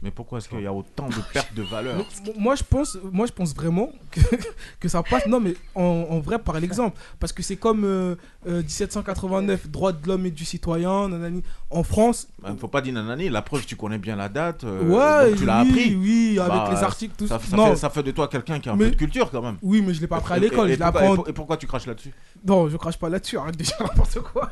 S1: Mais pourquoi est-ce qu'il
S3: Oh.
S1: y a autant de perte de valeur
S3: Mo- Moi, je pense, moi, je pense vraiment que, (laughs) que ça passe. Non, mais en, en vrai, par l'exemple. Parce que c'est comme euh, euh, 1789, droits de l'homme et du citoyen, nanani. En France,
S1: Il ne Bah, faut pas dire nanani, la preuve, tu connais bien la date, euh,
S3: ouais,
S1: donc tu l'as
S3: oui,
S1: appris.
S3: oui, avec
S1: Bah,
S3: les articles, tout
S1: Ça,
S3: ça.
S1: ça
S3: non,
S1: fait, ça fait de toi quelqu'un qui a un
S3: Mais-
S1: peu de culture quand même.
S3: oui, mais je l'ai pas appris à
S1: Et-
S3: l'école.
S1: et-
S3: Je
S1: et
S3: l'ai
S1: pourquoi-
S3: appris en-
S1: et pour- et pourquoi tu craches là-dessus
S3: Non, je crache pas là-dessus, arrête de dire (laughs) n'importe quoi.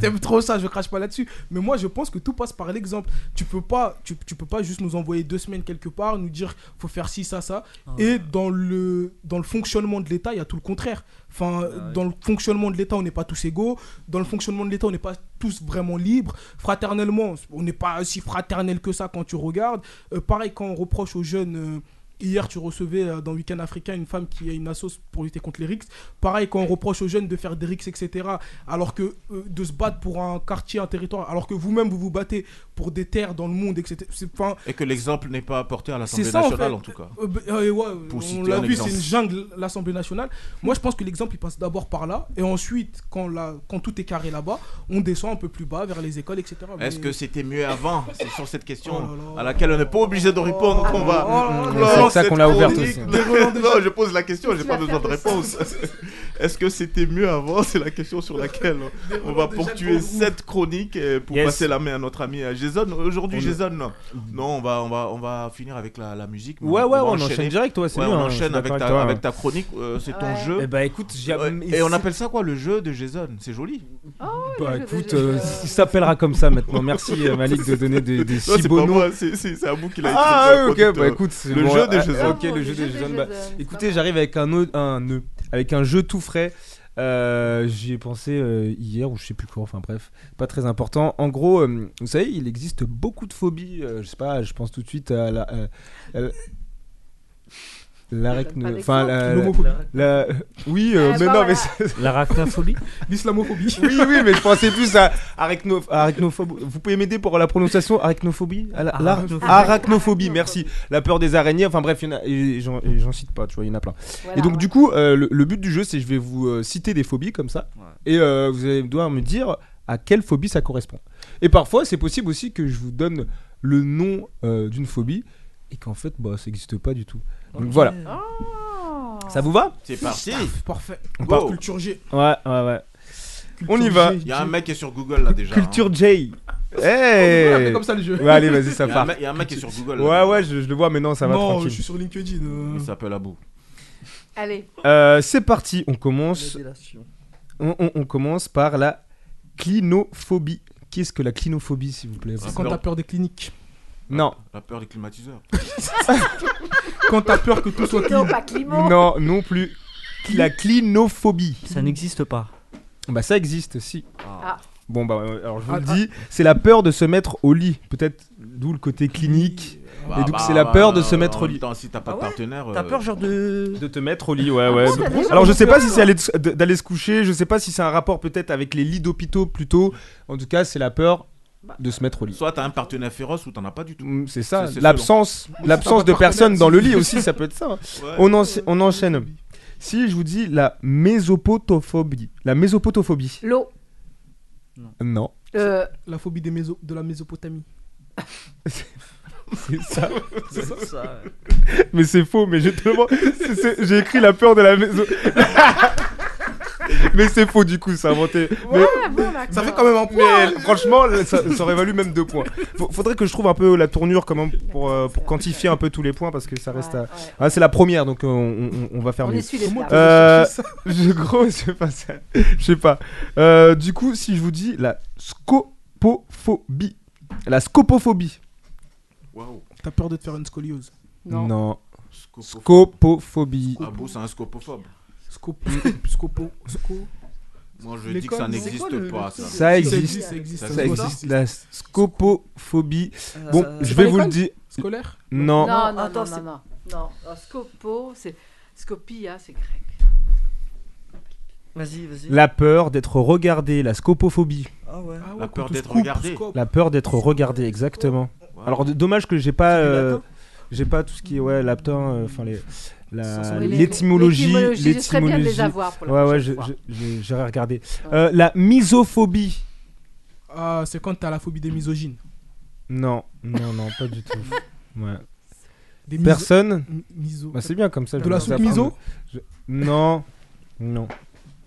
S3: T'aimes trop ça, je crache pas là-dessus. Mais moi, je pense que tout passe par l'exemple. Tu peux pas, tu, tu peux pas juste nous envoyer deux semaines quelque part, nous dire faut faire ci, ça, ça. Et dans le, dans le fonctionnement de l'État, il y a tout le contraire. Enfin, dans le fonctionnement de l'État, on n'est pas tous égaux. Dans le fonctionnement de l'État, on n'est pas tous vraiment libres. Fraternellement, on n'est pas si fraternel que ça quand tu regardes. Euh, pareil, quand on reproche aux jeunes. euh, Hier, tu recevais euh, dans Week-end Africain une femme qui a une assoce pour lutter contre les rixes. Pareil, quand on reproche aux jeunes de faire des rixes, etc., alors que euh, de se battre pour un quartier, un territoire, alors que vous-même, vous vous battez pour des terres dans le monde, etc. C'est enfin,
S1: Et que l'exemple n'est pas apporté à l'Assemblée
S3: C'est ça, en
S1: nationale
S3: fait.
S1: en tout cas.
S3: euh, bah, euh, ouais,
S1: Pour
S3: on
S1: citer
S3: l'a
S1: un
S3: vu,
S1: exemple.
S3: c'est une jungle, l'Assemblée nationale. Moi, je pense que l'exemple, il passe d'abord par là, et ensuite, quand, la, quand tout est carré là-bas, on descend un peu plus bas vers les écoles, etc.
S1: Est-ce
S3: Mais-
S1: que c'était mieux avant
S3: (laughs)
S1: C'est sur cette question
S3: Oh là là.
S1: à laquelle on n'est pas obligé de répondre qu'on va.
S3: Oh là là.
S1: clore
S4: Mm, C'est pour ça qu'on
S1: cette
S4: l'a ouverte
S1: chronique
S4: aussi.
S1: de- (laughs) Non, je pose la question, j'ai
S2: Tu
S1: pas
S2: vas
S1: besoin de
S2: faire le
S1: réponse. (laughs) Est-ce que c'était mieux avant C'est la question sur laquelle on va ponctuer cette chronique euh, pour
S4: Yes.
S1: passer la main à notre ami euh, Jason. Aujourd'hui,
S4: On- Mm.
S1: Jason, non, Non, on va, on va, on va finir avec la, la musique. mais
S4: Ouais, ouais,
S1: va
S4: ouais, on
S1: enchaîner.
S4: enchaîne direct, ouais, c'est
S1: Ouais,
S4: mieux,
S1: on
S4: hein, je suis
S1: enchaîne avec
S4: d'accord
S1: ta,
S4: toi,
S1: avec
S4: hein.
S1: ta chronique, euh, c'est ton
S2: Ouais.
S4: Eh
S1: jeu.
S4: bah écoute, j'ai-
S1: Ouais, Et on appelle ça quoi le jeu de Jason C'est joli.
S4: Bah
S2: je-
S4: écoute,
S2: je-
S4: euh,
S2: je-
S4: il s'appellera comme ça maintenant. Merci
S1: (laughs)
S4: euh, Malik de donner des, des
S1: Non,
S4: si
S1: c'est
S4: beaux
S1: pas
S4: noms.
S1: moi, c'est- c'est c'est Abou qui l'a écrit.
S4: Ah
S1: c'est un
S4: ouais, ok,
S1: producteur.
S4: bah écoute, c'est
S1: Le
S4: bon,
S1: jeu
S4: ah,
S1: de Jason.
S4: ah,
S2: Ah
S4: Ok,
S2: bon,
S4: le jeu de Jason. Bah,
S2: c'est
S4: écoutez,
S2: pas
S4: j'arrive avec un, autre- un nœud, avec un jeu tout frais. Euh, J'y ai pensé euh, hier ou je sais plus quoi. Enfin bref, pas très important. En gros, euh, vous savez, il existe beaucoup de phobies. euh, je sais pas, je pense tout de suite à la. euh, euh, l'arachno-
S2: Pas d'exemple.
S4: Enfin, la- la-
S3: L'homophobie,
S4: la- Oui, euh,
S2: Eh
S4: mais
S2: ben
S4: non,
S2: voilà.
S4: mais c'est-
S6: L'arachnophobie
S3: l'islamophobie.
S4: oui, oui, mais je pensais plus à arachno- arachnophobie. Vous pouvez m'aider pour la prononciation Arachnophobie À la- la-
S6: Arachnophobie.
S4: Arachnophobie, merci. La peur des araignées, enfin bref, il y en a- et j'en et j'en cite pas, tu vois, il y en a plein. et donc, du coup, euh, le, le but du jeu, c'est je vais vous euh, citer des phobies comme ça,
S6: Ouais.
S4: et euh, vous allez devoir me dire à quelle phobie ça correspond. Et parfois, c'est possible aussi que je vous donne le nom euh, d'une phobie, et qu'en fait, bah, ça n'existe pas du tout. euh, Donc voilà,
S2: Oh.
S4: ça vous va
S1: C'est parti.
S3: Parfait.
S4: On part-
S3: Culture G.
S4: Ouais, ouais, ouais. On y
S3: Culture
S4: va.
S3: G.
S1: Il y a un mec qui est sur Google là déjà. hein.
S4: Culture J.
S3: On appelle
S4: Hey
S3: comme ça le jeu.
S4: Ouais, allez, vas-y, ça
S1: Il y a un
S4: part.
S1: mec- il y a un mec qui est sur Google.
S4: Ouais, ouais, je, je le vois, mais non, ça va
S3: non,
S4: tranquille.
S3: je suis sur LinkedIn. euh.
S1: Il s'appelle Abou.
S4: (laughs)
S2: Allez,
S4: Euh, c'est parti, on commence. On, on- on commence par la clinophobie. Qu'est-ce que la clinophobie, s'il vous plaît
S3: C'est quand t'as peur des cliniques.
S4: Non,
S1: La peur des climatiseurs.
S3: Quand t'as peur que tout soit
S2: non,
S3: clean.
S2: pas Clément.
S4: non, non plus. La clinophobie.
S6: Ça n'existe pas.
S4: Bah, ça existe, si.
S2: Ah.
S4: Bon, bah, euh, alors je vous
S3: Ah,
S4: le
S3: ah.
S4: dis, c'est la peur de se mettre au lit. Peut-être d'où le côté clinique.
S1: Bah,
S4: donc,
S1: bah,
S4: c'est la
S1: bah,
S4: peur de se
S1: euh,
S4: mettre
S1: en
S4: au
S1: même
S4: lit.
S1: temps, si t'as pas
S6: Ah
S1: de
S6: ouais
S1: partenaire.
S6: T'as
S1: euh,
S6: peur genre de...
S4: De te mettre au lit, ouais, ouais.
S2: Ah bon, t'as déjà
S4: Alors je sais pas
S2: peur,
S4: si
S2: toi
S4: c'est aller- de- d'aller se coucher, je sais pas si c'est un rapport peut-être avec les lits d'hôpitaux plutôt. En tout cas, c'est la peur de se mettre au lit.
S1: Soit t'as un partenaire féroce ou t'en as pas du tout.
S4: Mm, C'est ça,
S1: C'est- c'est
S4: l'absence, l'absence de personnes dans le lit aussi, ça peut
S2: (laughs)
S4: être ça. hein. On, en- on enchaîne. Si je vous dis la mésopotophobie, la mésopotophobie,
S2: L'eau.
S4: non,
S2: Euh,
S3: La phobie des méso- de la Mésopotamie.
S4: c'est ça.
S6: Ça,
S4: (laughs) Mais c'est faux, mais je te mens. C'est- c'est- J'ai écrit la peur de la maison. (laughs) mais c'est faux du coup, c'est inventé. Mais-
S2: ah, bon,
S3: Ça
S2: d'accord.
S3: fait quand même un point. hein.
S4: Mais franchement, là, ça, ça aurait valu même deux points. Faut- Faudrait que je trouve un peu la tournure quand même pour, euh, pour quantifier un peu tous les points parce que ça reste
S2: Ouais,
S4: à...
S2: ouais.
S4: Ah, c'est la première, donc euh, on, on- on va faire
S2: On
S4: mieux.
S2: essuie les
S3: Comment
S2: plats.
S3: t'as
S4: Euh,
S3: (laughs) cherché ça
S4: Je gros, je sais pas ça. Je sais pas. Euh, du coup, si je vous dis la scopophobie. La scopophobie.
S1: Waouh.
S3: T'as peur de te faire une scoliose.
S2: Non.
S1: Scopophobe.
S4: Scopophobie.
S1: (laughs) Abou, c'est un scopophobe.
S3: Scopo. Scopo. Sco.
S1: Moi, je
S3: Les
S1: dis que ça
S3: codes, non. C'est
S1: n'existe
S10: quoi le-
S1: pas.
S10: le
S1: ça.
S10: truc
S4: Ça
S3: Ça
S4: existe.
S3: existe, ça existe.
S1: Ça
S3: se
S4: Ça
S3: voit.
S4: existe. La scopophobie.
S10: Euh,
S4: Bon,
S10: ça-
S4: je
S3: pas
S4: vais vous le
S3: l'école
S4: dire.
S3: Scolaire
S4: Non.
S2: Non, non,
S10: Attends,
S2: non,
S10: c'est-
S2: non, non, non. Alors, Scopo, c'est Scopia, c'est grec.
S10: Vas-y, vas-y.
S4: La peur d'être regardé, la scopophobie.
S10: Ah ouais.
S3: Ah ouais,
S1: La
S3: quand
S1: peur
S3: on
S1: d'être
S3: se coupe,
S1: regardé.
S3: on se coupe.
S4: La peur d'être regardé, exactement.
S1: Wow.
S4: Alors d- dommage que j'ai pas,
S10: C'est du
S4: euh,
S10: latin
S4: j'ai pas tout ce qui est ouais latin, enfin les, la-
S10: Ça sent
S2: Oui, les-
S4: Ah, l'étymologie,
S2: l'étymologie, Ce serait bien de les
S4: l'étymologie.
S2: avoir pour la
S4: Ouais ouais,
S2: prochaine
S4: je-
S2: fois.
S4: je- je- j'aurais regardé.
S2: Ouais.
S4: Euh, la misophobie.
S3: Ah, c'est quand t'as la phobie des misogynes.
S4: Non, non, non, pas du tout. Ouais.
S3: Des miso-
S4: Personne.
S3: M- miso-
S4: Bah, c'est bien comme ça. je
S3: De la
S4: commence à
S3: soupe miso
S4: prendre- Non, non.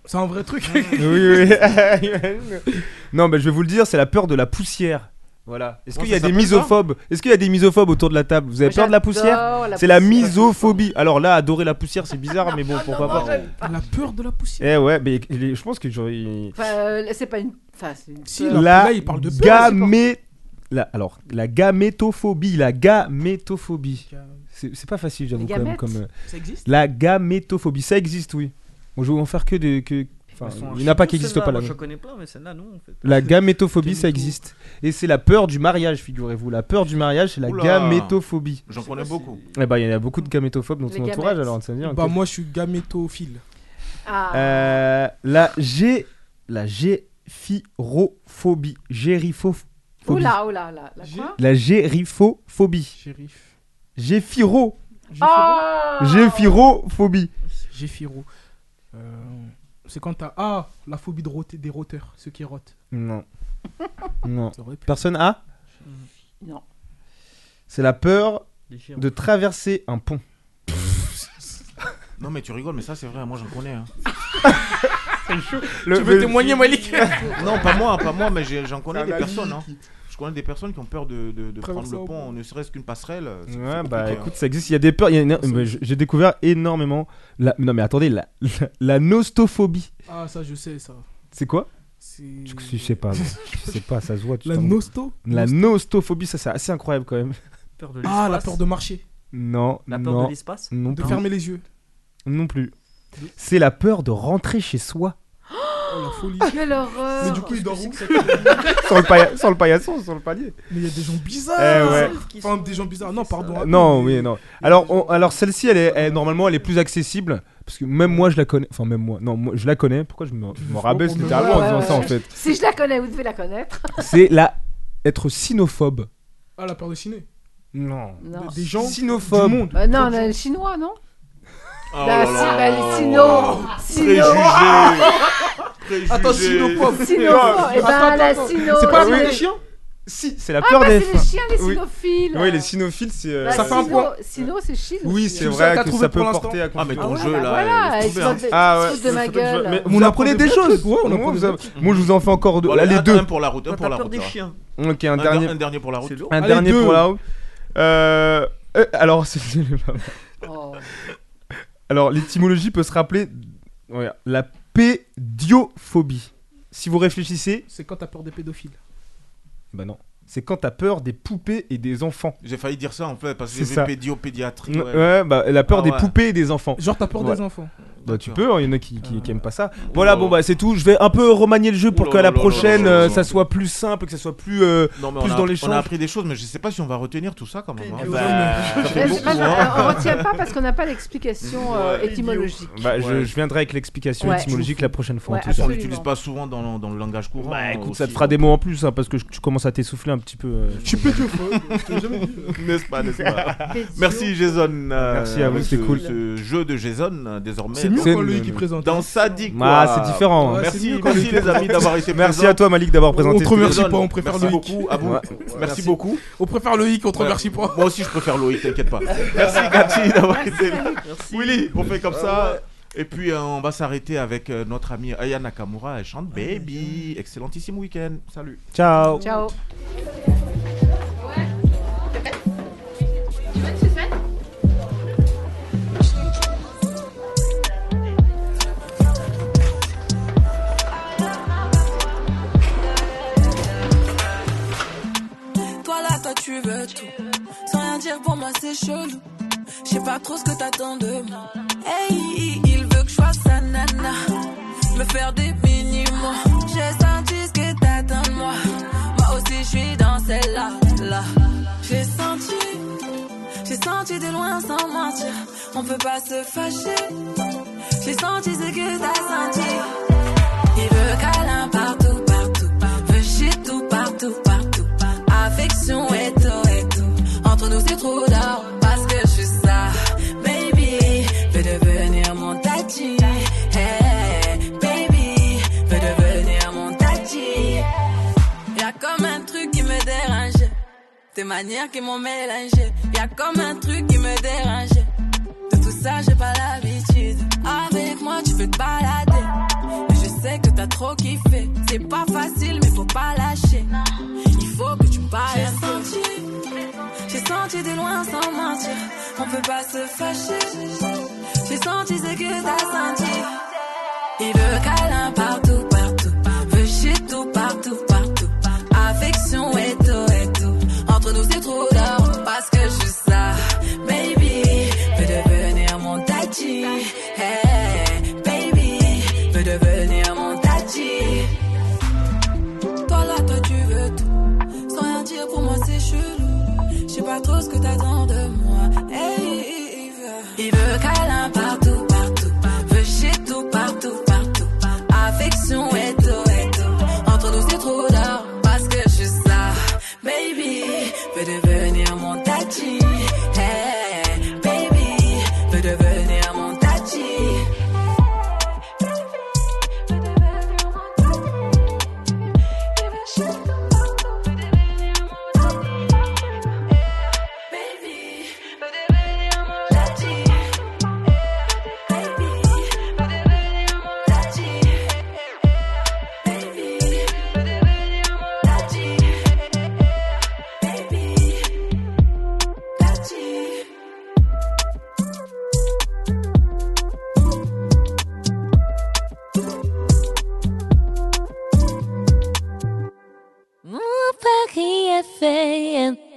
S3: C'est un vrai truc.
S4: oui, oui. (laughs) non, mais je vais vous le dire, c'est la peur de la poussière. Voilà. Est-ce
S1: Comment
S4: qu'il y a
S1: ça
S4: des
S1: s'appelle ça
S4: misophobes Est-ce qu'il y a des misophobes autour de la table Vous avez peur de la poussière
S2: J'adore
S4: C'est la
S2: poussière. Oh,
S4: misophobie. Alors là, adorer la poussière, c'est
S2: (laughs)
S4: bizarre, mais bon, pourquoi pas.
S3: (laughs) la peur de la poussière.
S4: Eh ouais, mais les- je pense que j'aurais.
S2: Enfin, euh, c'est pas une. Enfin, c'est une.
S3: Si,
S2: peur.
S3: là,
S4: La
S3: il parle de peur,
S4: gamé... la, alors, la gamétophobie, la gamétophobie. C'est c'est pas facile, j'avoue,
S2: Les
S4: quand même.
S2: gamètes
S4: Comme, euh,
S3: Ça existe
S4: la gamétophobie, ça existe, oui. Bon, je vais en faire que des. Que...
S6: Euh,
S4: enfin, il n'y en a pas qui n'existent pas là.
S10: Moi, Je connais plein, mais celle-là, non, en fait.
S4: La gamétophobie, ça
S10: Gaméto-
S4: existe. Et c'est la peur du mariage, figurez-vous. La peur du mariage, c'est la
S1: Oula.
S4: gamétophobie.
S1: J'en connais beaucoup.
S4: Eh ben, il y en a beaucoup de gamétophobes dans
S2: Les
S4: ton entourage,
S2: gamètes.
S4: alors ça vient.
S3: Bah, moi, je suis gamétophile.
S2: Ah,
S4: Euh, la G. La géphirophobie. Gérifo- phobie.
S2: oula, oula, là, la quoi
S4: La gérifophobie.
S3: Shérif.
S4: Géphiro.
S2: Ah
S4: Géphirophobie.
S3: Géphiro. Euh, C'est quand t'as. Ah, la phobie de roter, des roteurs, ceux qui rotent.
S2: (laughs)
S4: Non. Non.
S3: Ça aurait pu.
S4: Personne A
S2: Non.
S4: C'est la peur
S10: Les chiens.
S4: de traverser un pont.
S1: Non, mais tu rigoles, mais ça, c'est vrai. Moi, j'en connais. hein.
S4: Le-
S3: Tu veux
S4: le-
S3: témoigner, Malik
S1: Non, pas moi, pas moi, mais j'ai- j'en connais
S3: C'est
S1: des
S3: un
S1: personnes.
S3: ami
S1: hein. Je connais des personnes qui ont peur de, de- de
S3: Traverser
S1: prendre le
S3: un
S1: pont,
S3: pont.
S1: ne serait-ce qu'une passerelle. c'est-
S4: Ouais,
S1: c'est
S4: bah
S1: compliqué, hein.
S4: écoute, ça existe. Il y a des peurs. il y a une- mais j- J'ai découvert énormément. La... Non, mais attendez, la, la, la nostophobie.
S3: Ah, ça, je sais, ça.
S4: C'est quoi
S3: C'est.
S4: je, je sais pas. Je sais pas, ça se voit. tu
S3: Mmh. La
S4: t'en-
S3: nosto
S4: la nostophobie, ça c'est assez incroyable quand même.
S10: Peur de
S3: Ah, la
S10: l'espace.
S3: peur de marcher,
S4: Non,
S10: La peur
S4: non,
S10: de l'espace.
S4: non
S3: de
S4: plus.
S3: fermer les yeux.
S4: Non plus. C'est la peur de rentrer chez soi. (laughs)
S3: Oh, la folie.
S2: Quelle
S4: Ah,
S2: horreur
S3: Mais du coup, il dort où
S4: sans, le pailla- sans le paillasson, sans le palier.
S3: Mais il y a des gens
S4: Eh
S3: bizarres.
S4: ouais.
S3: Enfin, des gens bizarres. Non, pardon.
S4: Euh,
S3: attends,
S4: non,
S3: mais-
S4: oui, non. Alors, on- alors celle-ci, elle est, elle- normalement, elle est plus accessible. Parce que même moi, je la connais. Enfin, même moi. Non, moi, je la connais. Pourquoi je me- je m'en rabaisse
S3: comprends.
S4: littéralement en
S2: Ouais,
S4: disant
S2: ouais,
S4: ça, en
S2: ouais.
S4: fait
S2: Si je la connais, vous devez la connaître.
S4: C'est la. être sinophobe.
S3: Ah, la peur de ciné.
S4: Non.
S2: Non.
S3: Des gens.
S4: Sinophobe.
S3: du monde.
S2: Euh, non, le chinois, non
S1: hein.
S2: La
S1: Oh là là.
S2: Bah, si- la sino. Sino.
S1: Préjugé.
S3: Attends, sinophobe.
S2: Sino. Eh ben, la sino.
S3: Ah, C'est pas
S4: euh, Oui.
S3: la peur des chiens
S4: Si, c'est la
S2: Ah,
S4: peur
S2: bah,
S4: des
S2: c'est les
S4: fins.
S2: chiens, les
S4: Oui.
S2: sinophiles.
S4: Oui, les sinophiles, c'est. euh,
S2: Bah,
S3: Ça fait un
S2: sino-
S3: point.
S2: Sino, c'est Chine.
S4: Oui,
S2: aussi,
S4: c'est
S2: hein.
S3: Je suis le seul
S4: vrai
S3: qui a
S4: que
S3: trouvé
S4: ça peut
S3: pour l'instant.
S4: porter à
S1: Ah, mais
S2: Ah
S1: ton
S2: ouais,
S1: jeu,
S2: bah
S1: là.
S2: voilà,
S1: laisse
S2: ils
S1: tomber,
S2: sont
S1: hein.
S2: de-
S4: Ah
S2: ils
S4: ouais.
S2: se foutent de ma gueule.
S4: Mais
S3: Vous
S4: on apprenait
S3: apprenez
S4: des
S3: des
S4: choses.
S3: trucs, ouais, on
S4: Moi,
S3: apprend
S4: vous
S3: des
S4: avez- Moi, je vous en fais encore deux.
S1: Bon,
S4: Là,
S1: allez,
S4: les
S1: un-
S4: deux.
S1: Un pour la route, un
S10: T'as
S1: pour la
S10: peur
S1: route.
S10: des
S1: alors.
S10: chiens.
S4: Ok, un
S1: Un der-
S4: dernier.
S1: un dernier pour la route.
S10: C'est lourd.
S4: Un
S3: Allez,
S4: dernier
S3: deux.
S4: pour la route. Euh, euh, alors, (laughs) c'est- c'est le-
S2: Oh.
S4: alors, l'étymologie peut se rappeler regarde, la pédiophobie. Si vous réfléchissez,
S3: C'est quand t'as peur des pédophiles.
S4: bah non, c'est quand t'as peur des poupées et des enfants.
S1: J'ai failli dire ça en fait parce que
S4: C'est
S1: j'ai
S4: ça.
S1: vu pédio, pédiatrie.
S4: Ouais,
S1: ouais.
S4: bah, la peur
S1: Ah
S4: des
S1: ouais.
S4: poupées et des enfants.
S3: Genre, t'as peur
S4: Voilà.
S3: des enfants.
S4: Bah, tu
S1: D'accord.
S4: peux, il y en a qui, qui, qui aiment pas ça.
S1: Oh
S4: Voilà,
S1: là
S4: bon,
S1: là.
S4: bah, c'est tout. Je vais un peu remanier le jeu pour
S1: Oh
S4: que
S1: là
S4: la
S1: là là là
S4: prochaine,
S1: là là
S4: euh,
S1: là.
S4: ça soit plus simple, que ça soit plus. euh,
S1: Non, mais
S4: Plus
S1: on a-
S4: dans l'échange.
S1: On a appris des choses, mais je sais pas si on va retenir tout ça quand même. hein.
S10: Eh
S1: Ça fait
S2: Mais
S1: beaucoup,
S2: c'est pas grave,
S1: hein.
S2: On retient pas parce qu'on n'a pas l'explication euh, étymologique.
S4: Bah, je,
S1: Ouais.
S4: je viendrai avec l'explication
S2: Ouais.
S4: étymologique la prochaine fois.
S2: Ouais,
S4: en tout cas.
S1: On
S2: absolument.
S1: l'utilise pas souvent dans, dans le langage courant.
S4: Bah, écoute, ça te
S1: aussi,
S4: fera
S1: donc.
S4: des mots en plus hein, parce que je- tu commences à t'essouffler un petit peu. euh.
S3: Je suis pédophile. je te l'ai jamais dit.
S1: N'est-ce pas, n'est-ce
S4: (laughs)
S1: pas
S2: Pédio.
S1: Merci Jason. euh,
S4: Merci à vous, c'était
S1: ce-
S4: cool.
S1: Ce jeu de Jason euh, désormais.
S3: C'est mieux
S4: C'est
S3: quand
S4: le-
S3: Loïc qui
S4: le-
S3: présente.
S1: Dans ça dit quoi.
S4: Ah, c'est différent. hein.
S3: Ouais, c'est
S1: Merci,
S3: mieux quand
S1: merci
S3: il
S1: les amis d'avoir été
S4: Merci
S1: présents.
S4: à toi Malik d'avoir présenté.
S3: on te
S4: ce-
S3: remercie
S1: Jason,
S3: pas, on préfère
S1: merci
S3: Loïc.
S1: beaucoup. à vous.
S4: Ouais.
S1: Merci beaucoup.
S3: On préfère Loïc, on te
S1: Ouais.
S3: remercie pas.
S1: Moi aussi, je préfère Loïc, t'inquiète pas. Merci Cathy d'avoir été là.
S10: Merci.
S1: Willy, on fait comme ça. Et puis, euh, on va s'arrêter avec euh, notre ami Aya Nakamura. Elle chante Baby. Excellentissime week-end. Salut.
S4: Ciao.
S2: Ciao.
S8: Toi là, toi tu veux tout. Sans rien dire pour moi, c'est chelou. Je sais pas trop ce que t'attends de moi. Hey, il veut que je fasse sa nana. Me faire des mini je suis dans celle-là, là. J'ai senti, j'ai senti de loin sans mentir. On peut pas se fâcher. J'ai senti ce que t'as senti. Il veut câlin partout, partout. Veut chez tout, partout, partout. Affection et tout, et tout. Entre nous, c'est trop d'or. Parce que je suis ça. Baby, veux devenir mon tati. Hey, baby, veux devenir mon tati. Y'a comme un truc qui me dérange. Tes manières qui m'ont mélangé. Y'a comme un truc qui me dérange. De tout ça, j'ai pas l'habitude. Avec moi, tu peux te balader. Mais je sais que t'as trop kiffé. C'est pas facile, mais faut pas lâcher. Il faut que tu me parles un peu. J'ai senti de loin sans mentir. On peut pas se fâcher. J'ai senti ce que t'as senti. Il veut câlin partout, partout. Veut chez tout, partout, partout. Affection et tout, et tout. Entre nous, c'est trop d'or. Parce que je suis ça. Baby, veut devenir mon tati. Hey, baby, veut devenir mon tati. Toi là, toi tu veux tout. Sans rien dire pour moi, c'est chelou. Je sais pas trop ce que t'attends de moi. Hey, il veut. Il veut câlin partout, partout. Veut chez tout, partout, partout. Affection et tout, et tout. Entre nous, c'est trop d'or. Parce que je suis ça. Baby, veut devenir mon tati. Hey, baby, veut devenir mon tati.
S11: Mon Paris est fait.